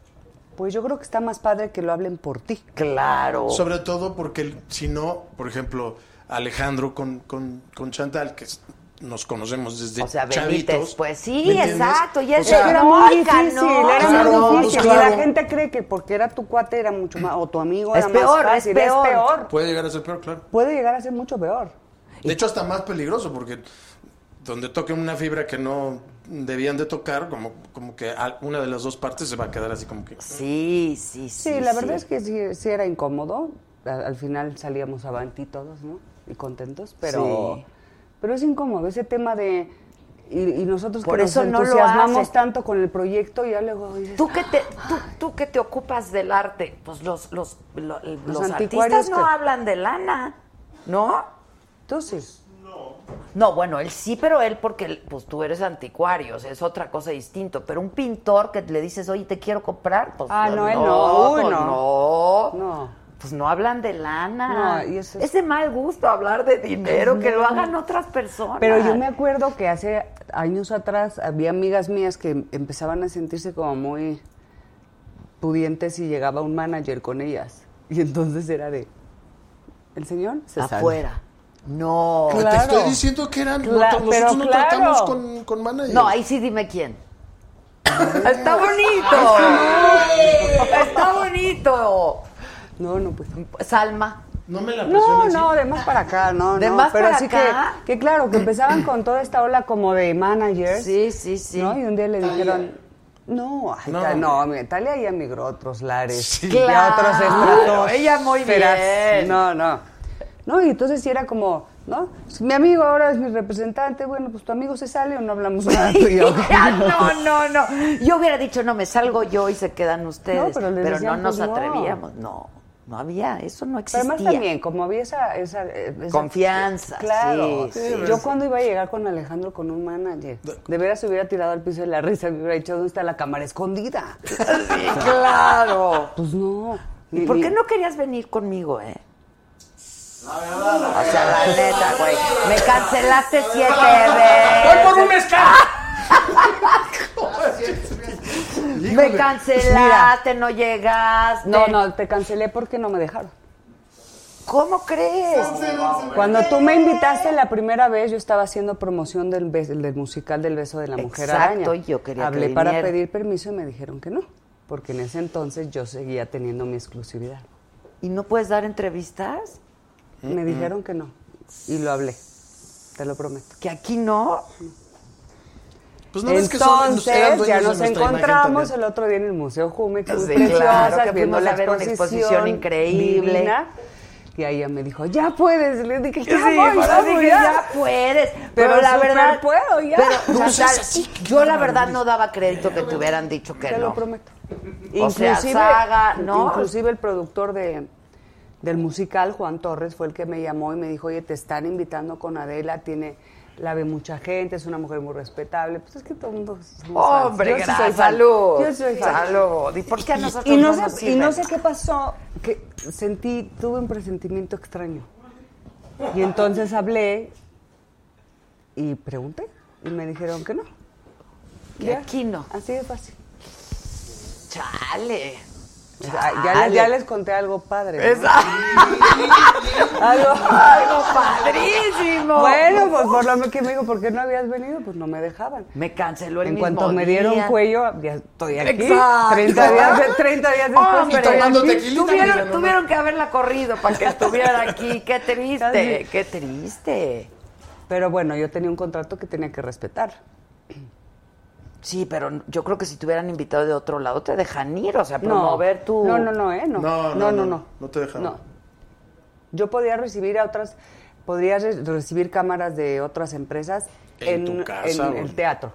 S1: Pues yo creo que está más padre que lo hablen por ti.
S6: Claro.
S4: Sobre todo porque el- si no, por ejemplo, Alejandro con, con, con Chantal, que es- nos conocemos desde
S6: O sea, Benítez,
S4: chavitos.
S6: pues sí,
S4: ¿me entiendes?
S6: exacto, ya
S4: O
S6: es
S4: sea,
S6: de
S1: era
S6: no,
S1: muy
S6: oiga,
S1: difícil,
S6: no,
S1: era
S4: claro,
S1: muy
S4: pues
S1: difícil.
S4: claro.
S1: Y la gente cree que porque era tu cuate era mucho más, o tu amigo
S6: Es
S1: era más
S6: peor, es
S1: fácil.
S6: peor.
S1: Es peor.
S4: Puede llegar a ser peor, claro.
S1: Puede llegar a ser mucho peor.
S4: De hecho, hasta más peligroso, porque donde toquen una fibra que no debían de tocar, como, como que a- una de las dos partes se va a quedar así como que...
S6: Sí, sí, sí.
S1: Sí, la verdad es que sí, sí era incómodo. Al, al final salíamos avanti todos, ¿no? Y contentos, pero,
S6: Sí.
S1: pero es incómodo ese tema de Y, y nosotros
S6: Por
S1: que
S6: eso
S1: nos
S6: no lo
S1: entusiasmamos
S6: haces.
S1: tanto con el proyecto y ya luego dices,
S6: Tú que te, tú, tú que te ocupas del arte, pues los, los, lo- los,
S1: anticuarios
S6: artistas no
S1: que-
S6: hablan de lana, ¿no?
S1: Tú sí.
S6: No, bueno, él sí, pero él porque él- pues tú eres anticuario, o sea, es otra cosa distinta. Pero un pintor que le dices, oye, te quiero comprar, pues
S1: Ah, no, él no,
S6: pues
S1: uy,
S6: no.
S1: no. No.
S6: Pues no hablan de lana.
S1: No, y
S6: es...
S1: eso
S6: de mal gusto hablar de dinero, que lo hagan otras personas.
S1: Pero yo me acuerdo que hace años atrás había amigas mías que empezaban a sentirse como muy pudientes y llegaba un manager con ellas. Y entonces era de, ¿el señor? Se sale".
S6: Afuera. No.
S4: Te estoy diciendo que eran- nosotros no tratamos con- con managers.
S6: No, ahí sí dime quién. Está bonito. Está bonito.
S1: No, no, pues.
S6: Salma.
S4: No me
S1: No, no, de más para acá, no,
S6: De
S1: no.
S6: más
S1: pero
S6: para
S1: sí
S6: acá.
S1: Que, que claro, que empezaban con toda esta ola como de managers.
S6: Sí, sí, sí.
S1: ¿no? Y un día le
S6: Talia.
S1: dijeron, no, ay,
S6: No.
S1: Ta- no, mira, Talia ya migró a otros lares.
S6: Sí.
S1: ya a otros
S6: Claro,
S1: estratos.
S6: ella muy
S1: Verás,
S6: bien.
S1: No, no. No, y entonces sí era como, ¿no? Si Mi amigo ahora es mi representante, bueno, pues tu amigo se sale o no hablamos nada tú y yo.
S6: Ah, no, no, no. Yo hubiera dicho, no, me salgo yo y se quedan ustedes.
S1: No, pero les
S6: no
S1: decían,
S6: nos
S1: pues, no.
S6: atrevíamos. No, no había, eso no
S1: Pero
S6: existía.
S1: además también, como había esa... esa, eh, esa-
S6: Confianza,
S1: Claro.
S6: sí, sí.
S1: Yo cuando iba a llegar con Alejandro con un manager, de veras se hubiera tirado al piso de la risa, me hubiera dicho, ¿dónde está la cámara escondida?
S6: Sí, claro.
S1: Pues no.
S6: ¿Y
S1: Ni-
S6: por
S1: ni-
S6: qué no querías venir conmigo, eh? O sea, la neta, güey. Me cancelaste siete veces.
S2: Voy por un mezcal.
S6: Me cancelaste, no llegaste.
S1: No, no, te cancelé porque no me dejaron.
S6: ¿Cómo crees?
S1: Cuando tú me invitaste la primera vez, yo estaba haciendo promoción del, bes- del musical del beso de la mujer
S6: Exacto,
S1: araña.
S6: yo quería que
S1: Hablé para
S6: viniera.
S1: pedir permiso y me dijeron que no, porque en ese entonces yo seguía teniendo mi exclusividad.
S6: ¿Y no puedes dar entrevistas?
S1: Me dijeron que no y lo hablé, te lo prometo.
S6: Que aquí no.
S4: Pues no ves que son-
S1: Entonces
S4: eran dueños
S1: ya
S4: de
S1: nos
S4: nuestra imagen
S1: encontramos
S4: también.
S1: el otro día en el Museo Jumex, muy
S6: Sí,
S1: preciosas,
S6: Pues claro, que
S1: viendo
S6: fuimos
S1: la
S6: a ver una exposición increíble.
S1: divina. y ahí ella me dijo, ya puedes. Le dije, ya
S6: Sí,
S1: voy,
S6: pero
S1: ya
S6: dije,
S1: voy,
S6: ya puedes. Pero,
S1: Pero
S6: la
S1: súper
S6: verdad.
S1: puedo, ya.
S6: Pero,
S1: No
S6: o sea,
S1: seas así,
S6: yo la verdad no daba crédito que te hubieran dicho que
S1: Te
S6: no.
S1: lo prometo.
S6: O sea, Saga, ¿no?
S1: Inclusive el productor de, del musical, Juan Torres, fue el que me llamó y me dijo, oye, te están invitando con Adela, tiene... La ve mucha gente, es una mujer muy respetable. Pues es que todo el mundo. somos fans.
S6: Hombre,
S1: Yo sí soy
S6: gracias.
S1: fan.
S6: Salud.
S1: Yo soy fan.
S6: Salud. ¿Y por qué a
S1: Y-
S6: nosotros
S1: y no,
S6: nos
S1: sé, y no
S6: sirven?
S1: sé qué pasó, que sentí, tuve un presentimiento extraño. Y entonces hablé y pregunté y me dijeron que no.
S6: Que aquí no.
S1: Así de fácil.
S6: Chale.
S1: O sea, ya, les, ya les conté algo padre. ¿no? Algo,
S6: Algo padrísimo.
S1: Bueno, pues por lo menos que me dijo, ¿por qué no habías venido? Pues no me dejaban.
S6: Me canceló el
S1: En
S6: mismo
S1: cuanto me
S6: día.
S1: dieron cuello, ya estoy aquí.
S6: Exacto. Oh,
S1: 30 días, de- 30 días después.
S6: Hombre,
S1: estoy aquí.
S6: tuvieron, tuvieron que haberla corrido para que estuviera aquí. Qué triste,
S1: Casi.
S6: qué triste.
S1: Pero bueno, yo tenía un contrato que tenía que respetar.
S6: Sí, pero yo creo que si te hubieran invitado de otro lado te dejan ir, o sea, promover tu...
S1: No, no, no, ¿eh? No,
S4: No,
S1: no, no.
S4: no, no,
S1: No,
S4: no te dejaron.
S1: No. Yo podía recibir a otras, podría re- recibir cámaras de otras empresas
S4: En
S1: en,
S4: tu casa,
S1: en
S4: o-
S1: el teatro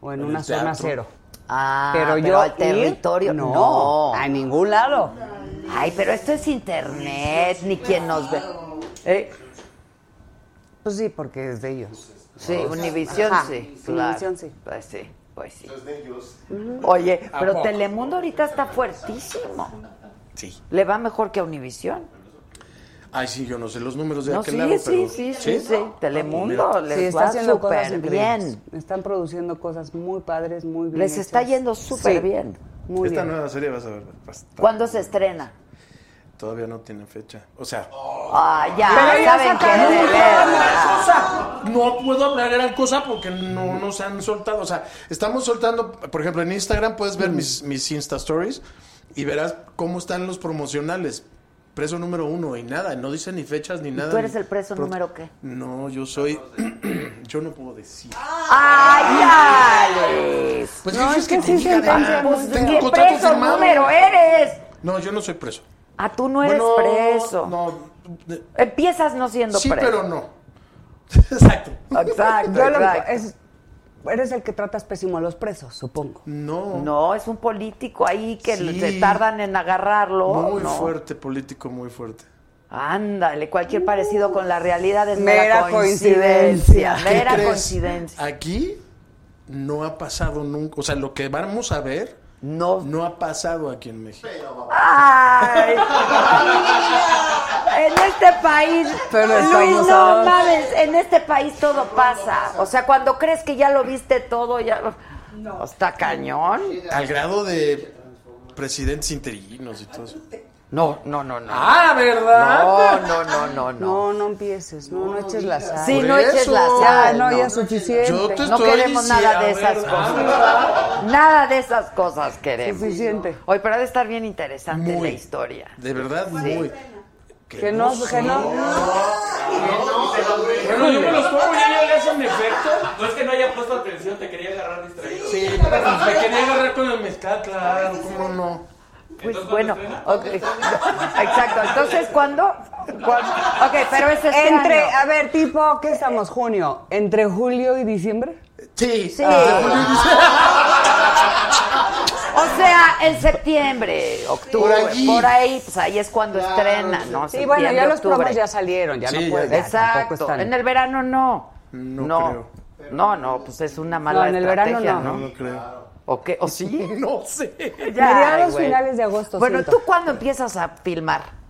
S1: o en,
S4: en
S1: una
S4: el
S1: zona
S4: teatro.
S1: cero.
S6: Ah,
S1: pero yo
S6: al
S1: ir,
S6: territorio no.
S1: no, a ningún lado.
S6: Ay, pero esto es internet, ni quien nos ve. ¿Eh?
S1: Pues sí, porque es de ellos.
S6: Sí, Univisión
S1: Ajá,
S6: sí, claro.
S1: Univisión sí.
S6: Pues sí, pues sí.
S2: Los de ellos.
S6: Oye,
S4: ¿A
S6: pero
S4: poco?
S6: Telemundo ahorita está fuertísimo.
S4: Sí.
S6: Le va mejor que a Univisión.
S4: Ay, sí, yo no sé los números de
S6: No, sí,
S4: aquel lado,
S6: sí,
S4: pero...
S6: sí, sí, sí. Telemundo les
S1: Sí,
S6: va
S1: está haciendo cosas
S6: súper
S1: increíbles.
S6: bien.
S1: Están produciendo cosas muy padres, muy bien.
S6: Les está
S1: hechas.
S6: yendo súper
S1: Sí,
S6: bien.
S1: Muy
S4: Esta
S1: bien.
S4: nueva serie vas a ver. bastante.
S6: ¿Cuándo se estrena?
S4: Todavía no tiene fecha. O sea,
S6: Ah, ya,
S4: Pero ya
S6: saben que
S4: sacaron
S6: de
S4: un
S6: verdad.
S4: cosa. No puedo hablar gran cosa porque no nos han soltado. O sea, estamos soltando, por ejemplo, en Instagram puedes ver mis,
S6: Mm.
S4: mis Insta Stories y verás cómo están los promocionales. Preso número uno y nada, no dice ni fechas ni nada.
S6: ¿Tú eres el preso
S4: Pro-
S6: número qué?
S4: No, yo soy. yo no puedo decir.
S6: Ah, ¡Ay, Alex!
S4: Pues
S1: No,
S4: ¿qué
S1: es
S4: quieres
S1: que
S4: te
S1: sí
S4: diga,
S1: sentencia
S4: nena?
S1: muy
S4: Tengo
S1: fea.
S4: un
S6: ¿Qué
S4: contrato
S6: preso
S4: firmado.
S6: número eres?
S4: No, yo no soy preso.
S6: Ah, tú no eres
S4: Bueno,
S6: preso.
S4: No. de-
S6: Empiezas no siendo
S4: Sí,
S6: preso.
S4: pero no. Exacto.
S6: Exacto,
S1: Yo lo-
S6: exacto.
S1: es- eres el que tratas pésimo a los presos, supongo.
S4: No.
S6: No, es un político ahí que
S4: Sí.
S6: se tardan en agarrarlo.
S4: Muy
S6: ¿no?
S4: fuerte, político muy fuerte.
S6: Ándale, cualquier parecido con la realidad es
S1: Mera
S6: mera coincidencia.
S4: ¿Qué
S6: Mera
S4: crees?
S6: coincidencia.
S4: Aquí no ha pasado nunca. O sea, lo que vamos a ver
S6: no,
S4: ha pasado aquí en México.
S6: ¡Ay! en este país,
S1: Pero
S6: Luis,
S1: estamos
S6: no
S1: a-
S6: mames, en este país todo pasa. O sea, cuando crees que ya lo viste todo, ya... Está cañón.
S4: Al grado de presidentes interinos y todo eso.
S6: No, no, no, no.
S4: Ah, ¿verdad?
S6: No, no, no, no, no.
S1: No, no empieces, no, no eches la sal.
S6: Sí,
S4: Por
S6: no eches
S4: eso.
S6: la
S1: Ya,
S6: sal.
S1: Ah, no,
S6: no.
S1: ya es suficiente.
S4: Yo te
S6: No
S4: estoy
S6: queremos nada de
S4: diciendo,
S6: esas
S4: ¿verdad?
S6: cosas. Nada de esas cosas queremos.
S1: Suficiente.
S6: Hoy, pero ha de estar bien interesante la historia.
S4: De verdad, muy.
S1: Que no, que no.
S16: Bueno, yo me los pongo ya no le hacen efecto. No es que no haya puesto atención, te quería agarrar distraído.
S4: Sí, me quería agarrar con el mezcal, claro, cómo no.
S6: Pues
S16: Entonces,
S6: bueno,
S16: ¿cuándo estrena?
S6: ok. exacto. Entonces, ¿cuándo? ¿Cuándo? Ok, pero es este
S1: Entre,
S6: año.
S1: a ver, tipo, ¿qué estamos? ¿Junio? ¿Entre julio y diciembre? Ah,
S4: Sí, ah,
S6: Sí. O sea, en septiembre, octubre,
S4: Por
S6: por,
S4: allí.
S6: ahí, pues ahí es cuando estrena, ¿no?
S1: Sí, bueno, ya
S6: Septiembre,
S1: los
S6: octubre.
S1: promos ya salieron, ya
S4: Sí,
S1: no
S4: ya,
S1: puedes.
S4: ya.
S1: tampoco
S6: Exacto.
S1: están-
S6: En el verano no.
S4: No
S6: No,
S4: creo.
S6: no, no, pues es una mala
S1: No, en el verano
S6: estrategia,
S4: No,
S1: no.
S6: ¿no?
S4: no creo.
S6: ¿O qué? ¿O sí?
S4: No sé.
S6: Ya,
S1: Mediados,
S6: güey.
S1: finales de agosto,
S6: Bueno,
S1: siento.
S6: ¿tú cuándo empiezas a filmar?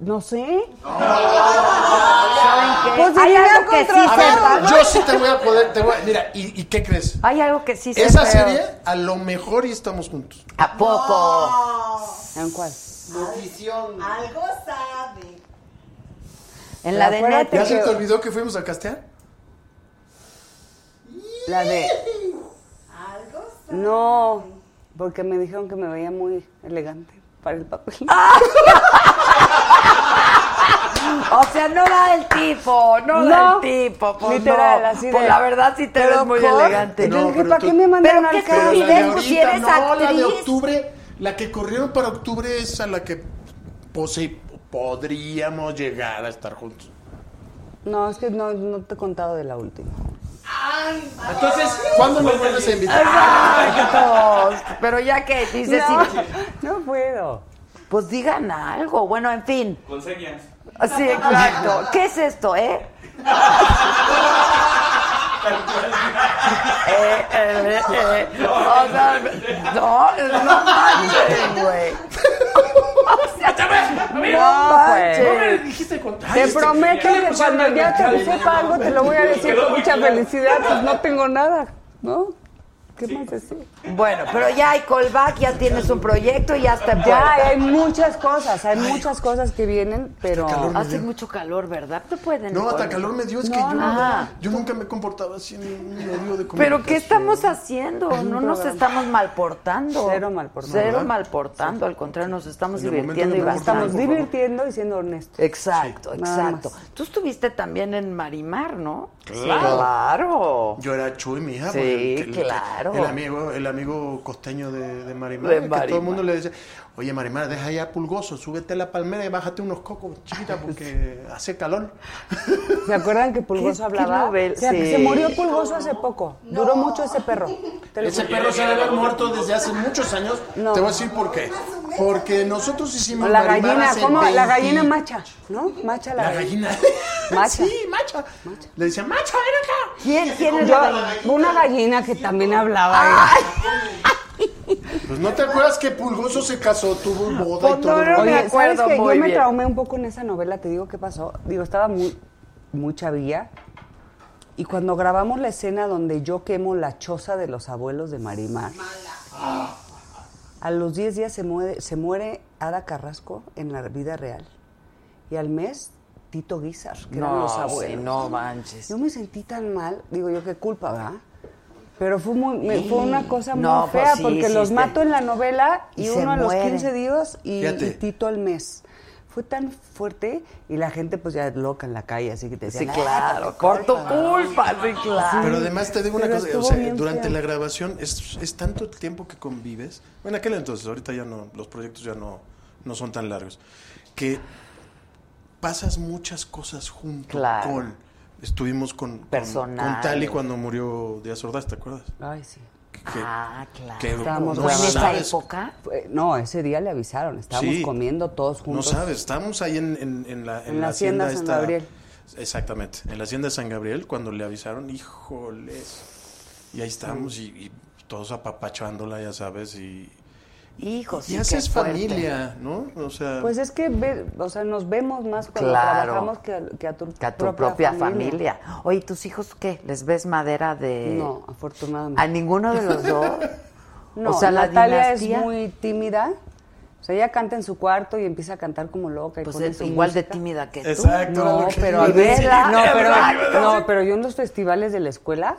S1: No sé.
S6: ¿Saben qué?
S1: Pues
S6: Hay
S1: diría
S6: algo que sí
S1: contra-
S4: A ver,
S6: sepa.
S4: yo sí te voy a poder, te voy a- mira, ¿y, y qué crees?
S6: Hay algo que Ah, sí
S4: Esa
S6: sepa.
S4: serie, a lo mejor y estamos juntos.
S6: ¿A poco?
S1: ¿En cuál?
S17: Algo sabe.
S6: En la de
S1: Acuérdate
S4: ¿Ya
S6: Netflix.
S4: se te
S1: creo.
S4: olvidó que fuimos a castear?
S1: La de.
S17: Algo sabe.
S1: No, porque me dijeron que me veía muy elegante para el papel.
S6: Ah, O sea, no da el tipo, no, da el tipo. Pues
S1: literal,
S6: no.
S1: así de-
S6: Pues la verdad sí te
S1: Pero
S6: ves muy
S1: con-
S6: elegante.
S1: Yo
S4: No,
S1: dije,
S4: pero
S1: ¿para
S4: tú-
S1: qué me mandaron
S6: Pero
S1: al
S6: qué
S4: Pero
S1: cast?
S4: la de
S6: evidente, si
S4: ahorita,
S6: eres
S4: no, la de
S6: actriz.
S4: octubre, la que corrieron para octubre es a la que pose- podríamos llegar a estar juntos.
S1: No, es que no, no te he contado de la última.
S4: Entonces, ¿cuándo nos vuelves a invitar?
S6: Exacto. Pero ya que dices,
S1: No,
S6: sí,
S1: no puedo.
S6: pues digan algo. Bueno, en fin.
S16: Con señas.
S6: Sí, exacto. ¿Qué es esto, eh? Eh, eh, eh, eh. O sea, no, no manches, güey. O sea, no
S1: pues.
S6: manches.
S4: dijiste contar.
S1: Te prometo que cuando ya te sepa algo te lo voy a decir
S16: Quedó
S1: con
S16: muy
S1: mucha
S16: claro.
S1: felicidad, pues no tengo nada, ¿no? ¿Qué más decir?
S6: Bueno, pero ya hay callback, ya tienes un proyecto y ya está en
S1: Ya,
S6: puerta.
S1: hay muchas cosas, hay muchas cosas que vienen, pero...
S6: Hace mucho calor, ¿verdad? No pueden.
S4: No, hasta calor me dio, es que
S6: No,
S4: yo,
S6: nada.
S4: yo nunca me he comportado así en un medio de comunicación.
S6: Pero ¿qué estamos haciendo? No nos
S1: programa.
S6: estamos malportando.
S1: Cero malportando.
S6: Cero
S4: ¿Verdad?
S6: malportando, al contrario, nos estamos
S4: En el momento
S6: divirtiendo y
S4: de
S1: Nos
S4: malportar,
S6: bastante.
S1: estamos
S4: por favor.
S1: divirtiendo y siendo honestos.
S6: Exacto,
S1: Sí. Nada
S6: exacto. Tú estuviste también en Marimar, ¿no?
S4: Claro.
S6: Claro.
S4: Yo era Chuy, mi hija.
S6: Sí, claro.
S4: El amigo, el amigo costeño de, de Marimar.
S6: De
S4: que
S6: Marimar.
S4: todo el mundo le decía, oye Marimar, deja ya pulgoso, súbete a la palmera y bájate unos cocos, chiquita, porque hace calor.
S1: ¿Se acuerdan que
S6: ¿Qué-
S1: Pulgoso
S6: qué
S1: hablaba?
S6: novel-
S1: Se,
S6: sí.
S1: se murió Pulgoso hace poco. Duró mucho ese perro. Te lo
S4: Ese
S1: juro.
S4: perro se debe haber muerto desde hace muchos años.
S1: No.
S4: Te voy a decir por qué. Porque nosotros hicimos
S1: la
S4: Marimar
S1: gallina,
S4: hace
S1: ¿cómo? La
S4: 20.
S1: gallina macha, ¿no? Macha la,
S4: La gallina.
S1: Macha.
S4: Sí, macha. Le decía, macha, ven acá.
S6: ¿Quién, quién es
S1: Yo,
S6: la-
S1: una gallina que también hablaba.
S4: Pues no te acuerdas que Pulgoso se casó, tuvo boda
S6: Pues
S4: y
S6: no,
S4: todo.
S6: no,
S4: rollo?
S6: me
S1: Oye,
S6: acuerdo
S1: ¿sabes que
S6: muy
S1: Yo me
S6: bien.
S1: traumé un poco en esa novela, te digo qué pasó. Digo, estaba muy, muy chavilla. Y cuando grabamos la escena donde yo quemo la choza de los abuelos de Marimar, a los 10 días se muere, se muere Ada Carrasco en la vida real. Y al mes, Tito Guizar, que eran
S6: No,
S1: los
S6: sí,
S1: abuelos.
S6: no manches.
S1: Yo me sentí tan mal, digo yo, qué culpa, ¿verdad? Pero fue, muy, me- fue una cosa muy
S6: No, pues
S1: fea,
S6: sí,
S1: porque
S6: sí,
S1: los
S6: sí.
S1: mato en la novela y,
S6: Y se
S1: uno a los
S6: mueren.
S1: 15 días y,
S4: Fíjate.
S1: y Tito al mes. Fue tan fuerte y la gente pues ya loca en la calle, así que te decían,
S6: Sí,
S1: "Ah,
S6: claro,
S1: pues,
S6: por tu culpa, sí, claro.
S4: Pero además te digo una
S1: Pero
S4: cosa, o
S1: estuvo
S4: sea,
S1: bien
S4: durante
S1: feo.
S4: la grabación es, es tanto el tiempo que convives. Bueno, aquel entonces, ahorita ya no, los proyectos ya no, no son tan largos. Que pasas muchas cosas junto
S6: Claro.
S4: con Estuvimos con, con,
S6: Personal.
S4: con Tali cuando murió Díaz Ordaz, ¿te acuerdas?
S1: Ay, sí.
S6: Ah, claro.
S4: que
S1: Estábamos
S4: no
S1: bueno,
S4: sabes.
S6: época?
S1: No, ese día le avisaron. Estábamos
S4: Sí.
S1: comiendo todos juntos.
S4: No sabes, estábamos ahí en, en- en la,
S1: En la hacienda San Gabriel.
S4: Exactamente, en la hacienda de San Gabriel, cuando le avisaron, híjoles. Y ahí
S1: Mm.
S4: estábamos y, y todos apapachándola, ya sabes, y...
S6: Hijos,
S4: Y
S1: sí,
S4: haces
S1: qué fuerte.
S4: familia, ¿no? O sea...
S1: Pues es que, ve- o sea, nos vemos más cuando
S6: Claro.
S1: trabajamos que a, que a tu,
S6: Que a tu propia, familia. Oye, ¿tus hijos qué? ¿Les ves madera de...?
S1: No, afortunadamente.
S6: ¿A ninguno de los dos?
S1: No,
S6: o sea, la
S1: Natalia
S6: dinastía-
S1: es muy tímida. O sea, ella canta en su cuarto y empieza a cantar como loca. Y
S6: Pues
S1: pone
S6: es
S1: su
S6: igual de
S1: música.
S6: tímida que tú.
S1: Exacto, No, lo que pero iba a a ver, decir. no, pero- no, pero yo en los festivales de la escuela,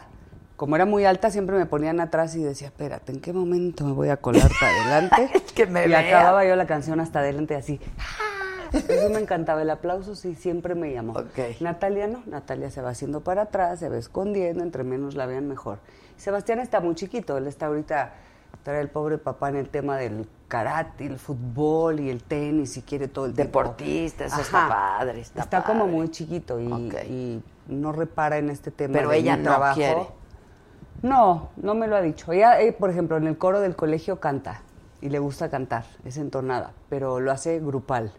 S1: como era muy alta, siempre me ponían atrás y decía, espérate, ¿en qué momento me voy a colar para adelante?
S6: que me
S1: y
S6: vea.
S1: acababa yo la canción hasta adelante así. Eso me encantaba, el aplauso sí siempre me llamó. Natalia no, Natalia se va haciendo para atrás, se va escondiendo, entre menos la vean mejor. Sebastián está muy chiquito, él está ahorita, trae el pobre papá en el tema del karate, el fútbol y el tenis, si quiere todo el
S6: Deportista, eso está padre, está
S1: como muy chiquito y, y no repara en este tema.
S6: Pero
S1: de
S6: ella
S1: mi
S6: no
S1: trabajo.
S6: quiere.
S1: No, no me lo ha dicho. Ella, eh, por ejemplo, en el coro del colegio canta y le gusta cantar, es entonada, pero lo hace grupal.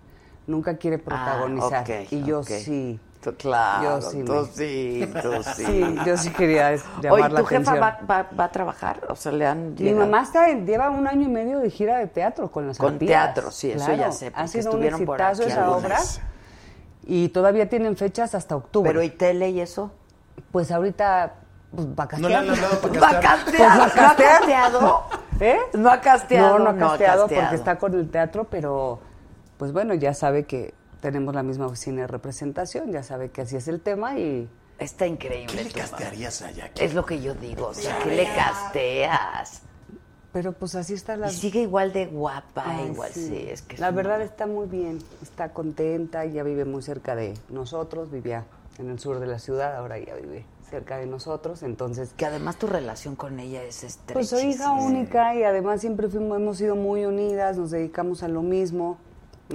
S1: Nunca quiere protagonizar.
S6: Ah, ok,
S1: y yo
S6: ok.
S1: sí.
S6: Claro,
S1: Yo sí
S6: tú
S1: me-
S6: sí, tú sí.
S1: Sí, yo sí quería es- llamar
S6: Oye, ¿tu
S1: la
S6: jefa
S1: atención.
S6: va, va- va a trabajar? O sea, le han
S1: Mi
S6: llegado-
S1: mamá está, en- lleva un año y medio de gira de teatro con las
S6: Con
S1: arpías.
S6: teatro, sí, eso ya sé,
S1: Ha
S6: porque
S1: sido un
S6: estuvieron por
S1: exitazo
S6: aquí
S1: esa obra.
S6: algunas.
S1: Y todavía tienen fechas hasta octubre.
S6: Pero ¿y tele y eso?
S1: Pues ahorita, pues va
S6: No le han hablado para
S1: Va
S6: castear. Va a castear.
S1: castear.
S6: ¿No ha casteado?
S1: ¿Eh?
S6: No ha casteado,
S1: No, no ha
S6: no ha
S1: casteado,
S6: casteado.
S1: porque está con el teatro, pero pues bueno, ya sabe que tenemos la misma oficina de representación, ya sabe que así es el tema y...
S6: Está increíble. ¿Qué le
S4: castearías allá?
S6: Es lo que yo digo, o sea, ¿qué le casteas?
S1: Pero pues así está la...
S6: Y sigue igual de guapa,
S1: Ay,
S6: igual sí. es que es
S1: la
S6: un-
S1: verdad está muy bien, está contenta, ya vive muy cerca de nosotros, vivía en el sur de la ciudad, ahora ya vive cerca de nosotros, entonces...
S6: Que además tu relación con ella es estrechísima.
S1: Pues soy hija única y además siempre fuimos, hemos sido muy unidas, nos dedicamos a lo mismo.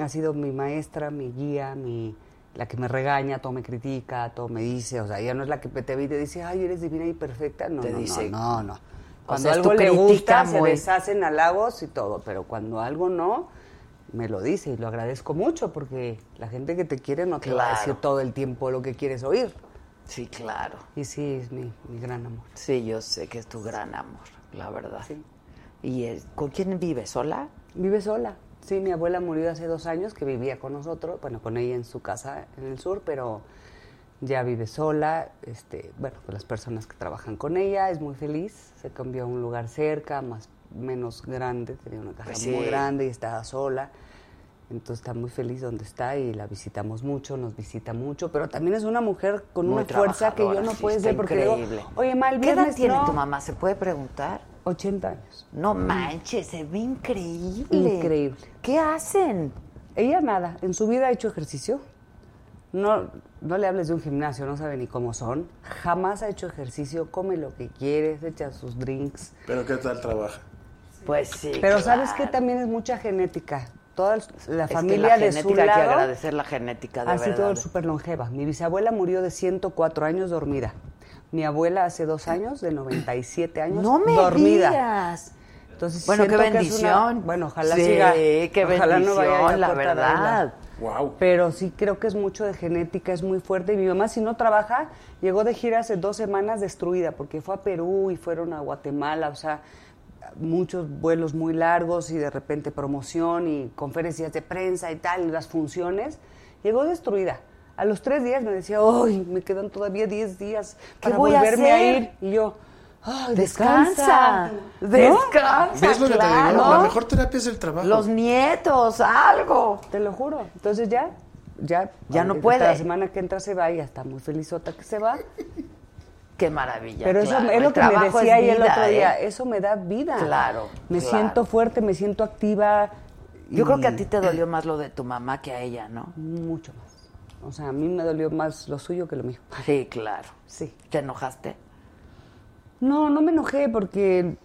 S1: Ha sido mi maestra, mi guía, mi la que me regaña, todo me critica, todo me dice, o sea, ella no es la que te ve y te dice, ay, eres divina y perfecta, no,
S6: Te
S1: no,
S6: dice-
S1: no, no, no.
S6: O
S1: Cuando
S6: sea, es tu
S1: algo le gusta,
S6: crítica muy-
S1: se deshacen halagos y todo, pero cuando algo no, me lo dice y lo agradezco mucho porque la gente que te quiere no te va a
S6: Claro.
S1: decir todo el tiempo lo que quieres oír.
S6: Sí, claro.
S1: Y sí, es mi, mi gran amor.
S6: Sí, yo sé que es tu gran amor, la verdad. ¿Y es- con quién vive? ¿Sola?
S1: Vive sola. Sí, mi abuela murió hace dos años, que vivía con nosotros, bueno, con ella en su casa en el sur, pero ya vive sola. Este, bueno, con las personas que trabajan con ella, es muy feliz. Se cambió a un lugar cerca, más menos grande, tenía una casa
S6: Pues sí.
S1: muy grande y estaba sola. Entonces está muy feliz donde está y la visitamos mucho, nos visita mucho, pero también es una mujer con
S6: Muy
S1: una fuerza que yo
S6: trabajadora,
S1: no
S6: sí,
S1: puedo
S6: está
S1: ser porque digo,
S6: increíble.
S1: oye, mal
S6: ¿Qué edad tiene tu mamá? ¿Se puede preguntar?
S1: 80 años.
S6: No manches, se ve increíble.
S1: Mm. Increíble.
S6: ¿Qué hacen?
S1: Ella nada, en su vida ha hecho ejercicio. No, no le hables de un gimnasio, no sabe ni cómo son. Jamás ha hecho ejercicio, come lo que quieres, echa sus drinks.
S4: Pero ¿qué tal trabaja?
S6: Pues sí.
S1: Pero sabes que también es mucha genética. Toda la
S6: Es que
S1: familia de su
S6: genética, hay que
S1: lado
S6: agradecer la genética, de
S1: ha sido
S6: verdad.
S1: súper longeva. Mi bisabuela murió de 104 años dormida. Mi abuela hace dos años de 97 años
S6: No me
S1: dormida.
S6: digas.
S1: Entonces,
S6: Bueno,
S1: siento que
S6: qué
S1: es una-
S6: bendición.
S1: bueno, ojalá
S6: Sí,
S1: siga.
S6: qué
S1: ojalá no vaya
S6: bendición,
S1: yo
S6: la
S1: corta de
S6: verdad.
S4: Wow.
S1: Pero sí creo que es mucho de genética, es muy fuerte. Y mi mamá, si no trabaja, llegó de gira hace dos semanas destruida, porque fue a Perú y fueron a Guatemala, o sea, muchos vuelos muy largos y de repente promoción y conferencias de prensa y tal, y las funciones. Llegó destruida. A los tres días me decía, ¡ay, me quedan todavía diez días
S6: ¿Qué
S1: para
S6: voy a
S1: volverme a,
S6: hacer?
S1: ir! Y yo, ¡ay,
S6: Descansa.
S1: descansa! ¿No?
S6: Descansa.
S4: ¿Ves lo que te
S6: claro.
S4: digo? La mejor terapia es el trabajo.
S6: Los nietos, algo.
S1: Te lo juro. Entonces ya, ya.
S6: Ya no
S1: ahorita
S6: puede.
S1: La semana que entra se va y ya está muy felizota que se va.
S6: Qué maravilla.
S1: Pero eso
S6: claro.
S1: es
S6: El
S1: lo que me
S6: trabajo
S1: decía
S6: es
S1: ella el
S6: vida,
S1: otro día.
S6: ¿eh?
S1: Eso me da vida.
S6: Claro,
S1: Me
S6: claro.
S1: siento fuerte, me siento activa.
S6: Yo creo que a
S1: y-
S6: ti te dolió más lo de tu mamá que a ella, ¿no?
S1: Mucho más. O sea, a mí me dolió más lo suyo que lo mío.
S6: Sí, claro.
S1: Sí.
S6: ¿Te enojaste?
S1: No, no me enojé porque,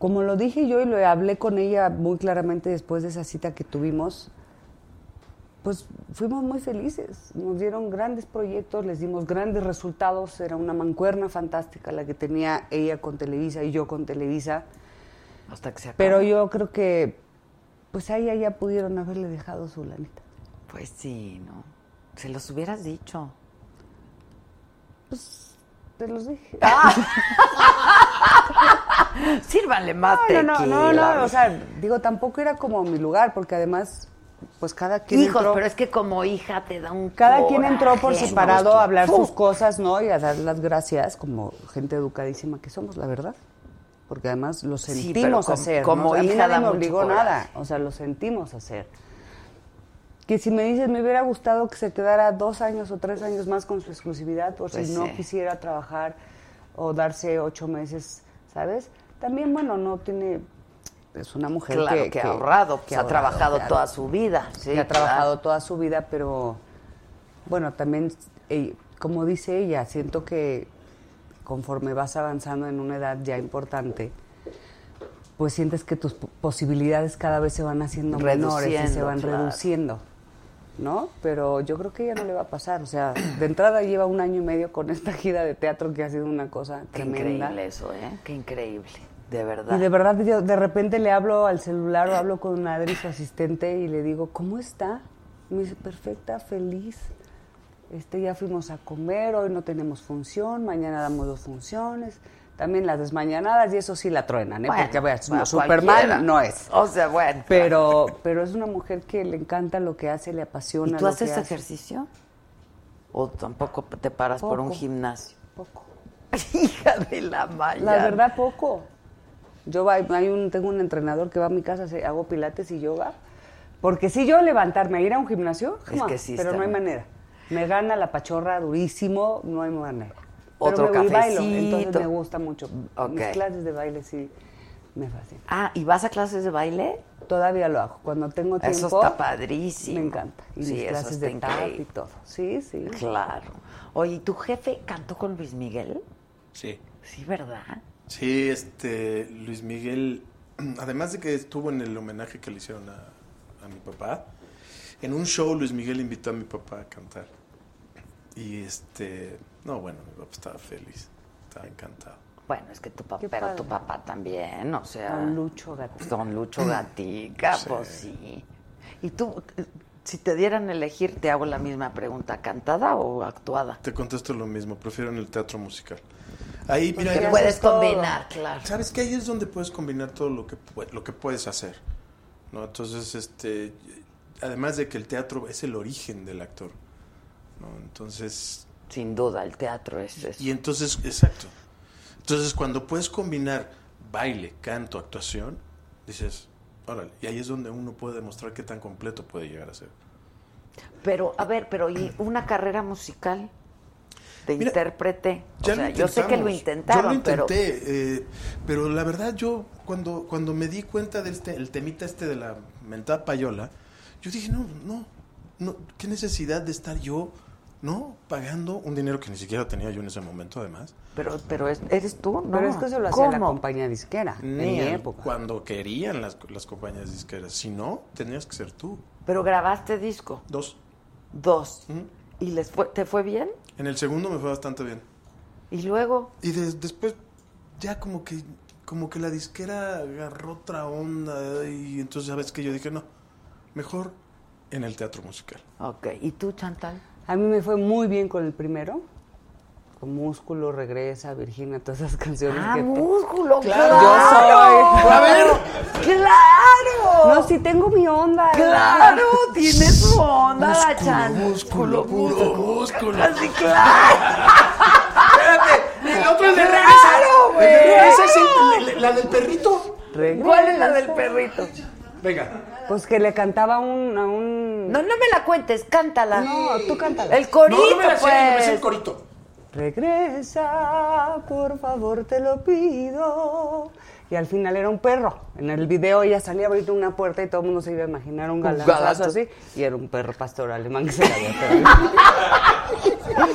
S1: como lo dije yo y lo hablé con ella muy claramente después de esa cita que tuvimos, pues fuimos muy felices. Nos dieron grandes proyectos, les dimos grandes resultados. Era una mancuerna fantástica la que tenía ella con Televisa y yo con Televisa.
S6: Hasta que se acabó.
S1: Pero yo creo que, pues a ella ya pudieron haberle dejado su lanita.
S6: Pues sí, ¿no? Se los hubieras dicho.
S1: Pues te los dije.
S6: Ah, Sírvanle más
S1: No, no, no, no,
S6: tequila.
S1: no, o sea, digo, tampoco era como mi lugar, porque además, pues cada quien
S6: Hijos,
S1: entró,
S6: pero es que como hija te da un
S1: cada quien entró por
S6: coraje,
S1: separado
S6: ¿no?
S1: a hablar sus
S6: Fu.
S1: cosas, ¿no? Y a dar las gracias como gente educadísima que somos, la verdad. Porque además lo
S6: Sí,
S1: sentimos
S6: pero com-
S1: hacer. ¿no?
S6: como
S1: O sea, a mí
S6: hija
S1: nadie
S6: da
S1: me
S6: mucho
S1: obligó
S6: coraje.
S1: nada, o sea, lo sentimos hacer. Que si me dices, me hubiera gustado que se quedara dos años o tres años más con su exclusividad, por
S6: Pues
S1: si no
S6: sí.
S1: quisiera trabajar o darse ocho meses, ¿sabes? También, bueno, no tiene. Es una mujer
S6: Claro,
S1: que,
S6: que ha ahorrado, que ha trabajado toda su
S1: vida.
S6: sí,
S1: que ha
S6: claro.
S1: trabajado toda su vida, pero bueno, también, eh, como dice ella, siento que conforme vas avanzando en una edad ya importante, pues sientes que tus po- posibilidades cada vez se van haciendo menores y se
S6: Reduciendo,
S1: van
S6: claro.
S1: reduciendo, ¿no? Pero yo creo que ella no le va a pasar. O sea, de entrada lleva un año y medio con esta gira de teatro que ha sido una cosa
S6: Qué
S1: tremenda.
S6: increíble eso, ¿eh? Qué increíble, de verdad.
S1: Y de verdad, yo de repente le hablo al celular o hablo con Adri, su asistente, y le digo, ¿cómo está? Me dice, perfecta, feliz. Este, ya fuimos a comer, hoy no tenemos función, mañana damos dos funciones. También las desmañanadas, y eso sí la truenan, ¿eh?
S6: Bueno,
S1: Porque, a ver,
S6: bueno, cualquiera.
S1: Superman no es.
S6: O sea, bueno.
S1: Pero, pero es una mujer que le encanta lo que hace, le apasiona.
S6: ¿Y tú
S1: lo
S6: haces
S1: que hace.
S6: ejercicio? ¿O tampoco te paras por un
S1: Poco.
S6: gimnasio?
S1: Poco.
S6: Hija de la malla.
S1: La verdad, poco. Yo va- hay un- tengo un entrenador que va a mi casa, se- hago pilates y yoga. Porque si yo levantarme a ir a un gimnasio,
S6: que
S1: jamás,
S6: sí
S1: pero
S6: está
S1: no hay
S6: muy-
S1: manera. Me gana la pachorra durísimo, no hay manera.
S6: Otro
S1: pero me, y bailo,
S6: cafecito.
S1: entonces me gusta mucho. Mis
S6: Ok.
S1: clases de baile sí me fascinan.
S6: Ah, ¿y vas a clases de baile?
S1: Todavía lo hago. Cuando tengo tiempo.
S6: Eso está padrísimo.
S1: Me encanta. Y
S6: Sí,
S1: mis
S6: eso
S1: clases
S6: está
S1: de tap y
S6: increíble.
S1: todo. Sí, sí.
S6: Claro. Oye, ¿y tu jefe cantó con Luis Miguel?
S4: Sí.
S6: Sí, ¿verdad?
S4: Sí, este, Luis Miguel, además de que estuvo en el homenaje que le hicieron a, a mi papá, en un show Luis Miguel invitó a mi papá a cantar. Y este, no, bueno, mi papá estaba feliz, estaba encantado.
S6: Bueno, es que tu papá,
S1: Qué
S6: pero tu
S1: padre.
S6: papá también, o sea. pues,
S1: Don Lucho Gatica.
S6: Don Lucho Gatica,
S4: Sí.
S6: pues sí. Y tú, eh, si te dieran a elegir, te hago la misma pregunta, ¿cantada o actuada?
S4: Te contesto lo mismo, prefiero en el teatro musical. Ahí, mira,
S6: Porque
S4: ahí-
S6: Pues puedes combinar, claro.
S4: Sabes que ahí es donde puedes combinar todo lo que pue- lo que puedes hacer. ¿No? Entonces, este además de que el teatro es el origen del actor. ¿No? Entonces,
S6: sin duda, el teatro es eso.
S4: Y entonces, exacto. Entonces, cuando puedes combinar baile, canto, actuación, dices, órale, y ahí es donde uno puede demostrar qué tan completo puede llegar a ser.
S6: Pero, a ver, pero ¿y una carrera musical de
S4: Mira,
S6: intérprete? O
S4: Ya
S6: sea,
S4: lo
S6: yo sé que lo
S4: intentamos.
S6: intentaron,
S4: Yo lo intenté,
S6: pero...
S4: eh, pero la verdad yo cuando, cuando me di cuenta del este- el temita este de la mentada payola, yo dije, no, no, no, qué necesidad de estar yo, ¿no? Pagando un dinero que ni siquiera tenía yo en ese momento, además.
S6: Pero, pero es- eres tú, ¿no?
S1: Pero es que eso lo hacía la
S6: ¿Cómo?
S1: compañía disquera
S4: Ni
S1: en mi
S4: en-
S1: época.
S4: Cuando querían las, las compañías disqueras. Si no, tenías que ser tú.
S6: Pero grabaste disco,
S4: Dos.
S6: dos.
S4: Ujú.
S6: ¿Y les fue- te fue bien?
S4: En el segundo me fue bastante bien.
S6: Y luego...
S4: Y des- después ya como que como que la disquera agarró otra onda y entonces sabes que yo dije, no, mejor en el teatro musical.
S6: Ok, ¿y tú, Chantal?
S1: A mí me fue muy bien con el primero. Con Músculo, Regresa, Virginia, todas esas canciones
S6: Ah,
S1: que...
S6: músculo, claro. Ah,
S1: Claro, yo soy.
S6: A ver. Claro.
S1: No, sí tengo mi onda.
S6: Claro, tienes su onda, la
S4: Músculo,
S6: Chan.
S4: músculo, puro músculo.
S6: Así, claro.
S4: El otro es de
S6: Claro, güey.
S4: la del perrito.
S1: Regresa.
S6: ¿Cuál es la del perrito?
S4: Venga.
S1: Pues que le cantaba un, a un...
S6: No, no me la cuentes, cántala.
S1: No, tú cántala.
S6: El corito,
S4: sé,
S6: pues.
S4: sé corito.
S1: Regresa, por favor, te lo pido. Y al final era un perro. En el video ella salía a abrir una puerta y todo el mundo se iba a imaginar un
S6: galazo.
S1: galanazo así. Y era un perro pastor alemán que se la había pegado.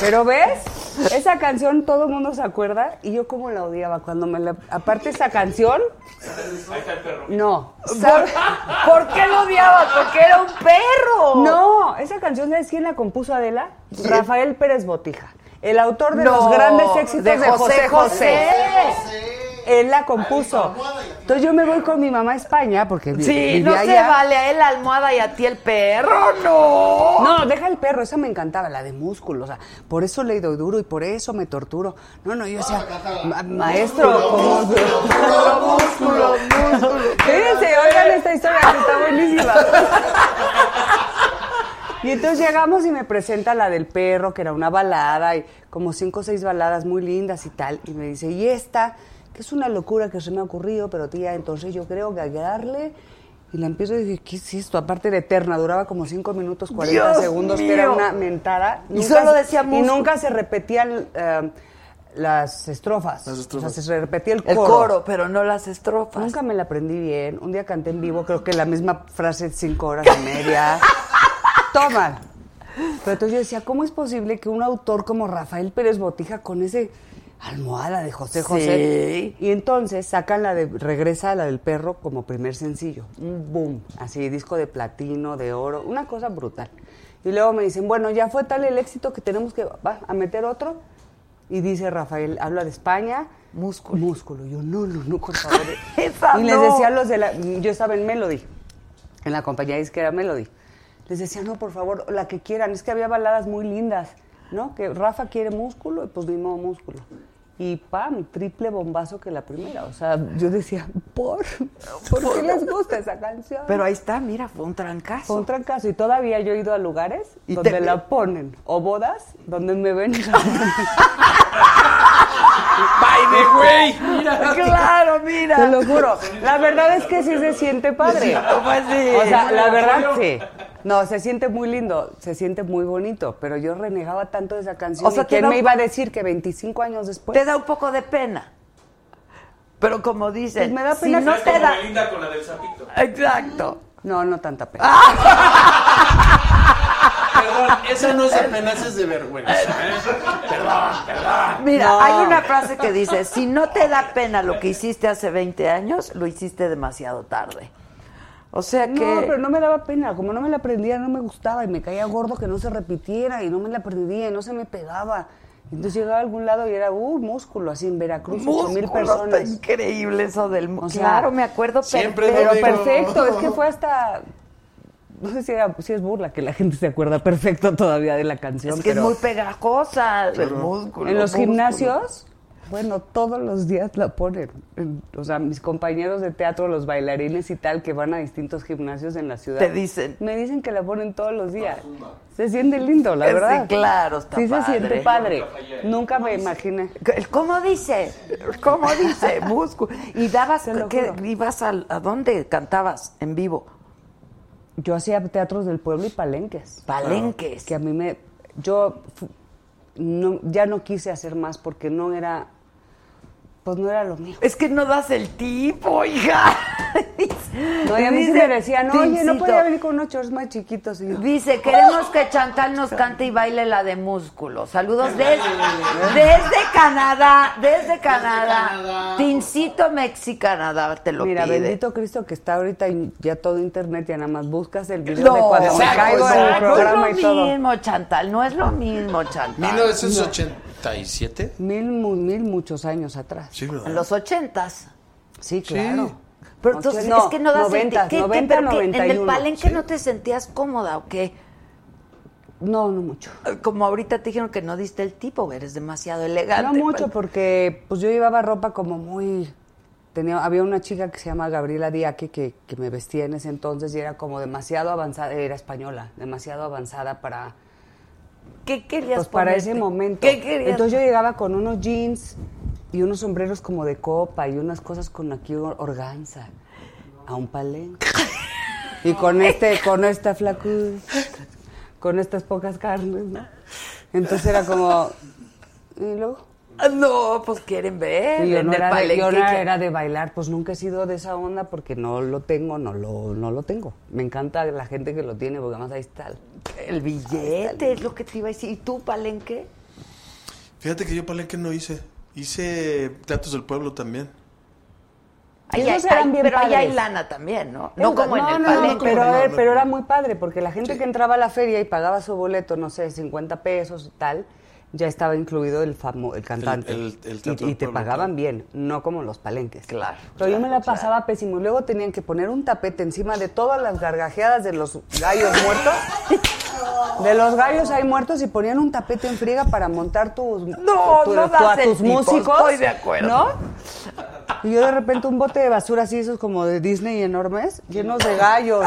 S1: Pero ves, esa canción todo el mundo se acuerda y yo como la odiaba cuando me la... Aparte esa canción,
S16: Ahí está el perro.
S1: No.
S16: ¿Por-
S6: ¿Por qué lo odiabas? Porque era un perro.
S1: No, esa canción, ¿sabes quién la compuso Adela? Rafael Pérez Botija. El autor de
S6: No,
S1: los grandes éxitos
S6: de
S1: de
S6: José
S1: José José.
S6: José.
S1: Él la compuso. Entonces yo me voy con mi mamá a España porque vi-
S6: Sí,
S1: vivía
S6: no se
S1: allá.
S6: vale a él la almohada y a ti el perro, no.
S1: No, deja el perro, esa me encantaba, la de músculo. O sea, por eso le doy duro y por eso me torturo. No, no, yo decía, "Ma- maestro, como.
S2: músculo,
S1: Fíjense, oigan esta historia que está buenísima. Y entonces llegamos y me presenta la del perro, que era una balada, y como cinco o seis baladas muy lindas y tal. Y me dice, y esta, que es una locura que se me ha ocurrido, pero tía, entonces yo creo que hay que darle. Y la empiezo a decir, ¿qué es esto? Aparte de eterna, duraba como cinco minutos, 40
S6: Dios
S1: segundos, que era
S6: mío.
S1: una mentada.
S6: Y solo decía
S1: Y
S6: músculo.
S1: nunca se repetían eh, las estrofas.
S6: Las estrofas.
S1: O sea, se repetía el
S6: El
S1: coro.
S6: coro, pero no las estrofas.
S1: Nunca me la aprendí bien. Un día canté en vivo, creo que la misma frase cinco horas y media. Toma. Pero entonces yo decía, ¿cómo es posible que un autor como Rafael Pérez Botija con ese almohada de José José? Y entonces sacan la de regresa la del perro como primer sencillo. Un boom, así disco de platino, de oro, una cosa brutal. Y luego me dicen, bueno, ya fue tal el éxito que tenemos que va, a meter otro. Y dice Rafael, habla de España. Músculo. Músculo. Yo, no, no, no, por favor.
S6: Esa
S1: y les
S6: no.
S1: decía a los de la. Yo estaba en Melody, en la compañía disquera Melody. Les decía, no, por favor, la que quieran. Es que había baladas muy lindas, ¿no? Que Rafa quiere músculo, y pues ni modo músculo. Y pam, triple bombazo que la primera. O sea, yo decía, ¿por? ¿Por qué les gusta esa canción?
S6: Pero ahí está, mira, fue un trancazo.
S1: Fue un trancazo. Y todavía yo he ido a lugares
S6: Y
S1: donde
S6: te-
S1: la ponen. O bodas, donde me ven y la ponen.
S16: ¡Baile, güey! Mira.
S1: Claro,
S6: mira.
S1: Te lo juro. La verdad es que sí se siente padre.
S6: Pues sí.
S1: O sea, la verdad sí. No, se siente muy lindo, se siente muy bonito, pero yo renegaba tanto de esa canción.
S6: O sea,
S1: ¿y
S6: te da
S1: ¿quién
S6: un
S1: me
S6: po-
S1: iba a decir que 25 años después?
S6: Te da un poco de pena. Pero como
S1: Pues
S6: dicen,
S1: me da pena
S6: si no
S1: que-
S6: te
S16: Como
S6: da...
S16: Belinda con la del sapito.
S6: Exacto.
S1: No, no tanta pena.
S4: Perdón, esa Ah, no es de pena, esa es de vergüenza.
S6: Mira,
S1: No.
S6: hay una frase que dice, si no te da pena lo que hiciste hace 20 años, lo hiciste demasiado tarde. O sea que...
S1: No, pero no me daba pena. Como no me la aprendía, no me gustaba y me caía gordo que no se repitiera y no me la aprendía y no se me pegaba. Entonces llegaba a algún lado y era, uh, músculo, así en Veracruz, ocho mil
S6: Músculo, está
S1: personas.
S6: increíble eso del mu-
S1: O sea,
S6: Claro, me acuerdo
S4: siempre
S6: perfecto.
S1: Pero
S4: digo-
S1: perfecto, es que fue hasta. No sé si, era, si es burla que la gente se acuerda perfecto todavía de la canción.
S6: Es que es
S1: pero
S6: muy pegajosa, el músculo.
S1: en los
S6: músculo.
S1: gimnasios, bueno, todos los días la ponen. En- O sea, mis compañeros de teatro, los bailarines y tal, que van a distintos gimnasios en la ciudad.
S6: Te dicen.
S1: Me dicen que la ponen todos los días. Se siente lindo, la
S6: Eh, Sí,
S1: verdad.
S6: claro, está
S1: Sí
S6: padre.
S1: se siente padre. Nunca me imaginé.
S6: ¿Cómo dice? ¿Cómo dice? Músculo. ¿Y dabas,
S1: Te lo
S6: qué-
S1: juro.
S6: ibas al- a, dónde cantabas en vivo?
S1: Yo hacía teatros del pueblo y palenques.
S6: Palenques.
S1: que a mí me yo fu- no, ya no quise hacer más porque no era pues no era lo mío
S6: Es que no das el tipo, hija.
S1: no, y a mí sí
S6: Dice,
S1: me decían oye no
S6: "Tincito".
S1: podía venir con unos shorts más chiquitos y yo,
S6: Dice, queremos que Chantal nos cante y baile la de músculo. Saludos desde, desde Canadá, desde Canadá. Tincito Mexicanadá, te lo
S1: mira
S6: pide.
S1: bendito Cristo que está ahorita en- ya todo internet ya nada más buscas el video
S6: No,
S1: de cuando me
S4: exacto,
S1: caigo en el
S4: exacto.
S1: programa
S6: no
S1: y
S6: es lo
S1: todo
S6: mismo, Chantal, no es lo mismo,
S1: Ah,
S6: Chantal.
S4: 1987.
S1: mil mu- mil muchos años atrás
S4: Sí, ¿verdad?
S6: En los ochentas.
S1: sí claro
S6: Pero entonces
S1: Ocho- no,
S6: es que no das
S1: noventas,
S6: el ¿qué- qué-
S1: noventa,
S6: pero qué, en el
S1: 91,
S6: palenque
S1: sí.
S6: no te sentías cómoda o qué? Eh,
S1: no no mucho
S6: Como ahorita te dijeron que no diste el tipo, que eres demasiado elegante.
S1: No mucho,
S6: pal-
S1: porque pues yo llevaba ropa como muy... Tenía, había una chica que se llama Gabriela Diaque que, que me vestía en ese entonces y era como demasiado avanzada, era española, demasiado avanzada para,
S6: ¿Qué querías
S1: pues, para
S6: ponerte?
S1: ese momento.
S6: ¿Qué querías?
S1: Entonces yo llegaba con unos jeans y unos sombreros como de copa y unas cosas con aquí or- organza a un palenque. y con este, con esta flacuz, con estas pocas carnes, ¿no? Entonces era como... Y luego...
S6: Ah, No, pues quieren ver.
S1: Sí, yo
S6: en
S1: no,
S6: el
S1: era de,
S6: palenque.
S1: yo no
S6: que-
S1: era de bailar, pues nunca he sido de esa onda porque no lo tengo, no lo, no lo tengo. Me encanta la gente que lo tiene, porque además ahí está. el-
S6: El billete es lo que te iba a decir. ¿Y tú, palenque?
S4: Fíjate que yo palenque no hice. Hice Teatros del Pueblo también.
S6: Ahí
S1: Y
S6: hay-
S1: esos eran
S6: hay-
S1: bien
S6: pero ahí hay
S1: padres.
S6: lana también, ¿no? No como en el Palenque.
S1: pero, a ver, pero era muy padre, porque la gente que entraba a la feria y pagaba su boleto, no sé, 50 pesos y tal, ya estaba incluido el, famo- el cantante.
S16: el- el
S1: y,
S16: teatro
S1: y te
S16: del pueblo,
S1: pagaban bien, no como los palenques. Claro. Pero yo me la pasaba pésimo. Y luego tenían que poner un tapete encima de todas las gargajeadas de los gallos muertos. De los gallos ahí muertos y ponían un tapete en friega para montar tus,
S6: No,
S1: tu-
S6: no
S1: tu-
S6: das
S1: a
S6: el
S1: tus
S6: tipo,
S1: músicos.
S6: estoy de acuerdo.
S1: ¿No? Y yo de repente un bote de basura así, esos como de Disney enormes, llenos de gallos.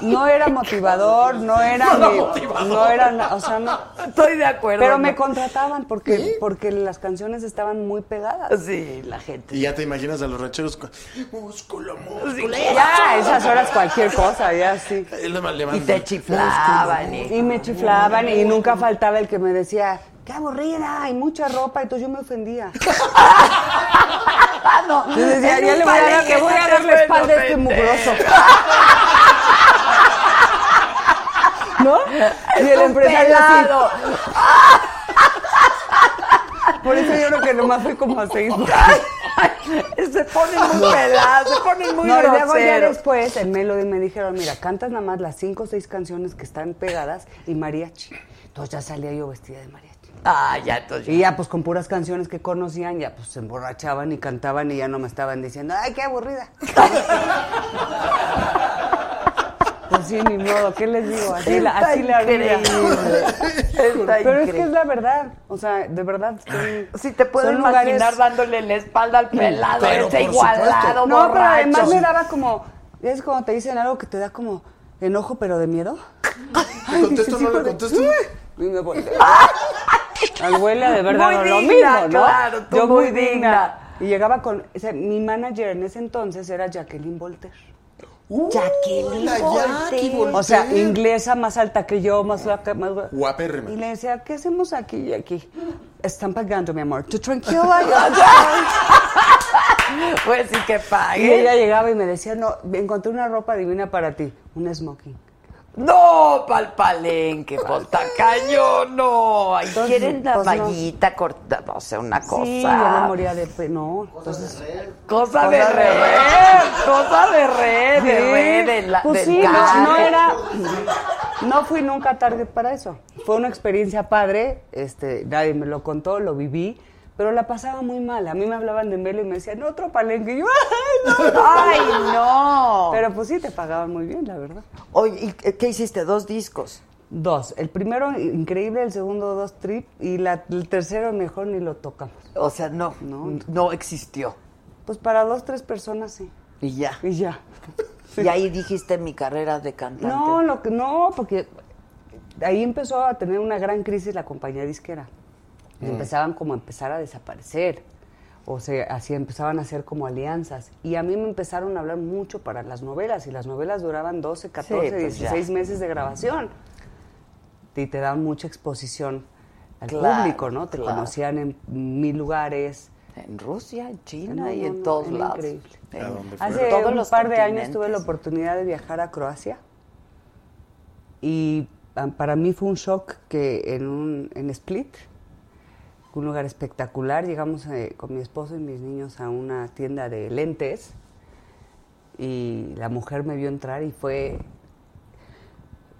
S1: No era motivador, no era,
S6: No
S1: ni-
S6: motivador.
S1: no era, na- o sea, no.
S6: Estoy de acuerdo.
S1: Pero
S6: ¿no?
S1: me contrataban porque, porque las canciones estaban muy pegadas.
S6: Sí, la gente.
S4: Y ya te imaginas a los rancheros. con- Músculo, músculo.
S1: Pues Ya, esas horas cualquier cosa, ya sí.
S4: Él le- le-
S6: Y te chiflaban. y-
S1: Y me chiflaban y nunca faltaba el que me decía, qué aburrida, hay mucha ropa, entonces yo me ofendía.
S6: Ah, no.
S1: Yo decía,
S6: En
S1: ya
S6: un
S1: le voy a dar,
S6: palenque
S1: le voy a
S6: no
S1: dar
S6: te
S1: la espalda a
S6: pueden
S1: este
S6: ofender.
S1: mugroso. ¿No? Y el
S6: Es un
S1: empresario
S6: pelado.
S1: así. Por eso yo creo que nomás fue como a seis
S6: Se ponen muy pelados, se ponen muy
S1: no, y luego ya
S6: groseros.
S1: después en Melody me dijeron, mira, cantas nada más las cinco o seis canciones que están pegadas y mariachi. Entonces ya salía yo vestida de mariachi.
S6: Ah, ya, entonces.
S1: Y ya, pues con puras canciones que conocían, ya pues se emborrachaban y cantaban y ya no me estaban diciendo, ay, qué aburrida. pues sí, ni modo, ¿qué les digo? Así, la,
S6: Está
S1: así la vida.
S6: increíble. Está
S1: Pero es que
S6: increíble.
S1: es la verdad, o sea, de verdad. son-
S6: Sí, te puedo
S1: son
S6: imaginar
S1: lugares-
S6: dándole la espalda al pelado,
S4: Pero
S6: ese
S4: por supuesto.
S6: igualado,
S1: No, pero además
S6: borracho.
S1: me daba como, es cuando te dicen algo que te da como enojo, pero de miedo.
S4: Te contesto, no le contesto.
S1: Y me volteo. Abuela, de verdad,
S6: Muy
S1: no, lo
S6: digna,
S1: mismo, ¿no?
S6: claro, tú
S1: Yo
S6: muy
S1: muy
S6: digna.
S1: digna. Y llegaba con, o sea, mi manager en ese entonces era Jacqueline Volter.
S6: Jacqueline
S4: la Jackie
S6: Voltaire.
S1: O sea,
S4: Volter.
S1: inglesa más alta que yo, más flaca, más gua-
S4: Guapérrima.
S1: Y le decía, ¿qué hacemos aquí y aquí? Están pagando, mi amor. Tú tranquila. yo-
S6: Pues sí que
S1: y
S6: pague.
S1: ella llegaba y me decía, no, encontré una ropa divina para ti, un smoking.
S6: No, pal palenque, pues está cañón, no. Ay,
S1: Entonces,
S6: quieren la
S1: pues, no.
S6: vallita cortada, o sea, una cosa.
S1: Sí, yo me moría de pe- no. Entonces,
S6: Cosa de
S1: Cosa de
S6: red, cosa de red, de red, de la,
S1: pues
S6: del
S1: sí, no,
S6: carro.
S1: no era, no fui nunca target para eso. Fue una experiencia padre, este, nadie me lo contó, lo viví, pero la pasaba muy mal. A mí me hablaban de Melo y me decían otro palenque, y yo, ay, no.
S6: Ay, no.
S1: Pero pues sí, te pagaban muy bien, la verdad.
S6: Oye, ¿y qué- qué hiciste? ¿Dos discos?
S1: Dos, el primero increíble, el segundo dos trip y la- el tercero mejor ni lo tocamos.
S6: O sea, no, no,
S1: No.
S6: existió.
S1: Pues para dos, tres personas sí,
S6: Y ya.
S1: y ya.
S6: Y ahí dijiste mi carrera de cantante.
S1: No, lo que, no, porque ahí empezó a tener una gran crisis la compañía disquera.
S6: Mm.
S1: Empezaban como a empezar a desaparecer. O se así empezaban a hacer como alianzas. Y a mí me empezaron a hablar mucho para las novelas. Y las novelas duraban 12, 14,
S6: pues ya.
S1: 16 meses de grabación. Y te dan mucha exposición al
S6: Claro,
S1: público, ¿no? Te
S6: claro.
S1: conocían en mil lugares.
S6: En Rusia, en China
S1: No,
S6: y
S1: no,
S6: en
S1: no,
S6: todos
S1: era
S6: lados.
S1: increíble.
S6: En
S1: Hace
S6: todos
S1: un
S6: los
S1: par de años
S6: continentes.
S1: tuve la oportunidad de viajar a Croacia y ah, para mí fue un shock que en, un, en Split, un lugar espectacular, llegamos eh, con mi esposo y mis niños a una tienda de lentes y la mujer me vio entrar y fue...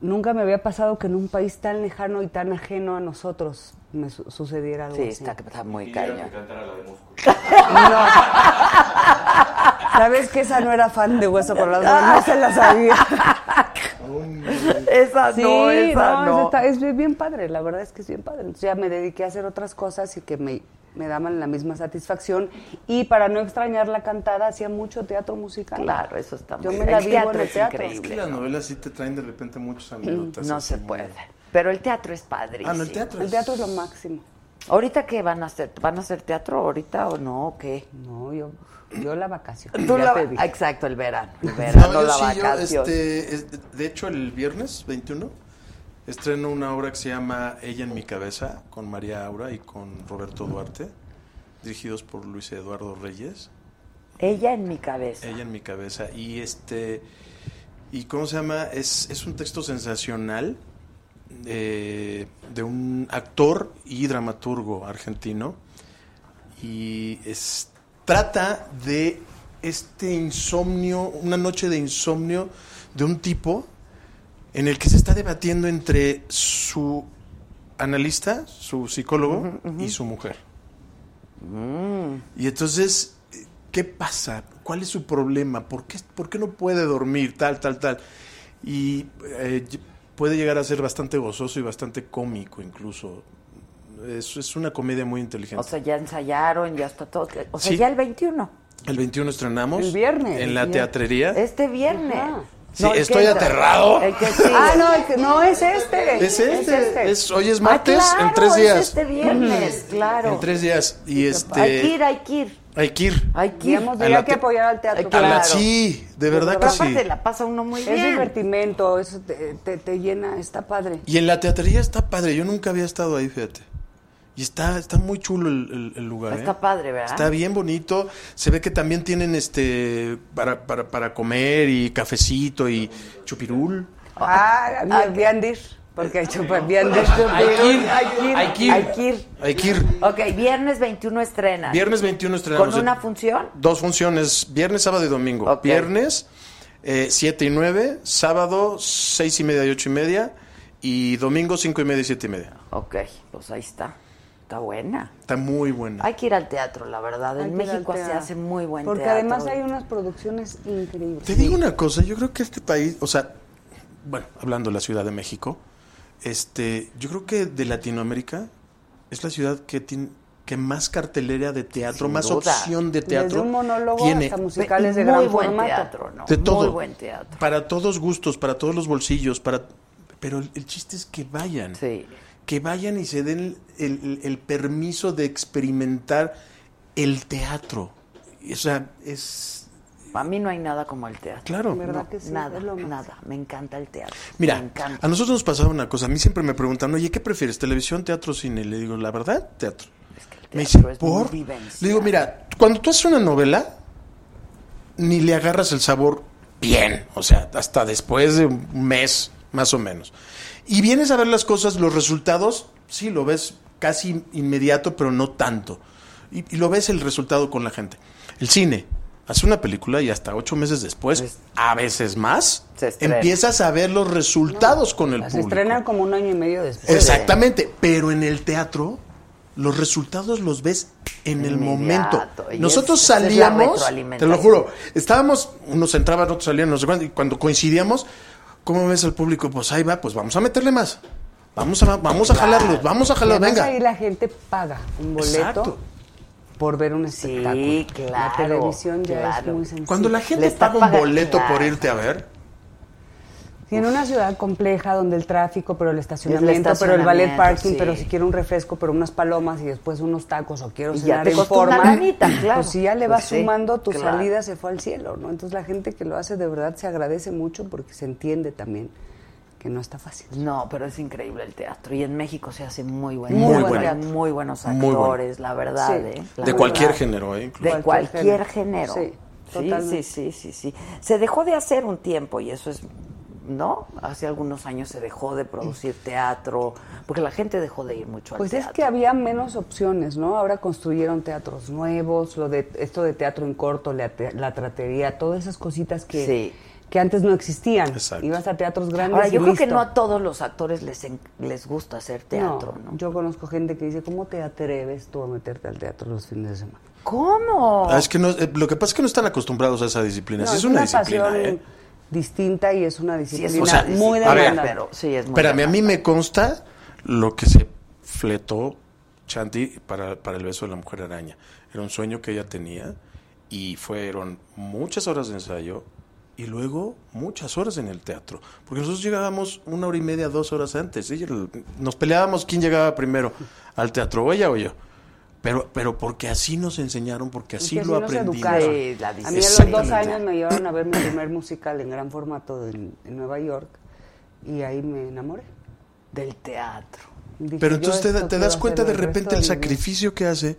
S1: Nunca me había pasado que en un país tan lejano y tan ajeno a nosotros me su- sucediera algo
S6: Sí,
S1: así.
S6: está, está muy
S16: Pidieron que
S6: cañón.
S16: cantara la de músculo.
S1: ¿Sabes que esa no era fan de Hueso Colorado? No se la sabía.
S6: Esa no, esa no.
S1: esa está- es bien- bien padre, la verdad es que es bien padre. Entonces ya me dediqué a hacer otras cosas y que me, me daban la misma satisfacción. Y para no extrañar la cantada, hacía mucho teatro musical.
S6: Claro, eso está
S1: Yo
S6: muy
S1: me la
S6: el
S1: vivo en el
S6: teatro es
S1: teatro. Mm.
S4: Es
S6: increíble.
S4: que las novelas sí te traen de repente muchos anécdotas.
S6: Mm, No
S4: así
S6: se
S4: muy-
S6: puede. Pero el teatro es padrísimo.
S4: Ah, no, el teatro.
S1: El teatro es lo máximo.
S6: ¿Ahorita qué van a hacer? ¿Van a hacer teatro ahorita o no? ¿O qué?
S1: No, yo, yo la vacación.
S6: Tú
S1: ya
S6: la-
S1: te dije.
S6: Ah, Exacto, el verano. El
S4: No,
S6: verano,
S4: yo
S6: la
S4: sí, yo,
S6: vacación.
S4: este, es- de hecho, el viernes 21 estreno una obra que se llama Ella en mi cabeza con María Aura y con Roberto Duarte, dirigidos por Luis Eduardo Reyes.
S6: Ella en mi cabeza.
S4: Ella en mi cabeza. Y este. ¿Y cómo se llama? Es, es un texto sensacional eh, de un actor y dramaturgo argentino. Y es trata de este insomnio, una noche de insomnio de un tipo en el que se está debatiendo entre su analista, su psicólogo y su mujer.
S6: Mm.
S4: Y entonces, ¿qué pasa? ¿Cuál es su problema? ¿Por qué, por qué no puede dormir? Tal, tal, tal. Y eh, ll- puede llegar a ser bastante gozoso y bastante cómico incluso. Es, es una comedia muy inteligente.
S6: O sea, ya ensayaron, ya está todo. O sea,
S4: Sí.
S6: ya el 21.
S4: el 21 estrenamos.
S6: El viernes.
S4: En la
S6: El viernes.
S4: teatrería.
S6: Este viernes.
S4: Sí, estoy aterrado.
S1: Ah, no, el que- no, es este.
S4: Es este, es- hoy es martes,
S6: Ah, claro,
S4: en tres
S6: es
S4: días.
S6: este viernes, claro.
S4: En tres días. Y este.
S6: Hay que ir, hay que ir.
S4: Hay que ir.
S6: Hay que ir.
S1: Digamos,
S4: A
S1: diría
S4: la
S1: que
S4: te-
S1: apoyar al teatro.
S4: a la- sí, de verdad que sí.
S6: la pasa uno muy
S1: Es
S6: bien.
S1: divertimento, eso te, te- te llena, está padre.
S4: Y en la teatería está padre. Yo nunca había estado ahí, fíjate. Y está, está muy chulo el, el- el lugar.
S6: Está
S4: ¿eh?
S6: padre, ¿verdad?
S4: Está bien bonito. Se ve que también tienen este para, para, para comer y cafecito y chupirul.
S1: Ah, a mí el Viandir, porque hay chupa Viandir.
S6: Hay que ir,
S4: hay que ir.
S6: Hay que ir.
S4: Hay que ir.
S6: Ok, viernes 21 estrena.
S4: Viernes 21 estrenamos.
S6: ¿Con una función?
S4: Dos funciones, viernes, sábado y domingo. Viernes 7 y 9, sábado 6 y media y 8 y media y domingo 5 y media y 7 y media.
S6: Ok, pues ahí está. Está buena.
S4: Está muy buena.
S6: Hay que ir al teatro, la verdad.
S1: Hay
S6: En
S1: que ir al
S6: México se
S1: teatro.
S6: hace muy buen
S1: Porque
S6: teatro.
S1: además hay unas producciones increíbles.
S4: Te digo una cosa, yo creo que este país, o sea, bueno, hablando de la Ciudad de México, este, yo creo que de Latinoamérica es la ciudad que tiene que más cartelera de teatro,
S6: Sin
S4: más
S6: duda.
S4: opción de
S6: Desde
S4: teatro
S1: un monólogo
S4: tiene.
S1: hasta musicales de
S6: Muy
S1: gran
S6: buen
S1: formato.
S6: teatro, ¿no?
S4: De todo.
S6: Muy buen teatro.
S4: Para todos gustos, para todos los bolsillos, para pero el, el chiste es que vayan. Que vayan y se den el, el- el permiso de experimentar el teatro. O sea, es
S6: Para mí no hay nada como el teatro.
S4: Claro.
S6: ¿Verdad
S4: No,
S6: que sí? Nada, nada. Me encanta el teatro.
S4: Mira,
S6: Me encanta.
S4: a nosotros nos pasaba una cosa. A mí siempre me preguntan, oye, ¿qué prefieres, televisión, teatro, cine? Le digo, la verdad, teatro. me dice, ¿por? Le digo, mira, cuando tú haces una novela, ni le agarras el sabor bien. O sea, hasta después de un mes, más o menos. Y vienes a ver las cosas, los resultados, sí, lo ves casi inmediato, pero no tanto. Y, y lo ves el resultado con la gente. El cine. Hace una película y hasta ocho meses después, a veces más,
S1: estrena.
S4: empiezas a ver los resultados con el
S1: Se
S4: público.
S1: estrenan como un año y medio después.
S4: Exactamente, pero en el teatro los resultados los ves en el momento.
S6: y
S4: Nosotros
S6: es- esa es la
S4: salíamos, te
S6: retroalimentación.
S4: lo juro, estábamos, unos entraban, otros salían, no sé cuándo, y cuando coincidíamos, ¿cómo ves al público? Pues ahí va, pues vamos a meterle más. Vamos a, vamos a jalarlos, vamos a jalarlos,
S1: Y además
S4: venga.
S1: Ahí la gente paga un boleto
S4: Exacto.
S1: por ver un espectáculo. Sí,
S6: claro,
S1: La televisión ya es
S6: claro.
S1: muy sencilla.
S4: Cuando la gente paga un boleto por irte a ver,
S1: Y en una ciudad compleja donde el tráfico, pero el estacionamiento, pero el
S6: estacionamiento,
S1: ballet parking,
S6: sí.
S1: pero si quiero un refresco, pero unas palomas y después unos tacos o quiero
S6: Y ya
S1: cenar
S6: te
S1: en
S6: costó
S1: forma.
S6: una lanita, claro.
S1: Pues si ya le
S6: Pues
S1: vas
S6: sí,
S1: sumando, tu
S6: claro.
S1: salida se fue al cielo, ¿no? Entonces la gente que lo hace de verdad se agradece mucho porque se entiende también que no está fácil.
S6: Pues No, pero es increíble el teatro. Y en México se hace muy buen
S4: Muy
S6: teatro.
S4: bueno.
S6: Teatro, Muy buenos
S4: Muy bueno.
S6: actores, la verdad.
S1: Sí.
S6: ¿eh? La
S4: de
S6: verdad.
S4: cualquier género, ¿eh? incluso.
S6: De cualquier
S1: Cualquier
S6: género.
S1: género. Sí,
S6: Sí, sí,
S1: totalmente.
S6: sí, sí, sí. Se dejó de hacer un tiempo y eso es, ¿no? Hace algunos años se dejó de producir teatro, porque la gente dejó de ir mucho
S1: Pues
S6: al
S1: es que había menos opciones, ¿no? Ahora construyeron teatros nuevos, lo de esto de teatro en corto, la, te- la tratería, todas esas cositas que,
S6: Sí.
S1: que antes no existían. Ibas a teatros grandes.
S6: Ahora, yo
S1: y
S6: creo que
S1: listo.
S6: no a todos los actores les, en- les gusta hacer teatro, ¿no?
S1: No, Yo conozco gente que dice, ¿cómo te atreves tú a meterte al teatro los fines de semana?
S6: ¿Cómo?
S4: Ah, es que no- eh, lo que pasa es que no están acostumbrados a esa disciplina.
S1: No,
S4: sí, es una, disciplina,
S1: pasión
S4: ¿eh?
S1: distinta y es una disciplina
S6: es una
S1: muy
S4: a ver,
S1: demandante.
S4: Espérame, a mí me consta lo que se fletó Chanti para, para el beso de la mujer araña. Era un sueño que ella tenía y fueron muchas horas de ensayo y luego muchas horas en el teatro. Porque nosotros llegábamos una hora y media, dos horas antes. Ella- Nos peleábamos quién llegaba primero al teatro, o ella o yo. Pero, pero porque así nos enseñaron, porque así
S1: Porque
S4: lo
S1: así nos
S4: aprendimos.
S1: educaron. a mí a los dos
S4: Exactamente.
S1: años me llevaron a ver mi primer musical en gran formato en, en Nueva York y ahí me enamoré.
S6: Del teatro.
S4: Pero entonces te, da- te das cuenta de repente el sacrificio que hace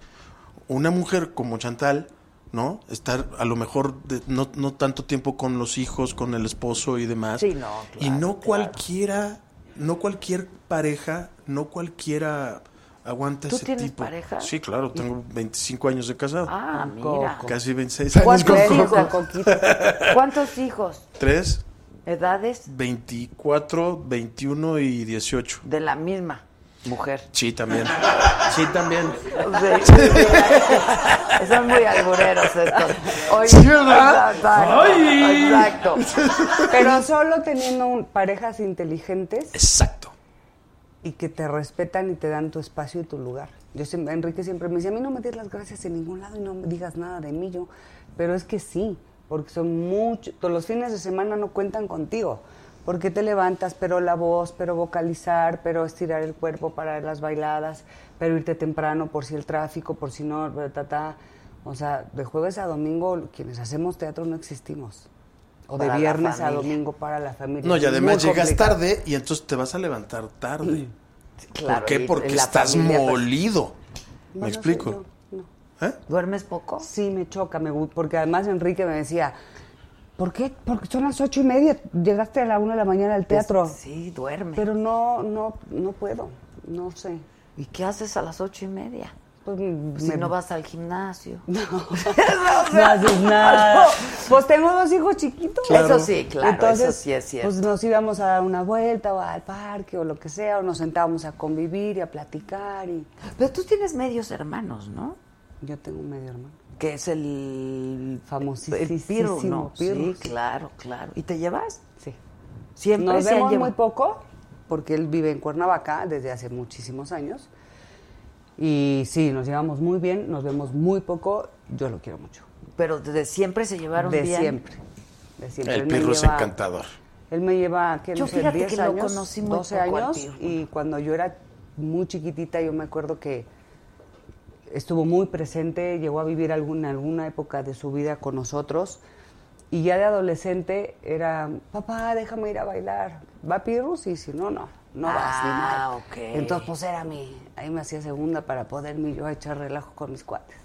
S4: una mujer como Chantal, ¿no? Estar a lo mejor de- no, no tanto tiempo con los hijos, con el esposo y demás.
S6: Sí, no,
S4: y no cualquiera, no cualquier pareja, no cualquiera aguanta
S6: ¿Tú
S4: ese
S6: tienes
S4: tipo.
S6: pareja?
S4: Sí, claro, tengo 25 años de casado.
S6: Ah, mira.
S4: Casi 26 años
S6: ¿Cuántos
S4: con
S6: hijos?
S4: Coco.
S6: ¿Cuántos hijos?
S4: Tres,
S6: ¿Edades?
S4: 24, 21 y 18.
S6: De la misma mujer.
S4: Sí, también. Sí, también.
S6: Sí. Son muy albureros estos. Oye,
S4: Sí, ¿verdad?
S6: Exacto.
S4: Ay.
S6: exacto.
S1: Pero solo teniendo un- parejas inteligentes.
S4: Exacto.
S1: Y que te respetan y te dan tu espacio y tu lugar. Yo siempre- Enrique siempre me decía, a mí no me des las gracias en ningún lado y no me digas nada de mí yo. Pero es que sí, porque son muchos, los fines de semana no cuentan contigo. Porque te levantas, pero la voz, pero vocalizar, pero estirar el cuerpo para las bailadas, pero irte temprano por si el tráfico, por si no, ta, ta, ta. O sea, de jueves a domingo quienes hacemos teatro no existimos. O de
S4: Para la
S1: viernes a
S4: familia.
S1: domingo para la familia.
S4: No, y
S1: Es
S4: además
S1: muy
S4: llegas
S1: complicado.
S4: tarde y entonces te vas a levantar tarde.
S6: claro,
S4: ¿Por qué?
S6: y
S4: Porque
S6: la
S4: estás
S6: familia, pues-
S4: molido.
S1: No,
S4: ¿Me
S1: no sé,
S4: explico? ¿Eh?
S6: ¿Duermes poco?
S1: Sí, me choca, me, gu- porque además Enrique me decía, ¿por qué? Porque son las ocho y media, llegaste a la una de la mañana al teatro.
S6: Pues sí, duerme.
S1: Pero no, no, no puedo, no sé.
S6: ¿Y qué haces a las ocho y media?
S1: Pues,
S6: Si no vas al gimnasio.
S1: No haces nada. Pues tengo dos hijos chiquitos.
S6: Claro. Eso sí, claro,
S1: Entonces,
S6: eso sí es cierto.
S1: Pues nos íbamos a dar una vuelta o al parque o lo que sea, o nos sentábamos a convivir y a platicar. Y...
S6: Pero tú tienes medios hermanos, ¿no?
S1: Yo tengo un medio hermano.
S6: Que es el
S1: Famosísimo
S6: el Pirru, ¿no?
S1: Pirru.
S6: Sí, claro, claro. ¿Y te llevas?
S1: Sí.
S6: Siempre
S1: Nos
S6: se han
S1: vemos muy
S6: llevado.
S1: poco, porque él vive en Cuernavaca desde hace muchísimos años. Y sí, nos llevamos muy bien, nos vemos muy poco. Yo lo quiero mucho.
S6: Pero desde siempre se llevaron
S1: De
S6: bien.
S1: siempre. De siempre.
S4: El
S1: Él me
S4: pirro es
S1: lleva-
S4: encantador.
S1: Él me lleva, ¿qué,
S6: Yo
S1: no sé,
S6: fíjate
S1: 10
S6: que lo
S1: años,
S6: conocí muy
S1: 12
S6: poco al
S1: años.
S6: Pirro.
S1: Y cuando yo era muy chiquitita, yo me acuerdo que estuvo muy presente, llegó a vivir alguna, alguna época de su vida con nosotros. Y ya de adolescente era, papá, déjame ir a bailar. ¿Va Pirrus? Y si no, no. No vas ni
S6: Ah,
S1: madre.
S6: ok.
S1: Entonces, pues era mi. Ahí me hacía segunda para poderme yo echar relajo con mis cuates.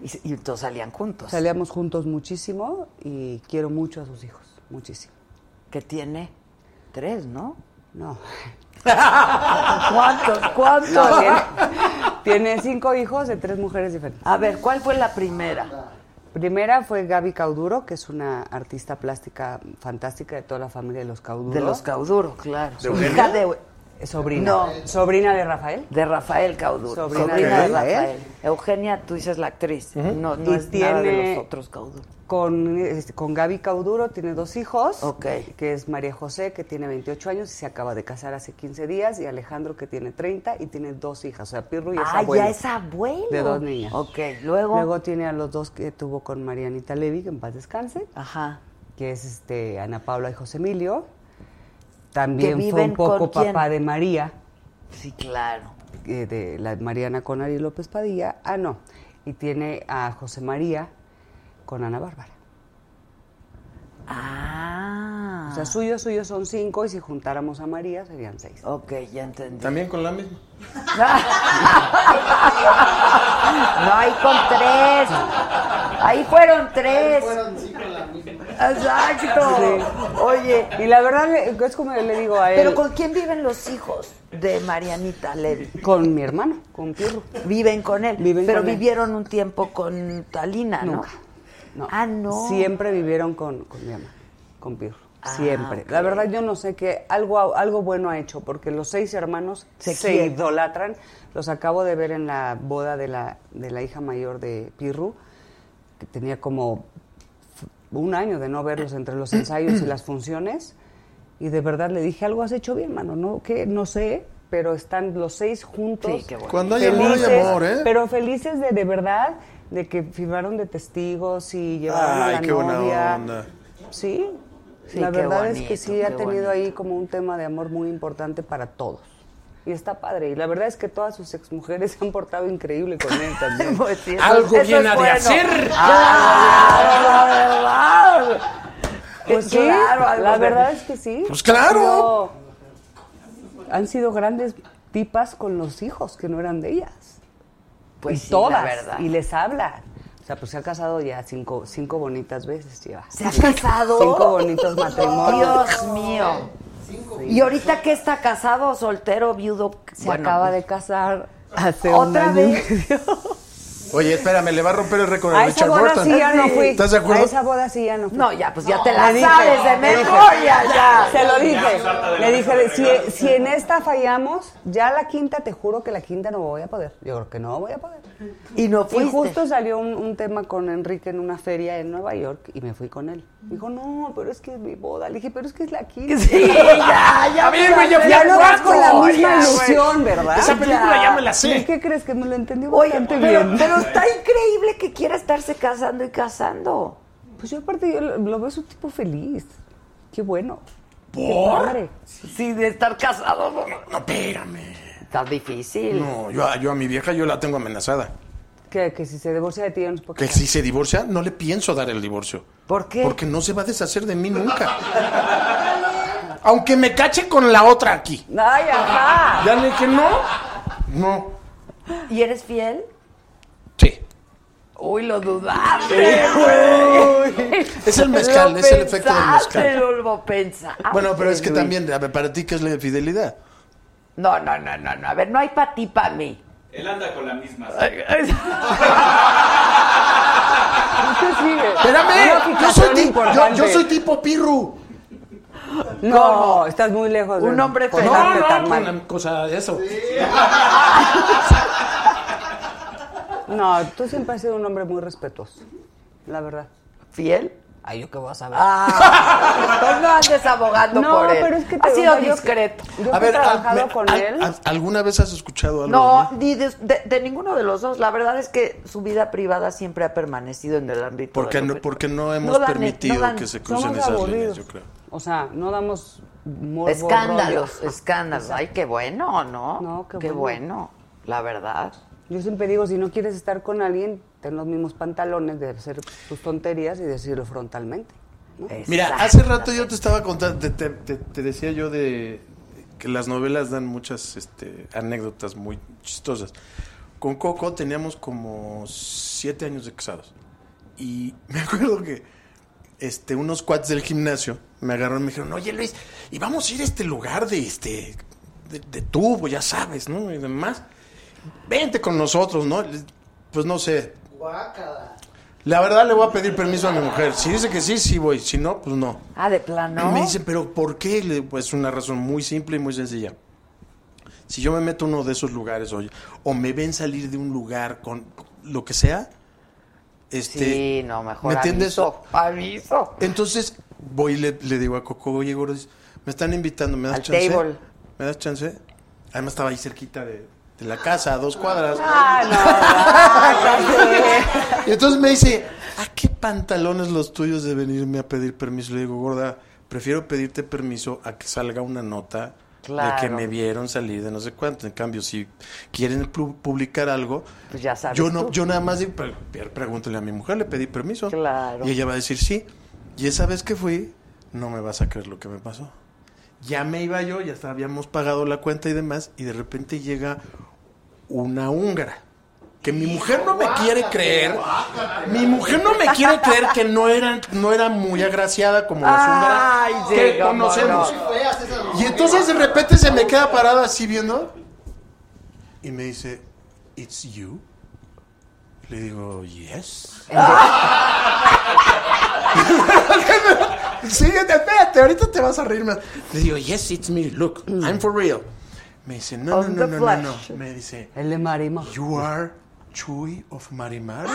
S6: Y, y entonces salían juntos.
S1: Salíamos juntos muchísimo y quiero mucho a sus hijos, muchísimo.
S6: Que tiene tres, ¿no?
S1: No.
S6: ¿Cuántos? ¿Cuántos?
S1: No, tiene, tiene cinco hijos de tres mujeres diferentes.
S6: A ver, ¿cuál fue la primera?
S1: Primera fue Gaby Cauduro, que es una artista plástica fantástica de toda la familia de los Cauduro.
S6: De los Cauduro, claro.
S1: ¿De
S6: Su
S1: Eugenio?
S6: hija de,
S1: Sobrina.
S6: No.
S1: Sobrina de Rafael.
S6: de Rafael Cauduro.
S1: Sobrina de
S6: Sobrina de
S1: Rafael.
S6: Rafael. Eugenia, tú dices la actriz. No, no
S1: Y
S6: es nada de
S1: tiene-
S6: los otros Cauduro.
S1: Con, este, con Gaby Cauduro tiene dos hijos,
S6: Ok.
S1: que es María José, que tiene 28 años y se acaba de casar hace 15 días, y Alejandro, que tiene 30 y tiene dos hijas, o sea, Pirru y es
S6: ah,
S1: abuelo.
S6: ya es abuelo.
S1: De dos niñas.
S6: Ok, luego.
S1: Luego tiene a los dos que tuvo con Marianita Levy, que en paz descanse,
S6: Ajá.
S1: que es este Ana Paula y José Emilio. También
S6: Que
S1: fue
S6: viven
S1: un poco
S6: con quién?
S1: papá de María,
S6: Sí, claro.
S1: eh, de la Mariana con Ari López Padilla. Ah, no. Y tiene a José María con Ana Bárbara.
S6: Ah.
S1: O sea, suyos, suyos son cinco y si juntáramos a María serían seis.
S6: Ok, ya entendí.
S4: También con la misma.
S6: No, ahí con tres. Ahí fueron tres. Exacto.
S1: Sí.
S6: Oye,
S1: Y la verdad le- es como yo le digo a él.
S6: pero ¿con quién viven los hijos de Marianita Levy?
S1: con mi hermano, con Pirro.
S6: Viven con él.
S1: Viven
S6: pero
S1: con él.
S6: vivieron un tiempo con Talina, ¿no?
S1: Nunca. No.
S6: Ah, no.
S1: Siempre vivieron con, con mi mamá, con Pirro.
S6: Ah,
S1: Siempre.
S6: ok.
S1: La verdad yo no sé qué, algo, algo bueno ha hecho, porque los seis hermanos
S6: Se
S1: se,
S6: quieren.
S1: idolatran. Los acabo de ver en la boda de la, de la hija mayor de Pirru, que tenía como f- un año de no verlos entre los ensayos y las funciones. Y de verdad le dije, algo has hecho bien, mano, ¿no? Que no sé, pero están los seis juntos.
S6: Sí, qué bueno.
S4: Cuando hay amor, hay amor, ¿eh?
S1: Pero felices de de verdad de que firmaron de testigos y llevaron
S4: Ay,
S1: a la
S4: qué buena
S1: novia.
S4: onda.
S1: Sí.
S6: Sí,
S1: la
S6: qué
S1: verdad es que
S6: bonito,
S1: sí ha
S6: qué
S1: tenido
S6: bonito.
S1: ahí como un tema de amor muy importante para todos. Y está padre. Y la verdad es que todas sus exmujeres se han portado increíble con él también.
S6: Pues sí, eso-
S16: Algo
S6: eso es
S16: bien ha de
S6: bueno.
S16: hacer.
S6: Ah, la verdad.
S1: Pues sí,
S6: Claro, algo
S1: la
S6: de-
S1: verdad es que sí.
S4: Pues claro.
S1: Pero han sido grandes tipas con los hijos que no eran de ellas.
S6: Pues
S1: y
S6: sí, la
S1: todas.
S6: verdad.
S1: Y les hablan. O sea, pues se ha casado ya cinco, cinco bonitas veces, lleva.
S6: ¿Se ha casado?
S1: Cinco bonitos matrimonios.
S6: Dios mío. ¿Y ahorita qué está casado, soltero, viudo?
S1: Se acaba de casar pues, Hace
S6: ¿Otra
S1: un año
S6: vez?
S1: y medio.
S4: Oye, espérame, le va a romper el récord
S1: A
S4: a
S1: esa
S4: Richard
S1: boda
S4: Burton.
S1: sí ya no fui.
S4: ¿Estás de acuerdo?
S1: A esa boda sí ya no fui. No, ya,
S6: pues ya te la sabes de memoria, ya.
S1: Se lo
S6: Ya,
S1: dije.
S6: salta de la
S1: Le dije,
S6: mesa,
S1: si, si en esta fallamos, ya la quinta, te juro que la quinta no voy a poder. Yo creo que no voy a poder.
S6: Y no fuiste.
S1: Y justo salió un, un tema con Enrique en una feria en Nueva York y me fui con él. Dijo, no, pero es que es mi boda. Le dije, pero es que es la quinta.
S6: Sí, ya, ya A ver, me güey, ya la fui
S1: Ya
S6: al
S1: no vas con la
S6: cuarto,
S1: misma
S6: ya,
S1: ilusión,
S6: güey.
S1: ¿verdad?
S6: Esa película ya me la sé.
S1: ¿Y qué crees? Que me lo entendí
S6: Oye,
S1: bastante
S6: pero,
S1: bien.
S6: pero está increíble que quiera estarse casando y casando.
S1: Pues yo aparte yo lo, lo veo es un tipo feliz. Qué bueno.
S4: ¿Por?
S1: Qué padre.
S6: Sí, de estar casado. No,
S4: no, espérame.
S6: Está difícil.
S4: No, yo, a- yo a mi vieja yo la tengo amenazada.
S1: Que, que si se divorcia de ti unos
S4: Que si se divorcia, no le pienso dar el divorcio.
S6: ¿Por qué?
S4: Porque no se va a deshacer de mí nunca. Aunque me cache con la otra aquí.
S6: Ay, ajá.
S4: Ya le dije, no. No.
S6: ¿Y eres fiel?
S4: Sí.
S6: Uy, lo dudaste.
S4: Uy.
S6: güey.
S4: Es el mezcal,
S6: Lo
S4: es el efecto del
S6: pensaste,
S4: mezcal.
S6: Lo, lo pensaste,
S4: Bueno, pero es que
S6: Luis.
S4: también, a ver, para ti, ¿qué es la fidelidad?
S6: No, no, no, no, no. A ver, no hay para ti, para mí.
S16: Él anda con la misma.
S1: ¿Qué sigue? Una
S4: Espérame, yo soy,
S1: fijación
S4: ti- yo,
S1: importante.
S4: yo soy tipo pirru.
S1: No, estás muy lejos. de
S6: Un hombre
S1: con-
S6: feliz.
S1: darte
S4: No, no,
S1: tan
S4: con
S1: mal.
S4: la cosa de eso.
S1: No, tú siempre has sido un hombre muy respetuoso. La verdad.
S6: ¿Fiel?
S1: Ay, yo qué voy a saber.
S6: Ah, pues no andes abogando
S1: No,
S6: por él.
S1: pero es que
S6: ha
S1: te-
S6: sido
S1: o sea, yo-
S6: discreto.
S1: yo- he trabajado
S4: ah, me-
S1: con él.
S4: ¿alguna vez has escuchado algo?
S6: No,
S4: de mí?
S6: ni de, de- de ninguno de los dos. La verdad es que su vida privada siempre ha permanecido en el ámbito.
S4: Porque
S6: de lo
S4: no,
S6: que-
S4: porque no hemos
S6: dan- e-
S4: permitido
S6: no dan-
S4: que se
S1: Somos
S4: crucen esas líneas,
S1: aburridos.
S4: yo creo.
S1: O sea, no damos morbo,
S6: Escándalos,
S1: rollo.
S6: escándalos. Ay, qué bueno, ¿no?
S1: No, qué
S6: bueno.
S1: bueno.
S6: la verdad.
S1: Yo siempre digo, si no quieres estar con alguien, ten los mismos pantalones de hacer tus tonterías y decirlo frontalmente. ¿no?
S4: Mira, hace rato yo te estaba contando, te, te- te- te decía yo de que las novelas dan muchas este, anécdotas muy chistosas. Con Coco teníamos como siete años de casados. Y me acuerdo que este, unos cuates del gimnasio me agarraron y me dijeron, oye Luis, y vamos a ir a este lugar de, este, de, de tubo, ya sabes, ¿no? Y demás. Vente con nosotros, ¿no? Pues no sé,
S17: Guácala.
S4: la verdad le voy a pedir permiso a mi mujer. Si dice que sí, sí voy. Si no, pues no.
S6: Ah, de plano.
S4: Me dicen, pero ¿por qué? Le digo, Pues una razón muy simple y muy sencilla. Si yo me meto a uno de esos lugares o, o me ven salir de un lugar con lo que sea, este,
S6: sí, no, mejor
S4: ¿me entiendes?
S6: aviso. Aviso.
S4: Entonces voy y le, le digo a Coco, oye, gordo, me están invitando, ¿me das
S6: Al
S4: chance?
S6: table.
S4: ¿Me das chance? Además estaba ahí cerquita de, de la casa, a dos cuadras. Y entonces me dice, ¿a qué pantalones los tuyos de venirme a pedir permiso? Le digo, gorda, prefiero pedirte permiso a que salga una nota de que
S6: Claro.
S4: me vieron salir de no sé cuánto. En cambio, si quieren pu- publicar algo,
S6: Pues ya sabes
S4: yo no,
S6: tú.
S4: yo nada más digo, "Pre- pre- pregúntale a mi mujer, le pedí permiso.
S6: Claro.
S4: Y ella va a decir sí. Y esa vez que fui, no me vas a creer lo que me pasó. Ya me iba yo, ya hasta habíamos pagado la cuenta y demás, y de repente llega una húngara. Que mi mujer no me quiere creer. Mi mujer no me quiere creer que no era, no era muy agraciada como las
S6: Ay,
S4: húngaras
S6: sí,
S4: que
S6: cómo
S4: conocemos.
S6: no.
S4: Y entonces de repente se me queda parada así viendo. Y me dice, ¿It's you? Le digo, yes. sí, espérate, ahorita te vas a reír más. Le digo, yes, it's me, look, I'm for real. Me dice, no, no,
S1: On
S4: no,
S1: the
S4: no, no,
S1: flash.
S4: no. Me dice,
S1: El de Marimo.
S4: you are Chuy of Marimar.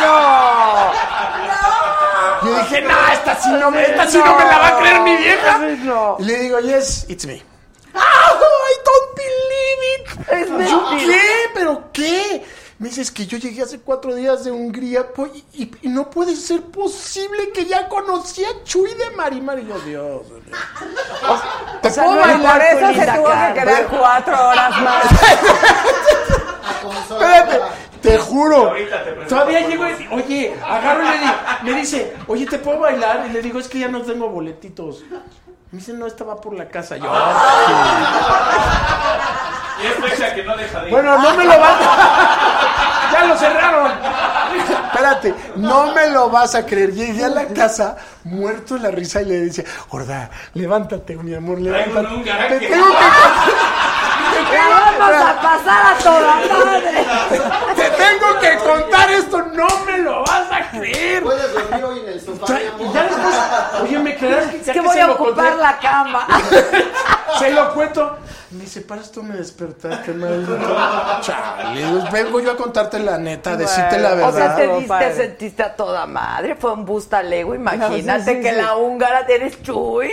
S6: ¡No!
S4: Yo dije, no, esta sí no me, esta sí no me la va a creer mi vieja.
S6: No.
S4: Y le digo, yes, it's me. ¡Ah! I don't believe it.
S6: Es
S4: ¿Yo
S6: mentira.
S4: qué? ¿Pero qué? Me dices que yo llegué hace cuatro días de Hungría po- y, y- y no puede ser posible que ya conocí a Chuy de Marimar. Y yo, Dios. Dios. ¿Te
S6: sea,
S4: puedo
S6: no era
S4: bailar
S6: por
S4: con
S6: eso se
S4: Linda
S6: tuvo que
S4: Carter?
S6: quedar
S1: Cuatro horas más.
S4: Espérate, te juro.
S16: Ahorita te presento
S4: Todavía
S16: por
S4: llego y, oye, agarro y le digo, me dice, oye, ¿te puedo bailar? Y le digo, es que ya no tengo boletitos. Me dice, no, estaba por la casa. Yo,
S16: Ah,
S4: Ah,
S16: Y es fecha que no deja de ir.
S4: bueno, no me lo vas ¡Ya lo cerraron! Espérate, no me lo vas a creer. Llegué a la casa muerto de la risa y le decía, gorda, levántate, mi amor,
S16: Traigo
S4: levántate.
S16: un húngara
S4: Te
S16: que-
S4: tengo que contar- te tengo que
S6: pasar a toda madre.
S9: Te tengo que contar esto, no me lo vas a creer.
S2: Puedes dormir hoy en el sofá.
S9: Tra-
S2: mi amor.
S9: ya después- oye, me quedas
S6: Es que voy a ocupar la cama.
S9: Se lo cuento. Me dice, para esto me despertaste, madre. Chale, pues, vengo yo a contarte la neta, a decirte la
S6: Bueno,
S9: verdad.
S6: O sea, te diste,
S9: Padre.
S6: sentiste a toda madre. Fue un bustalego. Imagínate
S1: No, sí, sí,
S6: que
S1: sí.
S6: la húngara eres chuy.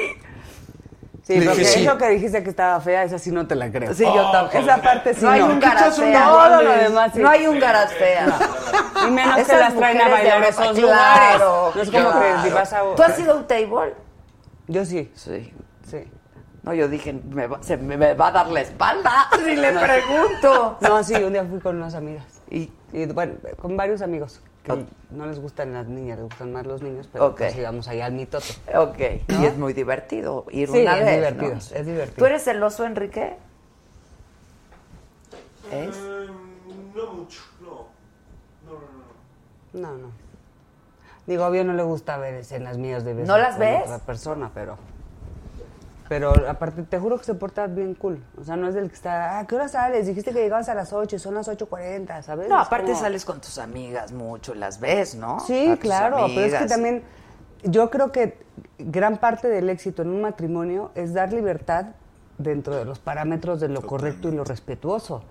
S1: Sí,
S9: Dije
S1: porque
S9: sí.
S1: eso que dijiste que estaba fea, esa sí no te la creo.
S6: Sí, yo tampoco.
S1: Oh, pues, Esa parte sí
S6: No hay húngaras
S1: Quitas una
S6: feas.
S1: Todo lo demás sí.
S6: No hay húngaras feas.
S1: Y menos que
S6: Esas
S1: las traen a
S6: mujeres
S1: bailar
S6: de
S1: a
S6: Europa,
S1: esos lugares.
S6: claro,
S1: No es como que
S6: claro.
S1: si vas a...
S6: ¿Tú has ido a un table?
S1: Yo sí.
S6: Sí.
S1: Sí.
S6: No, yo dije, me va, se me, me va a dar la espalda si le
S1: No.
S6: pregunto.
S1: No, sí, un día fui con unas amigas.
S6: Y,
S1: Y bueno, con varios amigos. Que
S6: Ok.
S1: no les gustan las niñas, les gustan más los niños, pero
S6: Ok.
S1: pues íbamos allá al mitote.
S6: ok, y es muy divertido ir
S1: Sí,
S6: una
S1: es
S6: vez.
S1: divertido,
S6: ¿no?
S1: es divertido.
S6: ¿Tú eres celoso, Enrique? ¿Es?
S16: No mucho, no. No, no, no.
S1: No, no. Digo, a Bio no le gusta ver escenas mías de besos
S6: ¿No las
S1: con
S6: ves?
S1: otra persona, pero... Pero aparte, te juro que se porta bien cool. O sea, no es del que está... Ah, ¿qué hora sales? Dijiste que llegabas a las 8 y son las 8.40, ¿sabes?
S6: No,
S1: Es
S6: aparte
S1: como-
S6: sales con tus amigas mucho, las ves, ¿no? A
S1: Sí,
S6: tus
S1: claro, pero es que
S6: amigas.
S1: también yo creo que gran parte del éxito en un matrimonio es dar libertad dentro de los parámetros de lo correcto y lo respetuoso.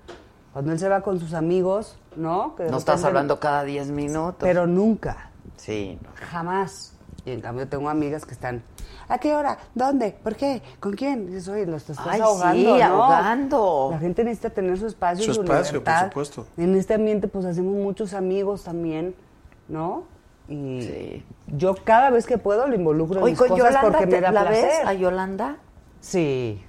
S1: Cuando él se va con sus amigos, ¿no? Que de
S6: No estás
S1: repente-
S6: hablando cada 10 minutos.
S1: Pero nunca,
S6: Sí, no.
S1: jamás. Y en cambio tengo amigas que están, ¿a qué hora? ¿Dónde? ¿Por qué? ¿Con quién? Y Dices, oye, los te estás
S6: Ay, sí,
S1: ahogando, ¿no?
S6: ahogando.
S1: La gente necesita tener su espacio,
S4: Su
S1: su,
S4: espacio, por
S1: libertad.
S4: supuesto.
S1: En este ambiente, pues, hacemos muchos amigos también, ¿no? Y
S6: Sí.
S1: yo cada vez que puedo lo involucro en
S6: Oye,
S1: mis
S6: con
S1: cosas
S6: Yolanda,
S1: porque me
S6: te-
S1: da
S6: ¿la ves
S1: placer.
S6: a Yolanda?
S1: Sí.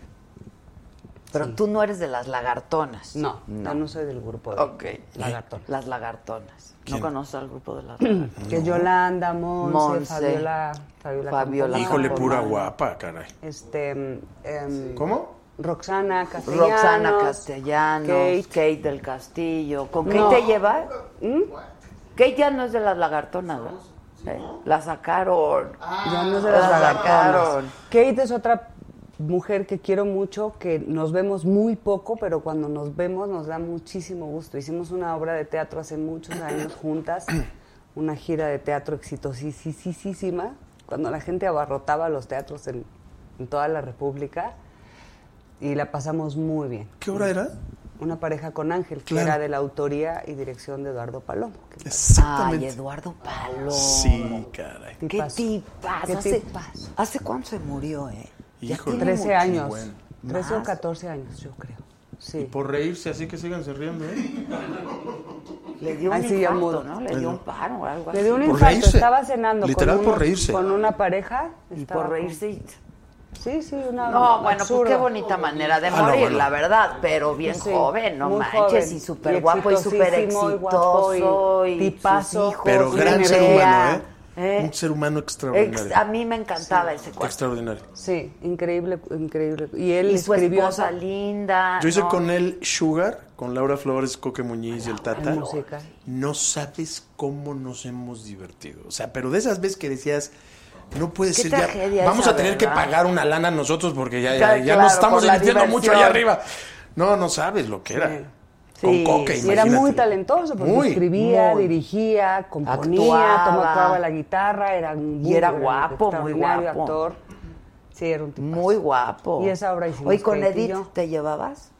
S6: Pero
S1: Sí.
S6: tú no eres de las lagartonas.
S1: No, no, no soy del grupo de
S6: Ok.
S1: lagartón.
S6: Las lagartonas.
S4: ¿Quién?
S6: No conozco al grupo de las lagartonas.
S1: Que Yolanda, Monse,
S6: Monse.
S1: Fabiola, Fabiola,
S6: Fabiola
S1: Campomanes,
S4: Híjole,
S6: Campomanes.
S4: pura guapa, caray.
S1: Este, em, em,
S4: ¿Cómo?
S1: Roxana Castellanos.
S6: Roxana Castellanos, Kate.
S1: Kate.
S6: del Castillo. ¿Con Kate
S1: No.
S6: te lleva? ¿Mm? Kate ya no es de las lagartonas, ¿verdad? ¿Eh? La sacaron.
S1: Ya no se
S6: La
S1: las
S6: sacaron.
S1: agarraron. Kate es otra mujer que quiero mucho, que nos vemos muy poco, pero cuando nos vemos nos da muchísimo gusto. Hicimos una obra de teatro hace muchos años juntas, una gira de teatro exitosísima, cuando la gente abarrotaba los teatros en, en toda la República y la pasamos muy bien.
S4: ¿Qué hora era?
S1: Una pareja con Ángel, que
S4: Claro.
S1: era de la autoría y dirección de Eduardo Palomo. que
S6: Ay,
S4: Exactamente.
S6: Eduardo Palomo.
S4: Sí, caray.
S6: ¿Qué
S1: tipazo.
S6: tipas?
S1: ¿Qué
S6: ¿Hace,
S1: tipazo?
S6: ¿Hace cuánto se murió, eh? Ya
S4: Híjole.
S6: tiene
S1: 13
S6: mucho-
S1: años.
S4: bueno.
S1: 13 o
S6: Más.
S1: 14 años, yo creo. Sí.
S4: Por reírse, así que síganse riendo, ¿eh?
S6: Le dio
S1: Ay,
S6: un
S1: sí, ya
S6: infarto,
S1: mudo.
S6: ¿no? Le dio un paro o algo así.
S1: Le dio un
S4: Por
S1: infarto,
S4: reírse.
S1: estaba cenando.
S4: Literal
S1: con
S4: por
S1: una-
S4: reírse.
S1: Con una pareja.
S6: Y
S1: estaba
S6: por
S1: con-
S6: reírse. y-
S1: Sí, sí, una.
S6: No, bueno, pues
S1: absurdo. Ah,
S6: qué bonita manera de
S4: no,
S6: morir,
S4: bueno.
S6: la verdad, pero bien
S1: Pues Sí,
S6: joven, no
S1: muy
S6: manches,
S1: joven.
S6: y súper guapo y súper
S1: exitosísimo, y guapo,
S6: exitoso y,
S1: y tipazo.
S6: sus hijos,
S4: Pero
S6: y
S4: gran
S6: una
S4: ser
S6: idea,
S4: humano, ¿eh? Un ser humano
S6: Ex-
S4: extraordinario.
S6: a mí me encantaba ese cuarto.
S4: Extraordinario.
S1: Sí, increíble, increíble. Y él
S6: Y su
S1: escribió
S6: esposa linda.
S4: Yo hice
S6: Ah, ¿no?
S4: con él Sugar, con Laura Flores, Coque Muñiz y el Tata.
S1: El musical.
S4: No sabes cómo nos hemos divertido. O sea, pero de esas veces que decías, no puede
S6: Qué
S4: ser ya.
S6: tragedia
S4: Vamos
S6: esa,
S4: a tener que
S6: ¿verdad?
S4: pagar una lana nosotros porque ya, ya,
S6: Claro,
S4: ya
S6: claro,
S4: nos estamos
S6: por la
S4: divirtiendo mucho allá
S6: diversión.
S4: arriba. No, no sabes lo que era.
S1: Sí.
S4: Con
S6: Sí,
S4: Coque,
S1: Y era
S4: imagínate.
S1: muy talentoso porque
S4: Muy,
S1: escribía,
S4: muy.
S1: dirigía, componía,
S6: Actuaba.
S1: tomaba tocaba la guitarra, era un
S6: Y era
S1: un
S6: guapo, muy
S1: extraordinario
S6: guapo.
S1: actor. Sí, era un tipo.
S6: Muy guapo.
S1: Y esa obra hicimos
S6: Oye, con
S1: Kate y
S6: Edith
S1: yo.
S6: te llevabas?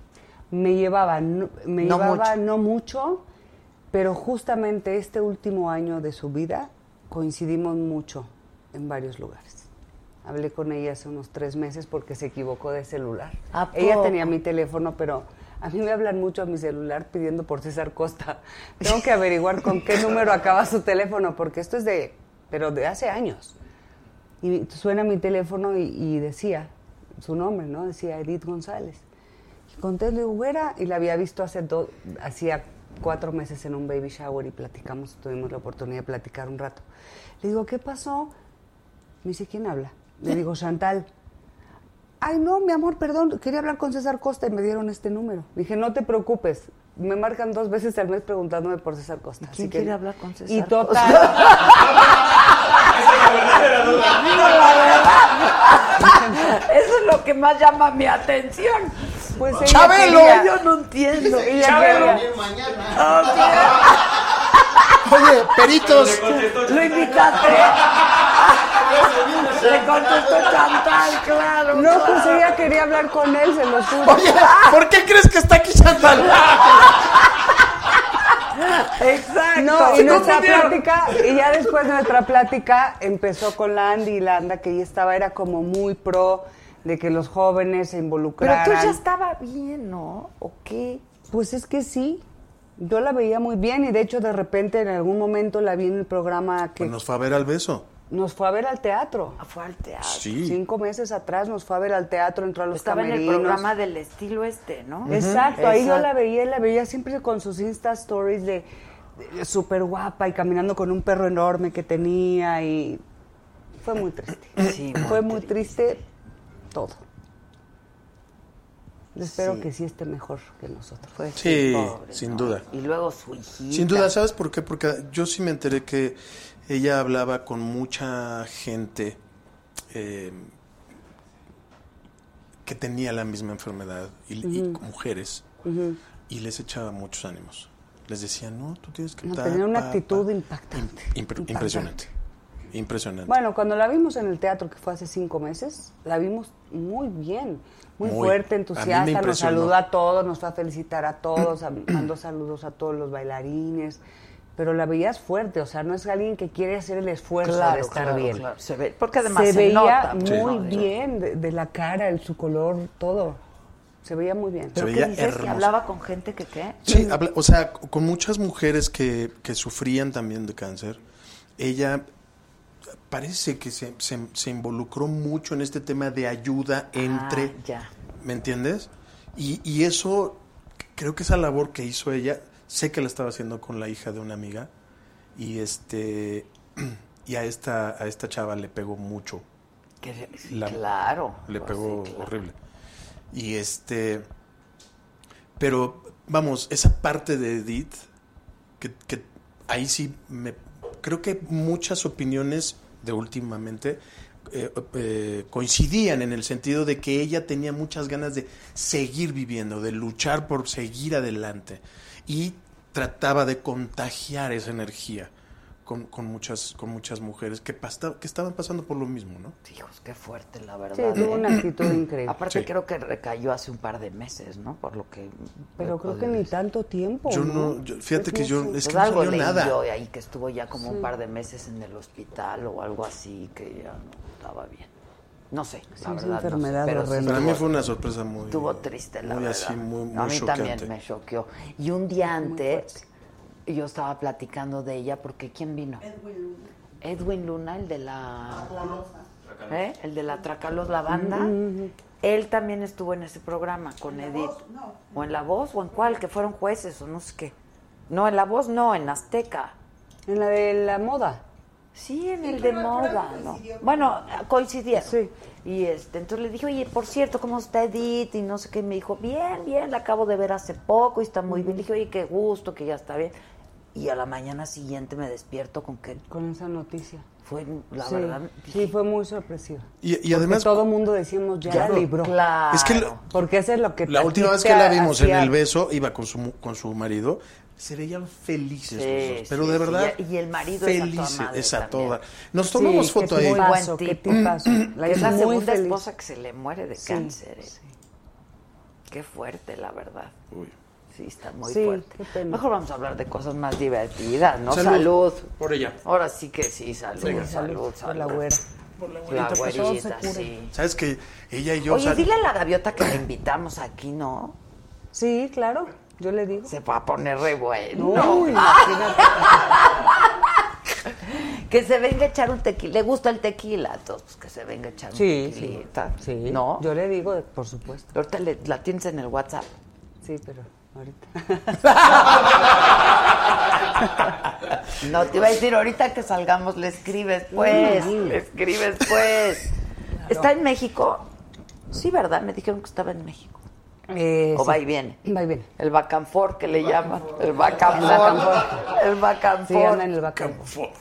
S1: me llevaba, no, me
S6: No
S1: llevaba
S6: mucho.
S1: no mucho, pero justamente este último año de su vida coincidimos mucho en varios lugares. Hablé con ella hace unos tres meses porque se equivocó de celular.
S6: ¿A
S1: Ella
S6: poco?
S1: tenía mi teléfono, pero a mí me hablan mucho a mi celular pidiendo por César Costa. Tengo que averiguar con qué número acaba su teléfono, porque esto es de, pero de hace años. Y suena mi teléfono y, y decía su nombre, ¿no? Decía Edith González. Y conté, le digo, "Güera", y la había visto hace do- hacía cuatro meses en un baby shower y platicamos, tuvimos la oportunidad de platicar un rato. Le digo, ¿qué pasó? Me dice, ¿quién habla? Le digo, Chantal. Ay, no, mi amor, perdón, quería hablar con César Costa y me dieron este número. Dije, no te preocupes. Me marcan dos veces al mes preguntándome por César Costa.
S6: quién
S1: así que-
S6: quiere hablar con César
S1: Y total,
S6: Eso es lo que más llama mi atención.
S1: Pues ella
S6: ¡Chabelo!
S1: quería-
S6: Yo no entiendo.
S1: Ella
S6: ¡Chabelo!
S1: quería-
S6: Oye,
S2: peritos.
S6: Lo invitaste. Le contestó Chantal, claro.
S1: No, pues ella quería hablar con él, se lo juro.
S2: Oye, ¿por qué crees que está aquí Chantal?
S6: Ah.
S1: Exacto. No,
S2: Se
S1: y nuestra
S2: confundieron.
S1: plática, y ya después nuestra plática empezó con la Andy y la Anda, que ella estaba, era como muy pro de que los jóvenes se
S6: Pero
S1: involucraran.
S6: tú ya estaba bien, ¿no? ¿O qué?
S1: Pues es que sí. Yo la veía muy bien y de hecho de repente en algún momento la vi en el programa que
S4: Pues nos fue a ver al beso.
S1: nos fue a ver al teatro. Fue al teatro.
S4: Sí.
S1: Cinco meses atrás nos fue a ver al teatro, entró a los
S6: Estaba en el
S1: camerinos.
S6: programa del estilo este, ¿no?
S1: Exacto, ahí yo
S6: Exacto.
S1: la veía, la veía siempre con sus Insta Stories de, de súper guapa y caminando con un perro enorme que tenía y fue muy triste.
S6: Sí,
S1: fue muy triste todo. Espero
S6: Sí.
S1: que sí esté mejor que nosotros.
S6: Pues
S4: Sí,
S6: pobre,
S4: sin
S6: ¿no?
S4: duda.
S6: Y luego su hijita.
S4: Sin duda, ¿sabes por qué? Porque yo sí me enteré que ella hablaba con mucha gente eh, que tenía la misma enfermedad, y, y
S1: Ujú.
S4: mujeres, y les echaba muchos ánimos. Les decía, no, tú tienes que
S1: No,
S4: ta,
S1: tenía una
S4: pa,
S1: actitud
S4: pa".
S1: impactante.
S4: Impre- impresionante. Impresionante.
S1: Bueno, cuando la vimos en el teatro, que fue hace cinco meses, la vimos muy bien, muy,
S4: Muy.
S1: fuerte,
S4: A mí me
S1: entusiasta, nos
S4: impresionó.
S1: saludó a todos, nos fue a felicitar a todos, a- mandó saludos a todos los bailarines, pero la veías fuerte, o sea, no es alguien que quiere hacer el esfuerzo de
S6: Claro,
S1: estar
S6: claro,
S1: bien.
S6: claro, se ve- porque además
S1: Se
S6: se
S1: veía
S6: nota,
S1: muy
S6: Sí. ¿no?
S1: bien de, de la cara, el, su color, todo. Se veía muy bien.
S4: ¿Pero qué veía dices? ¿Que hermosa. hablaba
S6: con gente que qué?
S4: Sí, habla- o sea, c- con muchas mujeres que, que sufrían también de cáncer, ella parece que se, se- se involucró mucho en este tema de ayuda entre,
S6: Ah, ya.
S4: ¿me entiendes? Y, y eso, creo que esa labor que hizo ella, sé que la estaba haciendo con la hija de una amiga, y este y a esta, a esta chava le pegó mucho.
S6: Que-
S4: La-
S6: claro.
S4: Le
S6: pues
S4: pegó
S6: sí, claro.
S4: horrible. Y este. Pero, vamos, esa parte de Edith, que, que ahí sí me. Creo que muchas opiniones de últimamente eh, eh, coincidían en el sentido de que ella tenía muchas ganas de seguir viviendo, de luchar por seguir adelante. Y trataba de contagiar esa energía con, con muchas, con muchas mujeres que, pasta- que estaban pasando por lo mismo, ¿no?
S6: Hijos, qué fuerte, la verdad. ¿eh?
S1: Sí, tuvo una actitud increíble.
S6: Aparte
S4: Sí.
S6: creo que recayó hace un par de meses, ¿no? Por lo que...
S1: Pero creo que ni tanto tiempo.
S4: Yo no- yo- fíjate que yo- es que
S6: Pues
S4: no
S6: algo
S4: salió
S6: leí
S4: nada.
S6: yo ahí que estuvo ya como
S1: Sí.
S6: un par de meses en el hospital o algo así, que ya no estaba bien. No sé, la
S1: es
S6: verdad.
S1: enfermedad
S6: no sé, pero sí
S4: Para mí
S6: estuvo-
S4: fue una sorpresa muy.
S6: Estuvo triste, la
S4: muy
S6: verdad.
S4: así, muy, muy
S6: a mí
S4: choqueante.
S6: también me choqueó. Y un día antes yo estaba platicando de ella porque ¿quién vino?
S17: Edwin Luna.
S6: Edwin Luna, el de la...
S17: Tracalosa.
S6: ¿Eh? El de la Tracalos,
S4: Mm,
S6: la banda. Él también estuvo en ese programa con Edith.
S17: No,
S6: ¿O en La Voz? ¿O en cuál? Que fueron jueces o no sé qué. No, en La Voz no, en Azteca.
S1: En la de la moda.
S6: Sí, en
S17: Sí, creo-
S6: el de
S17: creo que
S6: moda, ¿no?
S17: coincidió con-
S6: Bueno, coincidieron. Y este, entonces le dije, oye, por cierto, ¿cómo está Edith? Y no sé qué. Y me dijo, bien, bien, la acabo de ver hace poco y está muy bien. Le dije, oye, qué gusto, que ya está bien. Y a la mañana siguiente me despierto con que
S1: Con esa noticia.
S6: fue, la
S1: sí,
S6: verdad,
S1: sí, fue muy sorpresiva.
S4: Y, y
S1: Porque
S4: además,
S1: todo mundo decimos ya
S4: Claro.
S1: la libró.
S6: Claro.
S4: Es que lo-
S1: porque eso es lo que
S4: la
S1: a
S4: última
S1: ti
S4: vez
S1: te
S4: que la vimos en
S1: hacía-
S4: el beso, iba con su, mu- con su marido, se veían felices
S6: Sí,
S4: los dos, Pero
S6: sí,
S4: de
S6: sí,
S4: verdad.
S6: y- y el marido es a toda
S4: felices,
S6: madre
S4: es a
S6: también.
S4: toda. Nos tomamos
S1: Sí, que
S4: foto ahí.
S1: es muy
S6: Buen
S1: paso,
S6: tipo.
S1: qué tipazo. La
S6: es
S1: hizo
S6: la
S1: muy
S6: segunda
S1: feliz.
S6: esposa que se le muere de
S1: Sí,
S6: cáncer. ¿eh?
S1: sí.
S6: Qué fuerte, la verdad.
S4: Uy.
S6: Sí, está muy
S1: Sí, qué
S6: fuerte.
S1: pena.
S6: Mejor vamos a hablar de cosas más divertidas, ¿no?
S4: Salud.
S6: Salud.
S4: Por ella.
S6: Ahora sí que sí, salud, salud, salud.
S1: Por la güera.
S6: La
S4: Ahorita, pues, todo se
S6: güerita,
S4: cura.
S6: sí.
S4: ¿Sabes que Ella y yo.
S6: Oye,
S4: sal-
S6: dile a la gaviota que la invitamos aquí, ¿no?
S1: Sí, claro, yo le digo.
S6: Se Ah. va a poner re bueno.
S1: Uy, imagínate.
S6: Que se venga a echar un tequila. Le gusta el tequila, entonces pues, que se venga a echar
S1: Sí,
S6: un
S1: sí,
S6: tequilita.
S1: sí.
S6: ¿No?
S1: Yo le digo, de- por supuesto.
S6: Ahorita le- la tienes en el WhatsApp.
S1: Sí, pero ahorita.
S6: No, te iba a decir, ahorita que salgamos le escribes, pues.
S1: Mm.
S6: Le escribes, pues. ¿Está en México? Sí, ¿verdad? Me dijeron que estaba en México.
S1: Eh,
S6: O
S1: sí.
S6: va y viene.
S1: Va y viene.
S6: El bacanfor que le llaman. El bacanfor. El
S1: Sí, anda en
S6: bacanfor.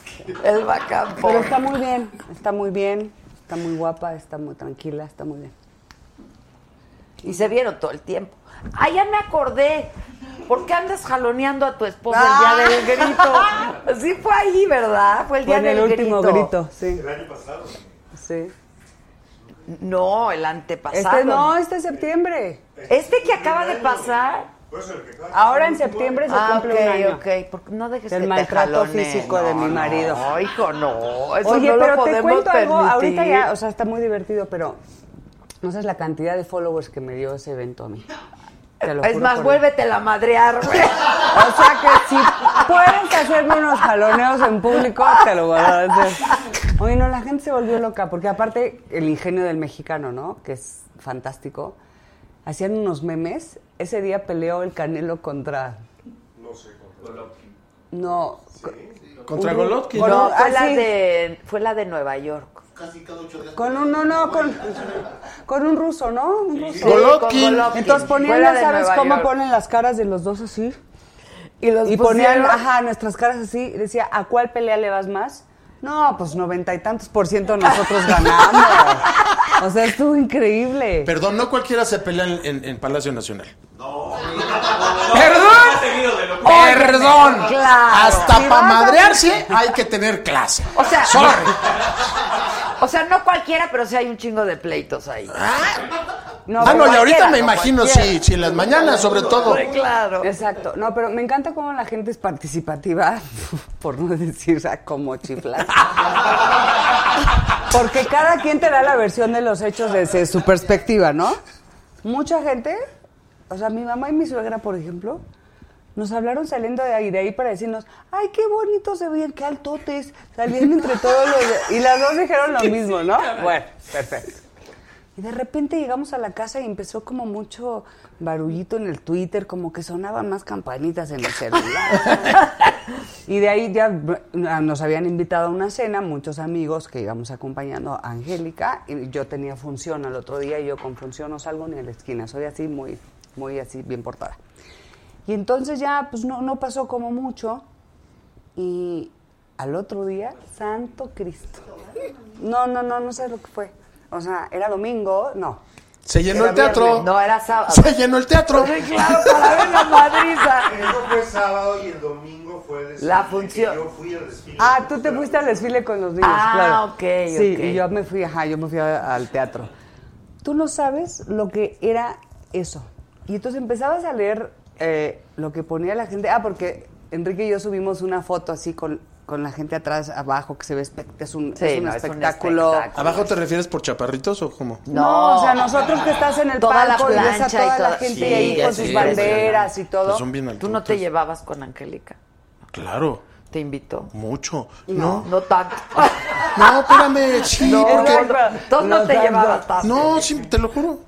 S1: el bacán.
S6: El
S1: Pero
S6: bacanfor.
S1: está muy bien, está muy bien, está muy guapa, está muy tranquila, está muy bien.
S6: Y se vieron todo el tiempo. Ah, ya me acordé. ¿Por qué andas jaloneando a tu esposa el día del
S1: Ah.
S6: grito? Sí fue ahí, ¿verdad? Fue el
S1: Fue
S6: día
S1: en
S6: del
S1: el último grito, sí.
S16: El año pasado.
S1: Sí.
S6: No, el antepasado.
S1: Este no, este es septiembre.
S6: Este que acaba de pasar.
S1: Ahora en septiembre se
S6: ah,
S1: cumple un año.
S6: ok, ok. Porque no dejes
S1: Del
S6: que
S1: maltrato
S6: te jaloneen.
S1: físico de
S6: No,
S1: mi marido.
S6: No, hijo, no. Eso
S1: Oye,
S6: no lo
S1: pero te
S6: podemos
S1: cuento algo,
S6: permitir.
S1: ahorita ya, o sea, está muy divertido, pero no sabes la cantidad de followers que me dio ese evento a mí. Te lo
S6: es
S1: juro
S6: más,
S1: por-
S6: vuélvetela a madrear, güey.
S1: O sea que si puedes hacerme unos jaloneos en público, te lo voy a hacer. Oye, no, la gente se volvió loca, porque aparte el ingenio del mexicano, ¿no? Que es fantástico. Hacían unos memes. Ese día peleó el Canelo contra...
S16: No sé,
S1: No. co-
S16: Contra
S1: un-
S16: Golovkin.
S1: con
S6: No,
S1: un-
S6: fue
S1: ah,
S6: la,
S1: sí,
S6: de, fue la de Nueva York.
S16: Casi cada ocho días.
S1: Con un, no, no, con, con un ruso, ¿no? Un ruso.
S6: con Golovkin. Golovkin.
S1: Entonces ponían,
S6: Fuera
S1: ya
S6: de
S1: ¿sabes
S6: Nueva
S1: cómo
S6: York.
S1: ponen las caras de los dos así?
S6: Y los
S1: Y ponían,
S6: pusieron-
S1: ajá, nuestras caras así. Y decía, ¿a cuál pelea le vas más? No, pues noventa y tantos por ciento nosotros ganamos. o sea, estuvo increíble.
S4: Perdón, no cualquiera se pelea en, en- en Palacio Nacional.
S2: ¡Perdón! ¡Perdón!
S6: Claro.
S2: Hasta
S6: Si vas
S2: para
S6: a-
S2: madrearse hay que tener clase.
S6: O sea,
S2: Sorry.
S6: o sea, no cualquiera, pero sí hay un chingo de pleitos ahí.
S1: Ah, No,
S4: Ah,
S1: pero
S4: no, y ahorita
S1: cualquiera,
S4: me
S1: no,
S4: imagino, sí,
S1: cualquiera.
S4: sí, en las mañanas sobre todo.
S6: Hombre, Claro.
S1: Exacto. No, pero me encanta cómo la gente es participativa, por no decir ah, como chifla. Porque cada quien te da la versión de los hechos desde su perspectiva, ¿no? Mucha gente, o sea, mi mamá y mi suegra, por ejemplo, nos hablaron saliendo de ahí, de ahí para decirnos, ay, qué bonito se veían, qué altotes, salían entre todos los... de-". Y las dos dijeron lo mismo, ¿no? Bueno, perfecto. Y de repente llegamos a la casa y empezó como mucho barullito en el Twitter, como que sonaban más campanitas en el celular. y de ahí ya br- nos habían invitado a una cena, muchos amigos que íbamos acompañando a Angélica, y yo tenía función al otro día, y yo con función no salgo ni a la esquina, soy así muy, muy así, bien portada. Y entonces ya, pues no, no pasó como mucho, y al otro día, Santo Cristo. No, no, no, no sé lo que fue. O sea, era domingo, no.
S4: Se llenó
S1: Era
S4: el teatro.
S1: viernes. No, era sábado.
S4: Se llenó el teatro.
S6: Sí, claro, para ver la madriza.
S11: Eso fue sábado y el domingo fue el desfile.
S6: La función.
S11: Yo fui al desfile.
S1: Ah, tú te fuiste al desfile con los niños,
S6: Ah,
S1: claro.
S6: ok,
S1: Sí,
S6: ok.
S1: y yo me fui, ajá, yo me fui a- al teatro. Tú no sabes lo que era eso. Y entonces empezabas a leer eh, lo que ponía la gente. Ah, porque Enrique y yo subimos una foto así con, con la gente atrás, abajo, que se ve espect- es un,
S6: Sí,
S1: es un
S6: no, es un
S1: espectáculo.
S6: espectáculo.
S4: ¿Abajo te refieres por chaparritos o cómo?
S1: No, o sea, nosotros que estás en el
S6: Toda la
S1: palco y ves a
S6: plancha y
S1: toda la
S6: toda-
S1: gente
S4: Sí,
S1: ahí con
S4: sí,
S1: sus
S4: sí,
S1: banderas y todo.
S4: Pues son bien altos.
S6: Tú no te llevabas con Angélica.
S4: Claro,
S6: Te invitó.
S4: mucho. No,
S6: No tanto.
S4: no, espérame, sí,
S6: No,
S4: porque-
S6: Tú no te llevabas tanto.
S4: No, sí, te lo juro.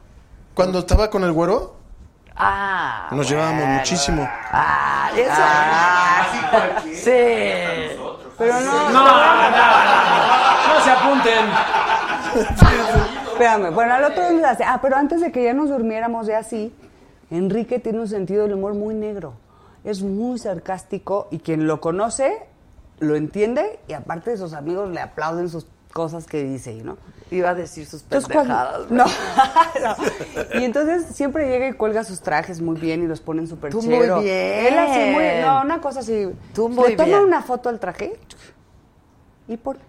S4: Cuando estaba con el güero,
S6: Ah.
S4: nos llevábamos
S6: bueno.
S4: muchísimo.
S6: Ah, eso. Ah, sí.
S1: Pero no,
S16: No se apunten.
S1: espérame. Bueno, al otro día nos hace- Ah, pero antes de que ya nos durmiéramos ya así, Enrique tiene un sentido del humor muy negro. Es muy sarcástico y quien lo conoce lo entiende y aparte de sus amigos le aplauden sus cosas que dice, ¿no?
S6: Iba a decir sus
S1: Entonces, cuando-
S6: pendejadas.
S1: no, no. Y entonces siempre llega y cuelga sus trajes muy bien y los pone en su
S6: Tú muy
S1: perchero.
S6: bien.
S1: Él así muy, no, una cosa así.
S6: Tú muy
S1: le toma
S6: bien.
S1: una foto al traje y pone.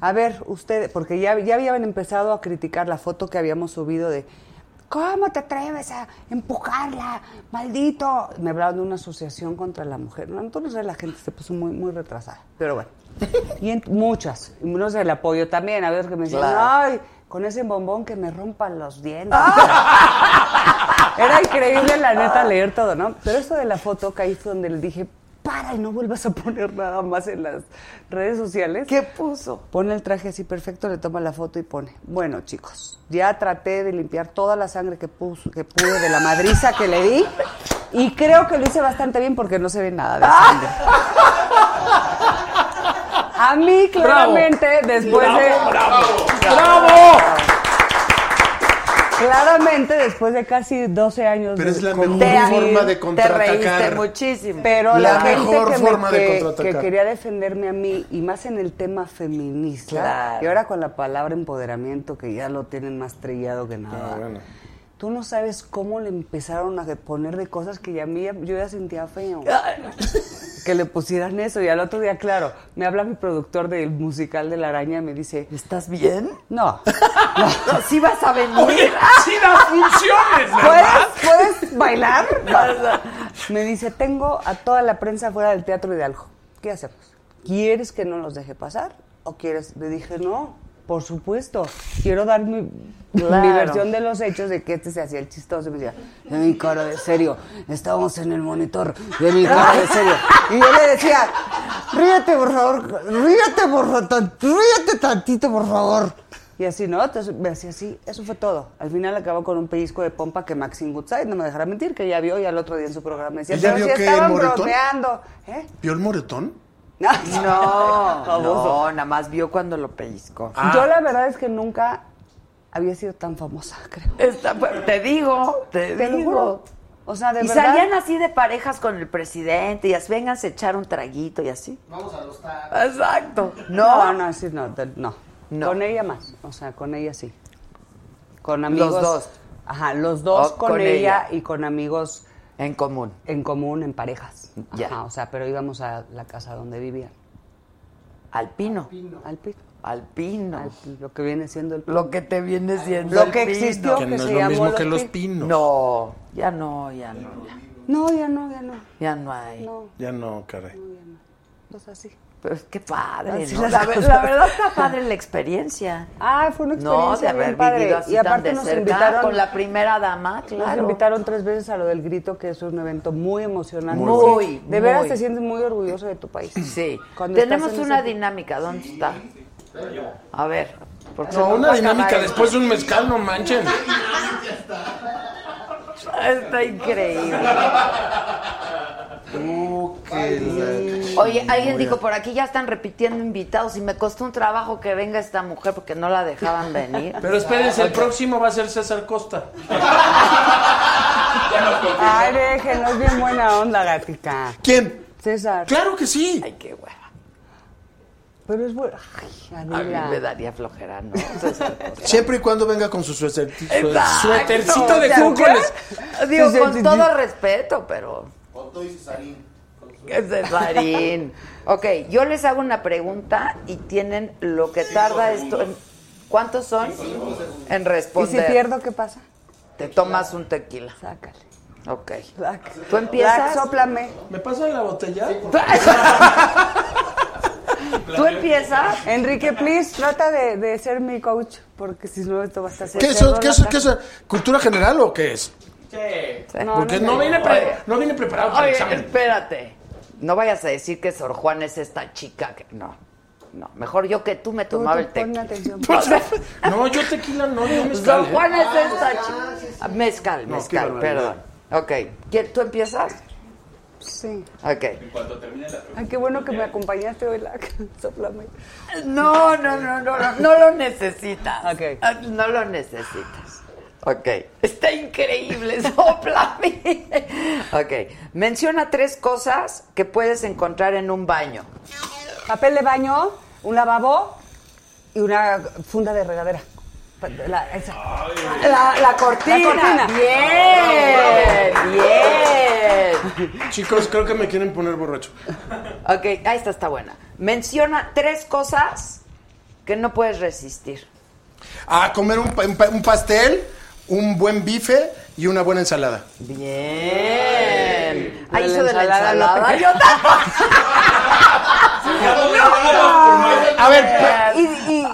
S1: A ver, ustedes, porque ya, ya habían empezado a criticar la foto que habíamos subido de ¿Cómo te atreves a empujarla? Maldito. Me hablaban de una asociación contra la mujer. No, entonces la gente se puso muy, muy retrasada. Pero bueno. Y en- muchas. Y unos del apoyo también. A ver que me decían,
S6: Claro.
S1: ay, con ese bombón que me rompan los dientes.
S6: Ah.
S1: Era increíble, la neta, leer todo, ¿no? Pero eso de la foto, que ahí fue donde le dije, para y no vuelvas a poner nada más en las redes sociales.
S6: ¿Qué puso?
S1: Pone el traje así perfecto, le toma la foto y pone, bueno chicos, ya traté de limpiar toda la sangre que, puso, que pude de la madriza que le di y creo que lo hice bastante bien porque no se ve nada de
S6: ¡Ah!
S1: sangre. A mí claramente después de...
S2: ¡Bravo!
S1: Claramente después de casi 12 años
S4: Pero
S1: de
S4: es la mejor
S1: convivir,
S4: forma de
S6: Te
S4: contraatacar.
S6: reíste muchísimo.
S1: Pero la,
S4: La
S1: gente
S4: mejor
S1: que, me-
S4: forma de
S1: que-
S4: contraatacar.
S1: que quería defenderme a mí, y más en el tema feminista,
S6: Claro.
S1: Ah, y ahora con la palabra empoderamiento, que ya lo tienen más trillado que nada. Tú no sabes cómo le empezaron a poner de cosas que ya a mí ya- yo ya sentía feo. que le pusieran eso. Y al otro día, claro, me habla mi productor del musical de la araña y me dice...
S6: ¿Estás bien?
S1: No.
S6: ¿Sí vas a venir?
S2: Oye, sí das funciones, ¿verdad?
S1: ¿Puedes, puedes bailar? me dice, tengo a toda la prensa fuera del teatro Hidalgo. ¿Qué hacemos? ¿Quieres que no los deje pasar? ¿O quieres? Le dije, no, por supuesto. Quiero dar mi,
S6: Claro.
S1: mi versión de los hechos de que este se hacía el chistoso. Y me decía, de mi cara de serio. Estábamos en el monitor. De mi cara de serio. Y yo le decía, ríete, por favor. Ríete, por favor. tan- Ríete tantito, por favor. Y así, ¿no? Entonces me hacía así. Eso fue todo. Al final acabó con un pellizco de pompa que Maxine Goodside, no me dejará mentir, que ya vio y al otro día en su programa decía,
S4: ¿Él ya
S1: pero
S4: vio
S1: si
S4: que
S1: estaban
S4: Moretón?
S1: bromeando. ¿Eh?
S4: ¿Vio el moretón?
S1: No,
S6: No,
S1: Famoso.
S6: no, nada más vio cuando lo pellizcó.
S4: Ah.
S1: Yo la verdad es que nunca había sido tan famosa, creo.
S6: Esta fue- pues, te digo, te,
S1: Te lo
S6: digo.
S1: juro. O sea, de
S6: y
S1: verdad.
S6: salían así de parejas con el presidente y así, vengan a echar un traguito y así.
S1: Vamos a los
S6: Exacto.
S1: No,
S6: No.
S1: no, sí, no, de- no. Con ella más. O sea, con ella sí. Con amigos.
S6: Los dos.
S1: Ajá, los dos
S6: O-
S1: con,
S6: con
S1: ella,
S6: ella.
S1: y con amigos.
S6: En común.
S1: En común, en parejas.
S6: Ya.
S1: Ajá, o sea, pero íbamos a la casa donde vivían.
S6: Al pino.
S1: Al pino.
S6: Al pino.
S1: lo que viene siendo el
S6: Lo que te viene siendo
S1: Lo
S6: el
S1: que
S6: pino.
S1: existió, Que que no se es lo llamó mismo Los que Los Pinos.
S4: Pinos.
S6: No, ya no, ya no. ya-
S1: No, ya no, ya no.
S6: Ya no hay.
S1: No, pues
S4: Ya no, caray.
S1: o sea, sí.
S6: Pero es que padre,
S1: Así
S6: ¿no?
S1: las
S6: La, ver-
S1: cosas.
S6: la verdad está padre la experiencia.
S1: Ah, fue una experiencia
S6: No, de haber
S1: bien padre.
S6: vivido así
S1: y
S6: tan
S1: aparte
S6: de
S1: nos
S6: cerca
S1: invitaron
S6: con la primera dama,
S1: Nos
S6: claro.
S1: invitaron tres veces a lo del grito, que es un evento muy emocionante.
S6: Muy,
S1: Sí,
S6: muy.
S1: De veras te sientes muy orgulloso de tu país.
S6: Sí.
S1: Cuando
S6: Tenemos
S1: estás en
S6: una
S1: ese-
S6: dinámica, ¿dónde está? A ver. porque se
S4: No,
S6: nos
S4: una
S6: va a
S4: dinámica
S6: acabar
S4: después de un mezcal, no manchen.
S6: esto. Ah, Está increíble. Oye, alguien dijo, por aquí ya están repitiendo invitados y me costó un trabajo que venga esta mujer porque no la dejaban venir.
S16: Pero espérense, el próximo va a ser César Costa.
S1: Ay, déjenos, es bien buena onda, gatica.
S4: ¿Quién?
S1: César.
S4: Claro que sí.
S6: Ay, qué hueva.
S1: Pero es bueno. Ay,
S6: A mí
S1: Adela.
S6: me daría flojera, ¿no? Entonces,
S4: Siempre y cuando venga con su suéter- su-
S6: Exacto.
S4: suétercito de
S6: O sea,
S4: cúcoles.
S6: Digo,
S1: Sí, sí, sí,
S6: con
S1: sí.
S6: todo respeto, pero...
S11: Otto y Cesarín.
S6: Es Cesarín. ok, yo les hago una pregunta y tienen lo que tarda esto. en- ¿Cuántos son? En
S1: ¿Y si
S6: responder.
S1: pierdo qué pasa?
S6: Te tomas un tequila.
S1: Sácale.
S6: Ok.
S1: Lac.
S6: ¿Tú empiezas?
S1: Lac, sóplame.
S16: ¿Me pasan la botella?
S6: ¿Tú empiezas?
S1: Enrique, please, trata de, de ser mi coach, porque si no, esto va a estar
S4: ¿Qué es eso? ¿Qué es eso? ¿Qué es eso? ¿Cultura general o qué es?
S1: No,
S4: Porque no
S1: me-
S4: viene, pre- no viene preparado para el
S6: Oye,
S4: examen.
S6: espérate. No vayas a decir que Sor Juana es esta chica. Que... No, no. Mejor yo que tú me
S1: Tú,
S6: tomaba
S1: tú
S6: el
S1: ponme
S6: tequila. Pues
S1: atención.
S4: O sea, No, yo tequila no, yo mezcal.
S6: Sor
S4: ¿eh?
S6: Juana es esta chica. Mezcal,
S4: No, qué
S6: mezcal,
S4: barbaridad.
S6: perdón. Ok. ¿Qui- ¿Tú empiezas?
S1: Sí.
S6: Ok.
S1: Ay, qué bueno que me acompañaste hoy, Lac. Sóplame.
S6: No, no, no, no, no, no lo necesitas.
S1: Ok.
S6: Ah, No lo necesitas. Ok. Está increíble, soplame. ok. Menciona tres cosas que puedes encontrar en un baño.
S1: Papel de baño, un lavabo y una funda de regadera. La, esa.
S6: La, cortina.
S1: La cortina.
S6: Bien, bien.
S4: Chicos, creo que me quieren poner borracho.
S6: Ok, ah, esta está buena. Menciona tres cosas que no puedes resistir.
S4: A comer un, pa- un pa- un pastel, un buen bife y una buena ensalada.
S6: Bien.
S1: Lo
S6: Ah,
S1: de la
S6: hizo de la
S1: ensalada no
S6: ensalada.
S1: te-
S6: Yo tampoco.
S4: A ver, pe-
S1: Y, y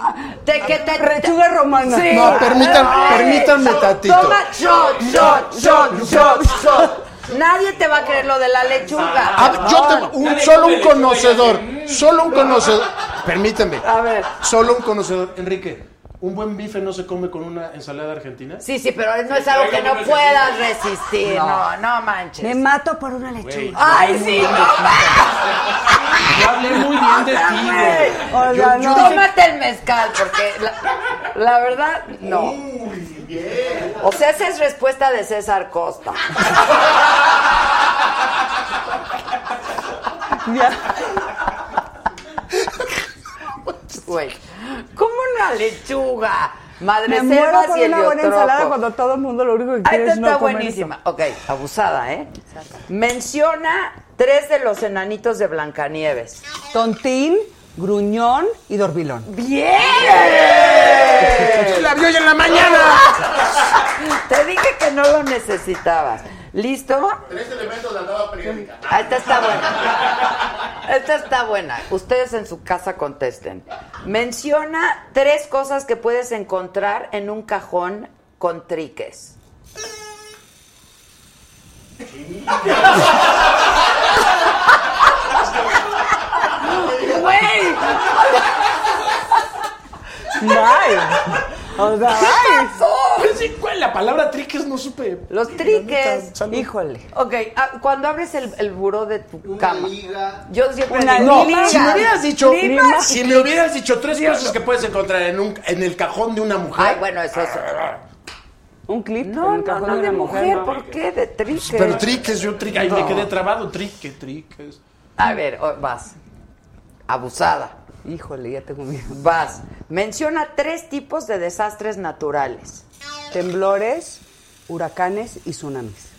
S6: Te- que te-
S1: Lechuga romana.
S6: Sí.
S4: no, permítan-
S6: Ay.
S4: permítanme tantito.
S6: Toma shot, shot, shot, shot, shot. Nadie te va a creer lo de la lechuga.
S4: Ah, yo te- un- solo un conocedor,
S16: Mm.
S4: solo un conocedor. Permíteme.
S6: A ver.
S4: Solo un conocedor. Enrique, ¿un buen bife no se come con una ensalada argentina?
S6: Sí, sí, pero no es algo que no puedas resistir. No, no
S1: me
S6: manches.
S1: mato por una lechuga.
S6: Ay, sí, no
S16: Yo hablé muy bien de ti, güey.
S6: manches.
S1: O sea, no.
S6: Tómate el mezcal, porque la, la verdad, no. O sea, esa es respuesta de César Costa. Güey, ¿cómo una lechuga? Madre
S1: Me
S6: selvas
S1: muero por
S6: y
S1: una buena
S6: heliotropo.
S1: ensalada cuando todo el mundo lo único que
S6: Ah,
S1: quiere
S6: esta
S1: es no
S6: está
S1: comer
S6: buenísima. Ok, abusada, ¿eh? Menciona tres de los enanitos de Blancanieves.
S1: Tontín, gruñón y dormilón.
S6: ¡Bien!
S1: La vio hoy en la mañana.
S6: Te dije que no lo necesitabas. ¿Listo?
S18: Tres elementos de andaba periódica.
S6: Ah, Esta está buena. Esta está buena. Ustedes en su casa contesten. Menciona tres cosas que puedes encontrar en un cajón con triques. ¡Güey!
S1: O sea,
S4: ¿Qué
S1: ay.
S4: Sí, ¿cuál? La palabra triques no supe.
S6: Los triques.
S1: Híjole.
S6: Ok, ah, cuando abres el, el buró de tu cama. Yo siempre
S4: Una
S6: digo,
S4: liga. si me hubieras dicho,
S6: Limas y
S4: si me
S6: clics.
S4: hubieras dicho tres cosas que puedes encontrar en, un, en el cajón de una mujer.
S6: Ay, bueno, eso es.
S4: Ah.
S1: Un clip.
S6: No, no, no, de mujer, ¿por qué? De triques.
S4: Pero triques, yo triques. Ahí me
S6: No.
S4: quedé trabado, trique, triques.
S6: A ver, o- vas. Abusada.
S1: Híjole, ya tengo miedo.
S6: Vas. Menciona tres tipos de desastres naturales.
S1: Temblores, huracanes y tsunamis.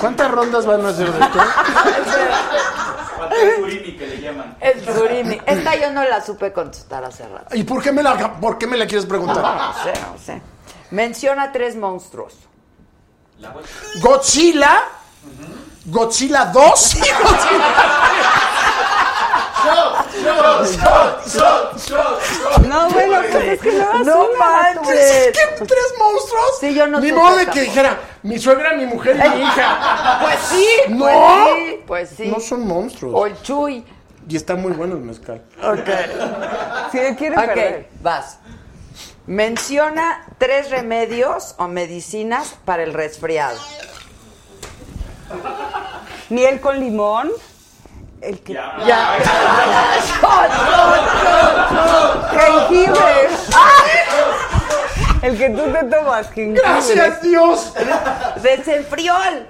S4: ¿Cuántas rondas van a hacer de esto?
S11: Papel Turini que le llaman.
S6: El surimi. Esta yo no la supe contestar hace rato.
S4: ¿Y por qué me la, por qué me la quieres preguntar?
S6: No sé, no sé. Menciona tres monstruos.
S4: Godzilla, Godzilla 2 y
S11: ¡Shot! ¡Shot! ¡Shot! ¡Shot! ¡Shot!
S1: No, bueno, pues es que no
S6: No manches.
S4: ¿Qué? ¿Tres monstruos?
S6: Eh, Sí, yo no
S4: Ni
S6: sé
S4: modo de
S6: tampoco.
S4: que dijera, mi suegra, mi mujer y mi hija.
S6: Pues sí,
S4: ¿No?
S6: pues sí, pues sí.
S4: No son monstruos.
S6: O el chuy.
S4: Y está muy bueno el mezcal.
S6: Ok.
S1: Si le quieren
S6: Ok,
S1: perder.
S6: vas. Menciona tres remedios o medicinas para el resfriado.
S1: Miel con limón. El que.
S6: Ya.
S1: Jengibre. El que tú te tomas, jengibre.
S4: ¡Gracias, Dios!
S6: Desenfriol.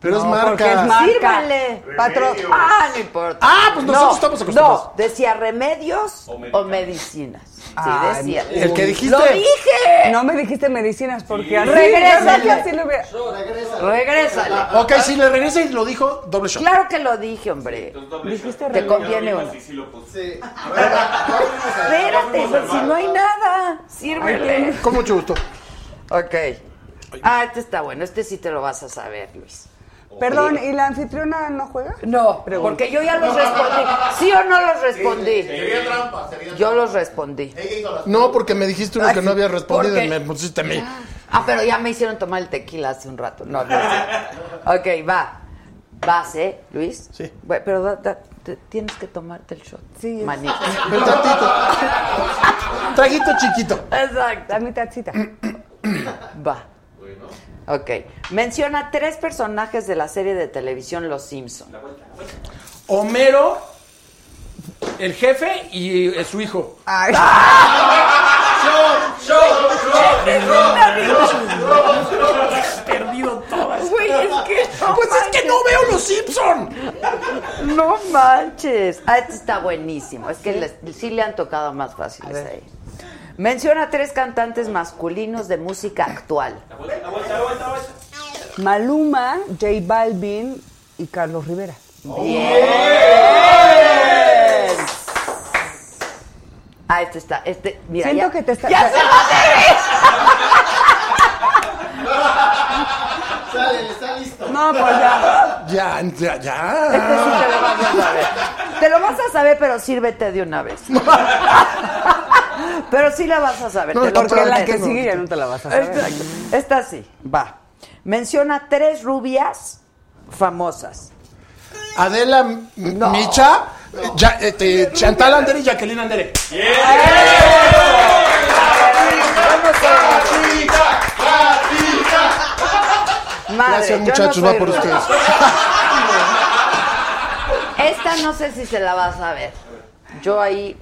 S4: Pero es
S1: No, porque
S4: marca.
S1: es marca.
S6: Sírvale.
S1: Patro-
S6: Ah, no importa.
S4: Ah, pues nosotros estamos acostumbrados.
S6: No, decía remedios o,
S11: medicinas.
S6: medicinas. Sí,
S1: Ay,
S6: decía.
S4: El que dijiste.
S6: ¡Lo dije!
S1: No me dijiste medicinas porque así.
S6: Regrésale.
S1: yo que así lo hubiera-
S6: Regrésale.
S4: Ok, si le regresa y lo dijo, doble shot.
S6: Claro que lo dije, hombre.
S1: Dijiste
S6: Te conviene
S11: Ya lo
S6: uno.
S11: vimos y sí lo puse.
S18: Sí. A ver, vamos a-
S6: Espérate,
S11: fuimos
S6: pues,
S11: al
S6: si
S11: bar.
S6: no hay nada. Sírvele.
S4: Con mucho gusto.
S6: Ok. Ah, este está bueno. Este sí te lo vas a saber, Luis.
S1: Perdón, ¿y la anfitriona no juega?
S6: No, porque yo ya los respondí. ¿Sí o no los respondí?
S18: Sería trampa, sería
S6: Yo los respondí.
S18: Ella hizo las-
S4: No, porque me dijiste uno que no había respondido
S6: porque-
S4: y me pusiste a mí.
S6: Ah, pero ya me hicieron tomar el tequila hace un rato. No, no sé. Ok, va. Vas, ¿eh, Luis?
S4: Sí.
S6: Bueno, pero da- da- te- tienes que tomarte el shot.
S1: Sí, es-
S6: Manito.
S4: Pero tantito. Traguito chiquito.
S6: Exacto.
S1: Dame tacita.
S6: Va. Ok. Menciona tres personajes de la serie de televisión Los Simpson.
S4: Homero, el jefe y eh, su hijo. Perdido todas.
S6: Güey, es que no
S4: Pues es que no veo los Simpson.
S6: No manches. Ah, este está buenísimo. Es que les- sí le han tocado más fáciles ahí. Menciona tres cantantes masculinos de música actual.
S11: La vuelta, la vuelta, la vuelta, la vuelta.
S1: Maluma, J Balvin y Carlos Rivera.
S6: Ah, este está. Este, mira,
S1: Siento
S6: ya-
S1: que te está-
S6: ¡Ya se va a
S18: Sale, está listo.
S1: No, pues ya.
S4: Ya, ya,
S6: Este sí
S4: ya.
S6: te lo vas a saber. Te lo vas a saber, pero sírvete de una vez. pero sí la vas a saber.
S4: No,
S6: te lo
S4: porque
S1: Porque la
S6: prometo.
S1: que sigue ya no te la vas a saber.
S6: Exacto. Esta sí, va. Menciona tres rubias famosas.
S4: Adela M- Micha, ya, este, Chantal Andere y Jacqueline Andere.
S6: Madre,
S4: Gracias
S6: yo
S4: muchachos,
S6: no
S4: va
S6: soy
S4: por
S6: rubia.
S4: ustedes.
S6: Esta no sé si se la vas a ver. Yo ahí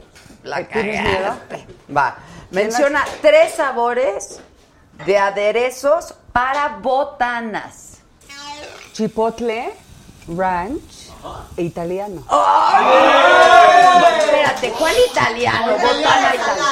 S6: la
S1: ¿Tienes
S6: cagaste. Va. Menciona tres sabores de aderezos para botanas.
S1: Chipotle, ranch, E italiano.
S6: Oh. Espérate, ¿cuál italiano? Botana italiana.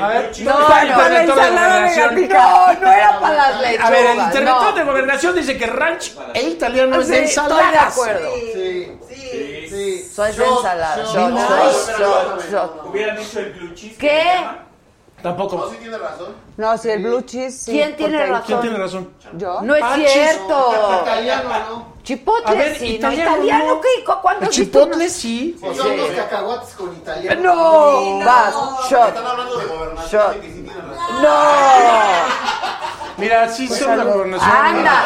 S1: A ver,
S6: No,
S16: está el
S6: no,
S16: panetón de
S6: la ensalada de
S16: gobernación?
S6: gatito. No, no era para las lechugas.
S16: A ver, el interventor
S6: no.
S16: de gobernación dice que ranch e italiano
S6: Ah,
S16: es
S6: sí,
S16: de
S6: estoy
S16: ensaladas.
S6: de acuerdo.
S11: Sí, sí, sí.
S6: Soy de
S11: Shot,
S6: ensalada.
S11: shot,
S6: Shot,
S11: no,
S6: shot,
S11: no,
S6: shot,
S11: no,
S6: shot.
S16: Hubieran dicho el blue cheese.
S6: ¿Qué?
S16: Tampoco.
S11: No, sí tiene razón.
S1: No, si el blue cheese. sí,
S6: ¿Quién tiene
S1: porque-
S6: razón? ¿Quién tiene
S16: razón?
S1: Yo.
S6: No es
S1: Ah, chis-
S6: cierto.
S11: Italiano, ¿no?
S6: Chipotle,
S16: A ver,
S6: sí,
S16: italiano,
S6: no, italiano,
S16: no.
S6: ¿qué? ¿Cu- ¿Cuántos
S16: El chipotle sí.
S11: O son los cacahuates con italiano.
S6: No,
S11: Sí,
S6: vas, shot.
S11: Están hablando de gobernación.
S6: Shot.
S11: y sí tienen razón. Pues
S6: ¡No!
S16: Mira, sí son la gobernación.
S6: ¡Anda!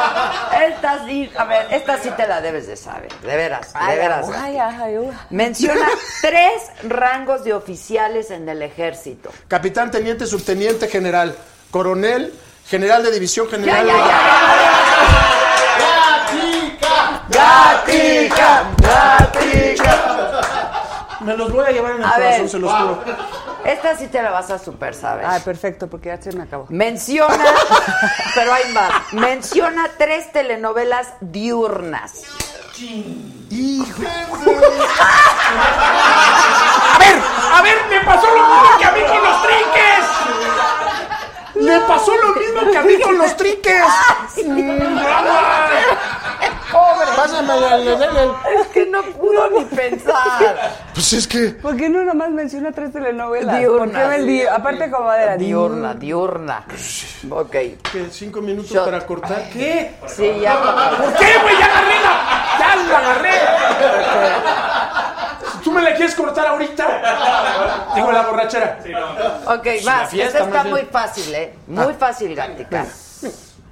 S6: Esta sí, a ver, esta sí te la debes de saber, de veras, de
S1: Ay,
S6: veras.
S1: ay, ay, ay.
S6: Menciona tres rangos de oficiales en el ejército.
S4: Capitán, teniente, subteniente, general, coronel, general de división, general.
S6: ya,
S11: ¡Gatica!
S4: ¡Gatica! ¡Gatica! Me los voy a llevar en el
S6: A
S4: corazón,
S6: ver.
S4: se los juro.
S6: Esta sí te la vas a super saber.
S1: Ay, Ah, perfecto, porque ya se me acabó.
S6: Menciona, pero hay más. Menciona tres telenovelas diurnas.
S4: Hijo.
S16: A ver, a ver, me pasó lo mismo que a mí con los trinques. Me pasó lo mismo que a mí con los trinques.
S4: Pásame el, el- el- el-
S6: Es que no pudo ni pensar.
S4: Pues es que.
S1: ¿Por qué no nomás menciona tres telenovelas?
S6: Diurnas.
S1: ¿Por qué ve el di- Aparte como de la
S6: Diurna, diurna. Ok.
S4: ¿Qué, ¿Cinco minutos
S6: Shot.
S4: para cortar? ¿Qué?
S6: Sí, ya.
S16: ¿Por qué, güey? Ya agarré la. Ya la agarré. ¿Tú me la quieres cortar ahorita? Digo, la borrachera.
S6: Ok, vas.
S16: fiesta,
S6: Esta está
S16: más bien. Ah. Pues.
S6: muy fácil, ¿eh? Muy fácil, Gatica.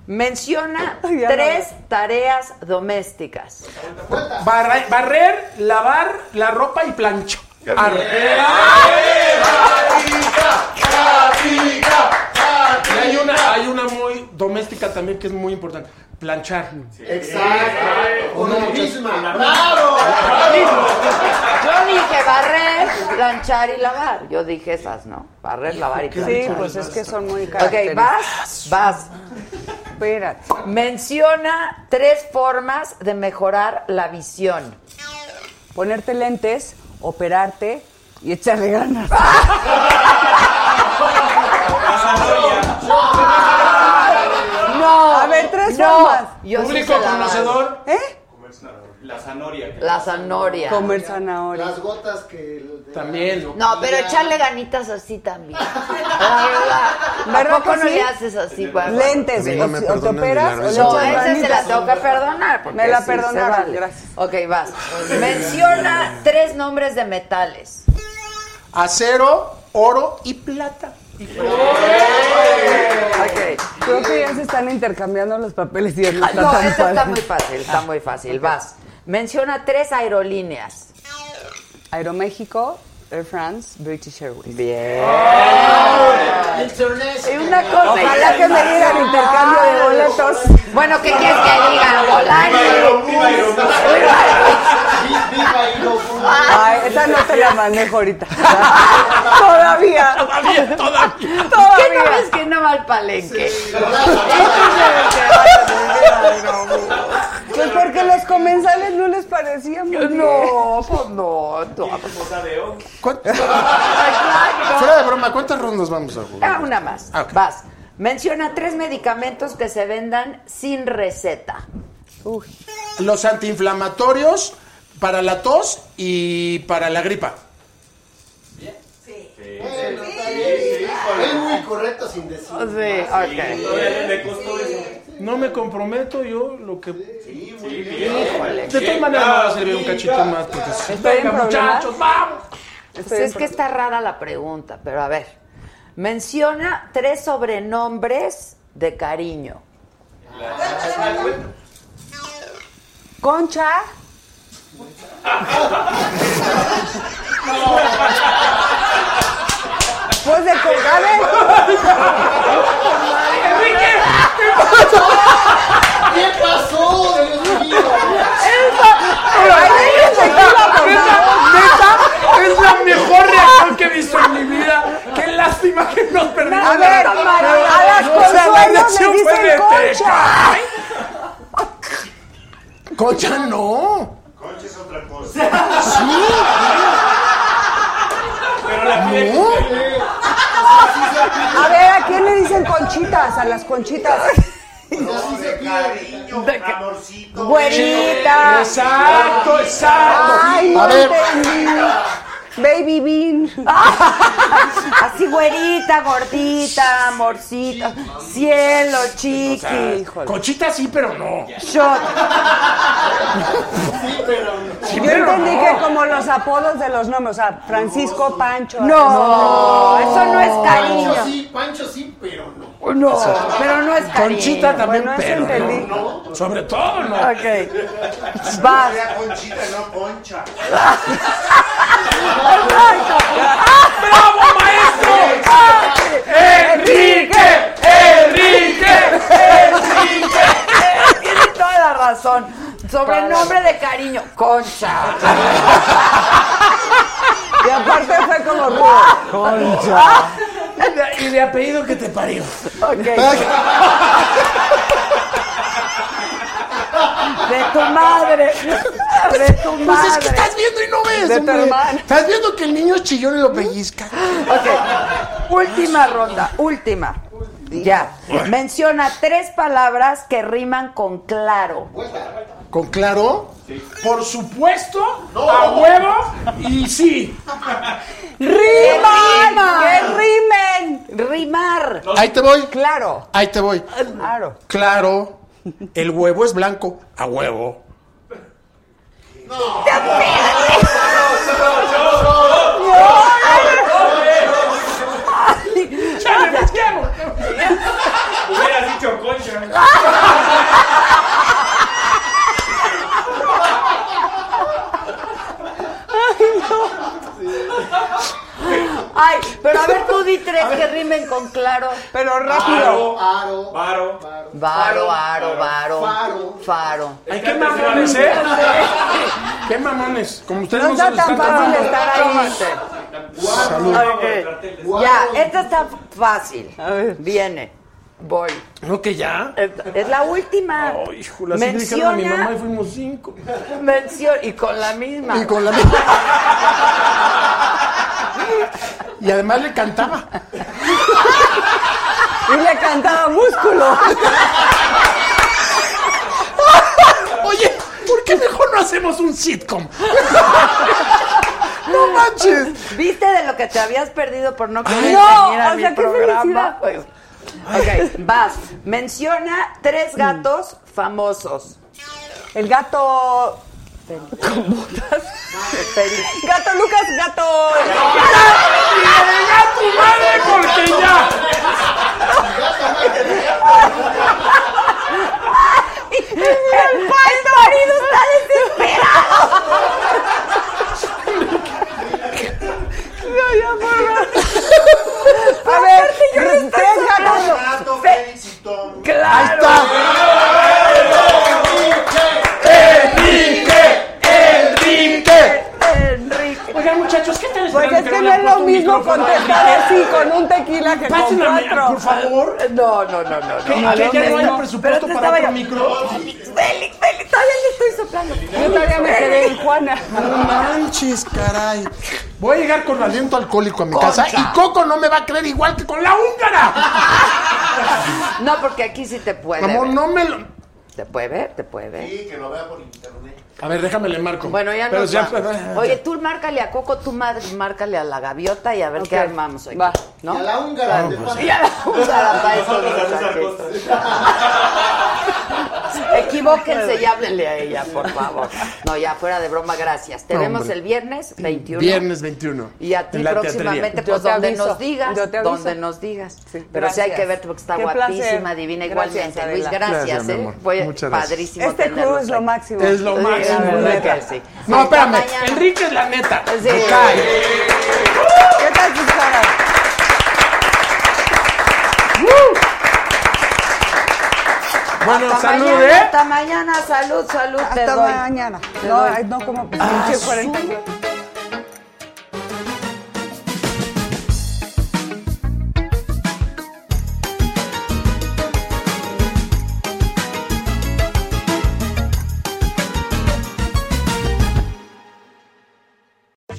S6: Menciona
S1: Ay, ya
S6: tres tareas domésticas.
S16: Barra- barrer, lavar la ropa y plancha. Arre-
S11: ¡Gatica!
S4: Y hay una, hay una muy doméstica también que es muy importante. Planchar.
S11: Exacto. Con la misma.
S6: Yo dije barrer, planchar y lavar. Yo dije esas, ¿no? Barrer, lavar y
S1: Sí,
S6: planchar.
S1: pues es que son muy caras.
S6: Ok, vas, vas.
S1: Espérate.
S6: Menciona tres formas de mejorar la visión.
S1: Ponerte lentes, operarte y echarle ganas.
S6: Ah, No,
S1: A ver, tres
S6: no.
S1: formas.
S6: Yo sí
S4: Público
S6: se la
S4: conocedor.
S1: ¿Eh?
S16: La zanahoria.
S6: doy. La zanoria.
S1: Comer zanahoria.
S11: Las gotas que... el- de la
S4: También.
S6: No, pero echarle ganitas así también. La verdad.
S1: ¿Verdad
S6: Tampoco
S1: que
S6: no
S1: sí?
S6: le haces así, Bárbara?
S1: Lentes,
S4: A mí no
S1: o-
S4: me
S1: o te
S4: perdonan ni
S1: operas
S4: la
S1: o le
S4: risa.
S1: echas
S6: No, esa se la
S1: ganitas.
S6: tengo que perdonar. porque
S1: Me la
S6: sí, se
S1: perdonaron,
S6: vale.
S1: gracias.
S6: Ok, vas. Menciona tres nombres de metales.
S4: Acero, oro y plata.
S6: Ok.
S1: Creo que ya se están intercambiando los papeles y ya no
S6: Ah,
S1: está
S6: No,
S1: tan
S6: eso está
S1: padre.
S6: muy fácil, está muy fácil. Vas. Menciona tres aerolíneas.
S1: Aeroméxico, Air France, British Airways.
S6: Bien.
S11: Internet.
S6: una cosa.
S1: Ojalá que me digan intercambio de boletos.
S6: Bueno, ¿qué quieres que diga? Volani.
S11: Viva Aerobús. Vi- Viva Aerobús.
S1: Ay, esa no te la manejo ahorita. Todavía. Todavía, todavía.
S6: ¿Qué no ves que no va al palenque?
S1: Pues porque los comensales no les parecía muy bien.
S6: No, pues no. tú-
S4: ¿Cuán-
S6: Exacto.
S4: Fuera de broma, ¿cuántas rondas vamos a jugar?
S6: Ah, una más.
S4: Ah, ok.
S6: Vas. Menciona tres medicamentos que se vendan sin receta.
S4: Los antiinflamatorios para la tos y para la gripa.
S11: Bueno, está bien. Es muy correcto sin decir.
S6: Oh, Sí, ok.
S16: Le costó eso.
S4: No me comprometo yo lo que.
S11: Sí, muy bien.
S4: De todas maneras me va a servir un cachito más porque sí.
S1: Estoy en
S4: Venga,
S1: problemas.
S4: muchachos, vamos.
S6: Pues
S1: Estoy en
S6: es que está rara la pregunta, pero a ver. Menciona tres sobrenombres de cariño.
S1: Concha. Pues de colgade.
S11: ¿Qué pasó, Dios mío?
S16: Es la mejor reacción que he visto en mi vida. Qué lástima que nos perdimos.
S1: A ver, a las
S16: No, o sea, la
S1: consuelos
S16: reacción
S1: le
S16: fue de
S1: dicen concha.
S4: Concha no.
S11: Concha es otra cosa. pesos.
S4: Sí.
S19: Pero la pide
S4: No.
S1: A ver, ¿a quién le dicen conchitas? A las conchitas.
S11: No, de cariño, amorcito.
S1: Güerita.
S19: Exacto, exacto.
S1: Ay,
S19: A
S1: no
S19: ver.
S1: entendí. Baby Bean.
S6: Así güerita, gordita, amorcita, cielo, chiqui.
S19: Conchita sí, pero no.
S6: Shot.
S1: Yo entendí que como los apodos de los nombres, o sea, Francisco Pancho.
S6: No, eso no es cariño.
S11: Pancho sí, Pancho sí, pero no.
S6: No, pero no es cariño.
S19: Conchita también,
S6: Bueno, eso
S19: pero
S6: entendí.
S19: no, no. Sobre todo, no.
S6: Ok. Vas.
S11: Sea Conchita, no Concha.
S19: ¡Bravo, maestro! ¡Enrique! ¡Enrique!
S6: Tiene toda la razón. Sobrenombre de cariño, Concha.
S1: Y aparte fue como rudo.
S4: Concha.
S19: Y de- Y de apellido que te parió.
S6: Ok. De tu madre. De tu madre.
S4: Pues es que estás viendo y no ves.
S1: De tu
S4: hombre.
S1: hermana.
S4: Estás viendo que el niño es chillón y lo pellizca.
S6: Ok. Última ronda, última. Ya. Menciona tres palabras que riman con claro.
S4: ¿Con claro?
S19: Por supuesto, a huevo y sí.
S6: ¡Riman!
S1: ¡Que rimen!
S6: Rimar.
S4: Ahí te voy.
S1: Claro,
S4: Ahí te voy.
S1: claro.
S4: Claro, el huevo es blanco. A huevo.
S19: ¡Chale, pues, ¿qué hago? Hubieras dicho concha.
S6: Ay, pero a ver tú di tres que rimen con claro.
S1: Pero rápido.
S11: Aro.
S19: Varo.
S6: Varo, aro, varo.
S11: Faro.
S6: Faro.
S19: Ay, qué mamones, ¿eh? Qué mamones. Como ustedes
S1: No
S19: no se
S1: está
S19: lo
S1: tan
S19: están
S1: fácil
S19: tomando.
S1: estar ahí.
S6: Ok. Ya, esta está fácil.
S1: A ver.
S6: Viene. Voy.
S19: ¿No que ya?
S6: Esta- Es la última.
S19: Ay, híjole, así le dijeron a mi mamá y
S6: Menciona,
S19: fuimos cinco.
S6: menciona, y con la misma.
S4: Y con la misma. Y además le cantaba.
S1: Y le cantaba músculo.
S4: Oye, ¿por qué mejor no hacemos un sitcom? No manches.
S6: ¿Viste de lo que te habías perdido por no querer
S1: no,
S6: venir a
S1: o
S6: mi
S1: sea, qué
S6: programa?
S1: felicidad.
S6: Pues, ok, vas. Menciona tres gatos famosos.
S1: El gato.
S6: Feliz.
S1: Gato Lucas, gato.
S19: ¡Madre, porque ya!
S6: ¡El marido está desesperado!
S1: A ver, tres gatos.
S11: Gato, Félix y Tom.
S4: Ahí está.
S6: Enrique.
S19: Oigan, muchachos, ¿qué tal?
S1: Porque es que no es lo mismo contestar así con un tequila que con
S19: Pásenme, ah,
S1: cuatro.
S19: por favor.
S6: No, no, no, no.
S19: Que
S6: no.
S19: que ya no hay
S6: Espérate,
S19: presupuesto para
S6: estaba
S19: otro
S6: yo-
S19: micro.
S6: Félix, Félix, todavía le estoy soplando.
S1: Yo todavía me quedé en Juana.
S4: No manches, caray. Voy a llegar con aliento alcohólico a mi casa y Coco no me va a creer igual que con la húngara.
S6: No, porque aquí sí te puede
S4: Amor,
S6: ver.
S4: no me lo.
S6: Te puede ver, te puede ver.
S11: Sí, que lo vea por internet.
S4: A ver, déjame le marco.
S6: Bueno, ya
S4: Pero
S6: nos
S4: ya-
S6: vamos. Oye, tú márcale a Coco, tú madre, márcale a la gaviota y a ver qué
S1: Ok,
S6: armamos hoy.
S1: va.
S11: Y
S6: ¿No?
S11: a la húngara. de
S6: Y a la húngara, va, eso
S11: Nosotros
S6: nos
S11: a César
S6: aquí.
S11: Costa.
S6: Equivóquense y háblenle a ella, por favor. No, ya fuera de broma, gracias. Te
S4: No,
S6: vemos
S4: hombre.
S6: el viernes 21.
S4: Viernes 21.
S6: Y a ti
S4: En la teatrería.
S6: próximamente,
S1: Yo
S6: pues
S1: te
S6: donde
S1: aviso,
S6: nos digas,
S1: yo te aviso.
S6: donde nos digas.
S1: Sí,
S6: Pero sí hay
S1: gracias.
S6: que verte porque está
S1: Qué
S6: guapísima,
S1: placer.
S6: divina
S1: Gracias,
S6: igualmente.
S1: Adela.
S6: Luis, gracias,
S4: Gracias, mi
S6: ¿eh?
S4: amor.
S6: Fue
S4: Muchas gracias.
S6: padrísimo.
S1: Este crew
S6: tenerlos
S1: es lo
S6: aquí.
S1: máximo.
S4: Es lo
S6: Sí,
S4: máximo.
S6: la verdad
S1: neta.
S6: que sí.
S4: No,
S6: Hasta
S4: espérame.
S6: mañana.
S19: Enrique es la neta.
S6: Sí.
S1: ¿Qué tal tus caras?
S4: Bueno,
S6: Hasta
S4: salud,
S6: mañana,
S4: ¿eh?
S6: Hasta mañana, salud, salud, te
S1: Hasta
S6: doy.
S1: mañana.
S6: Te
S1: No,
S6: doy.
S1: ay, no como pinche 49.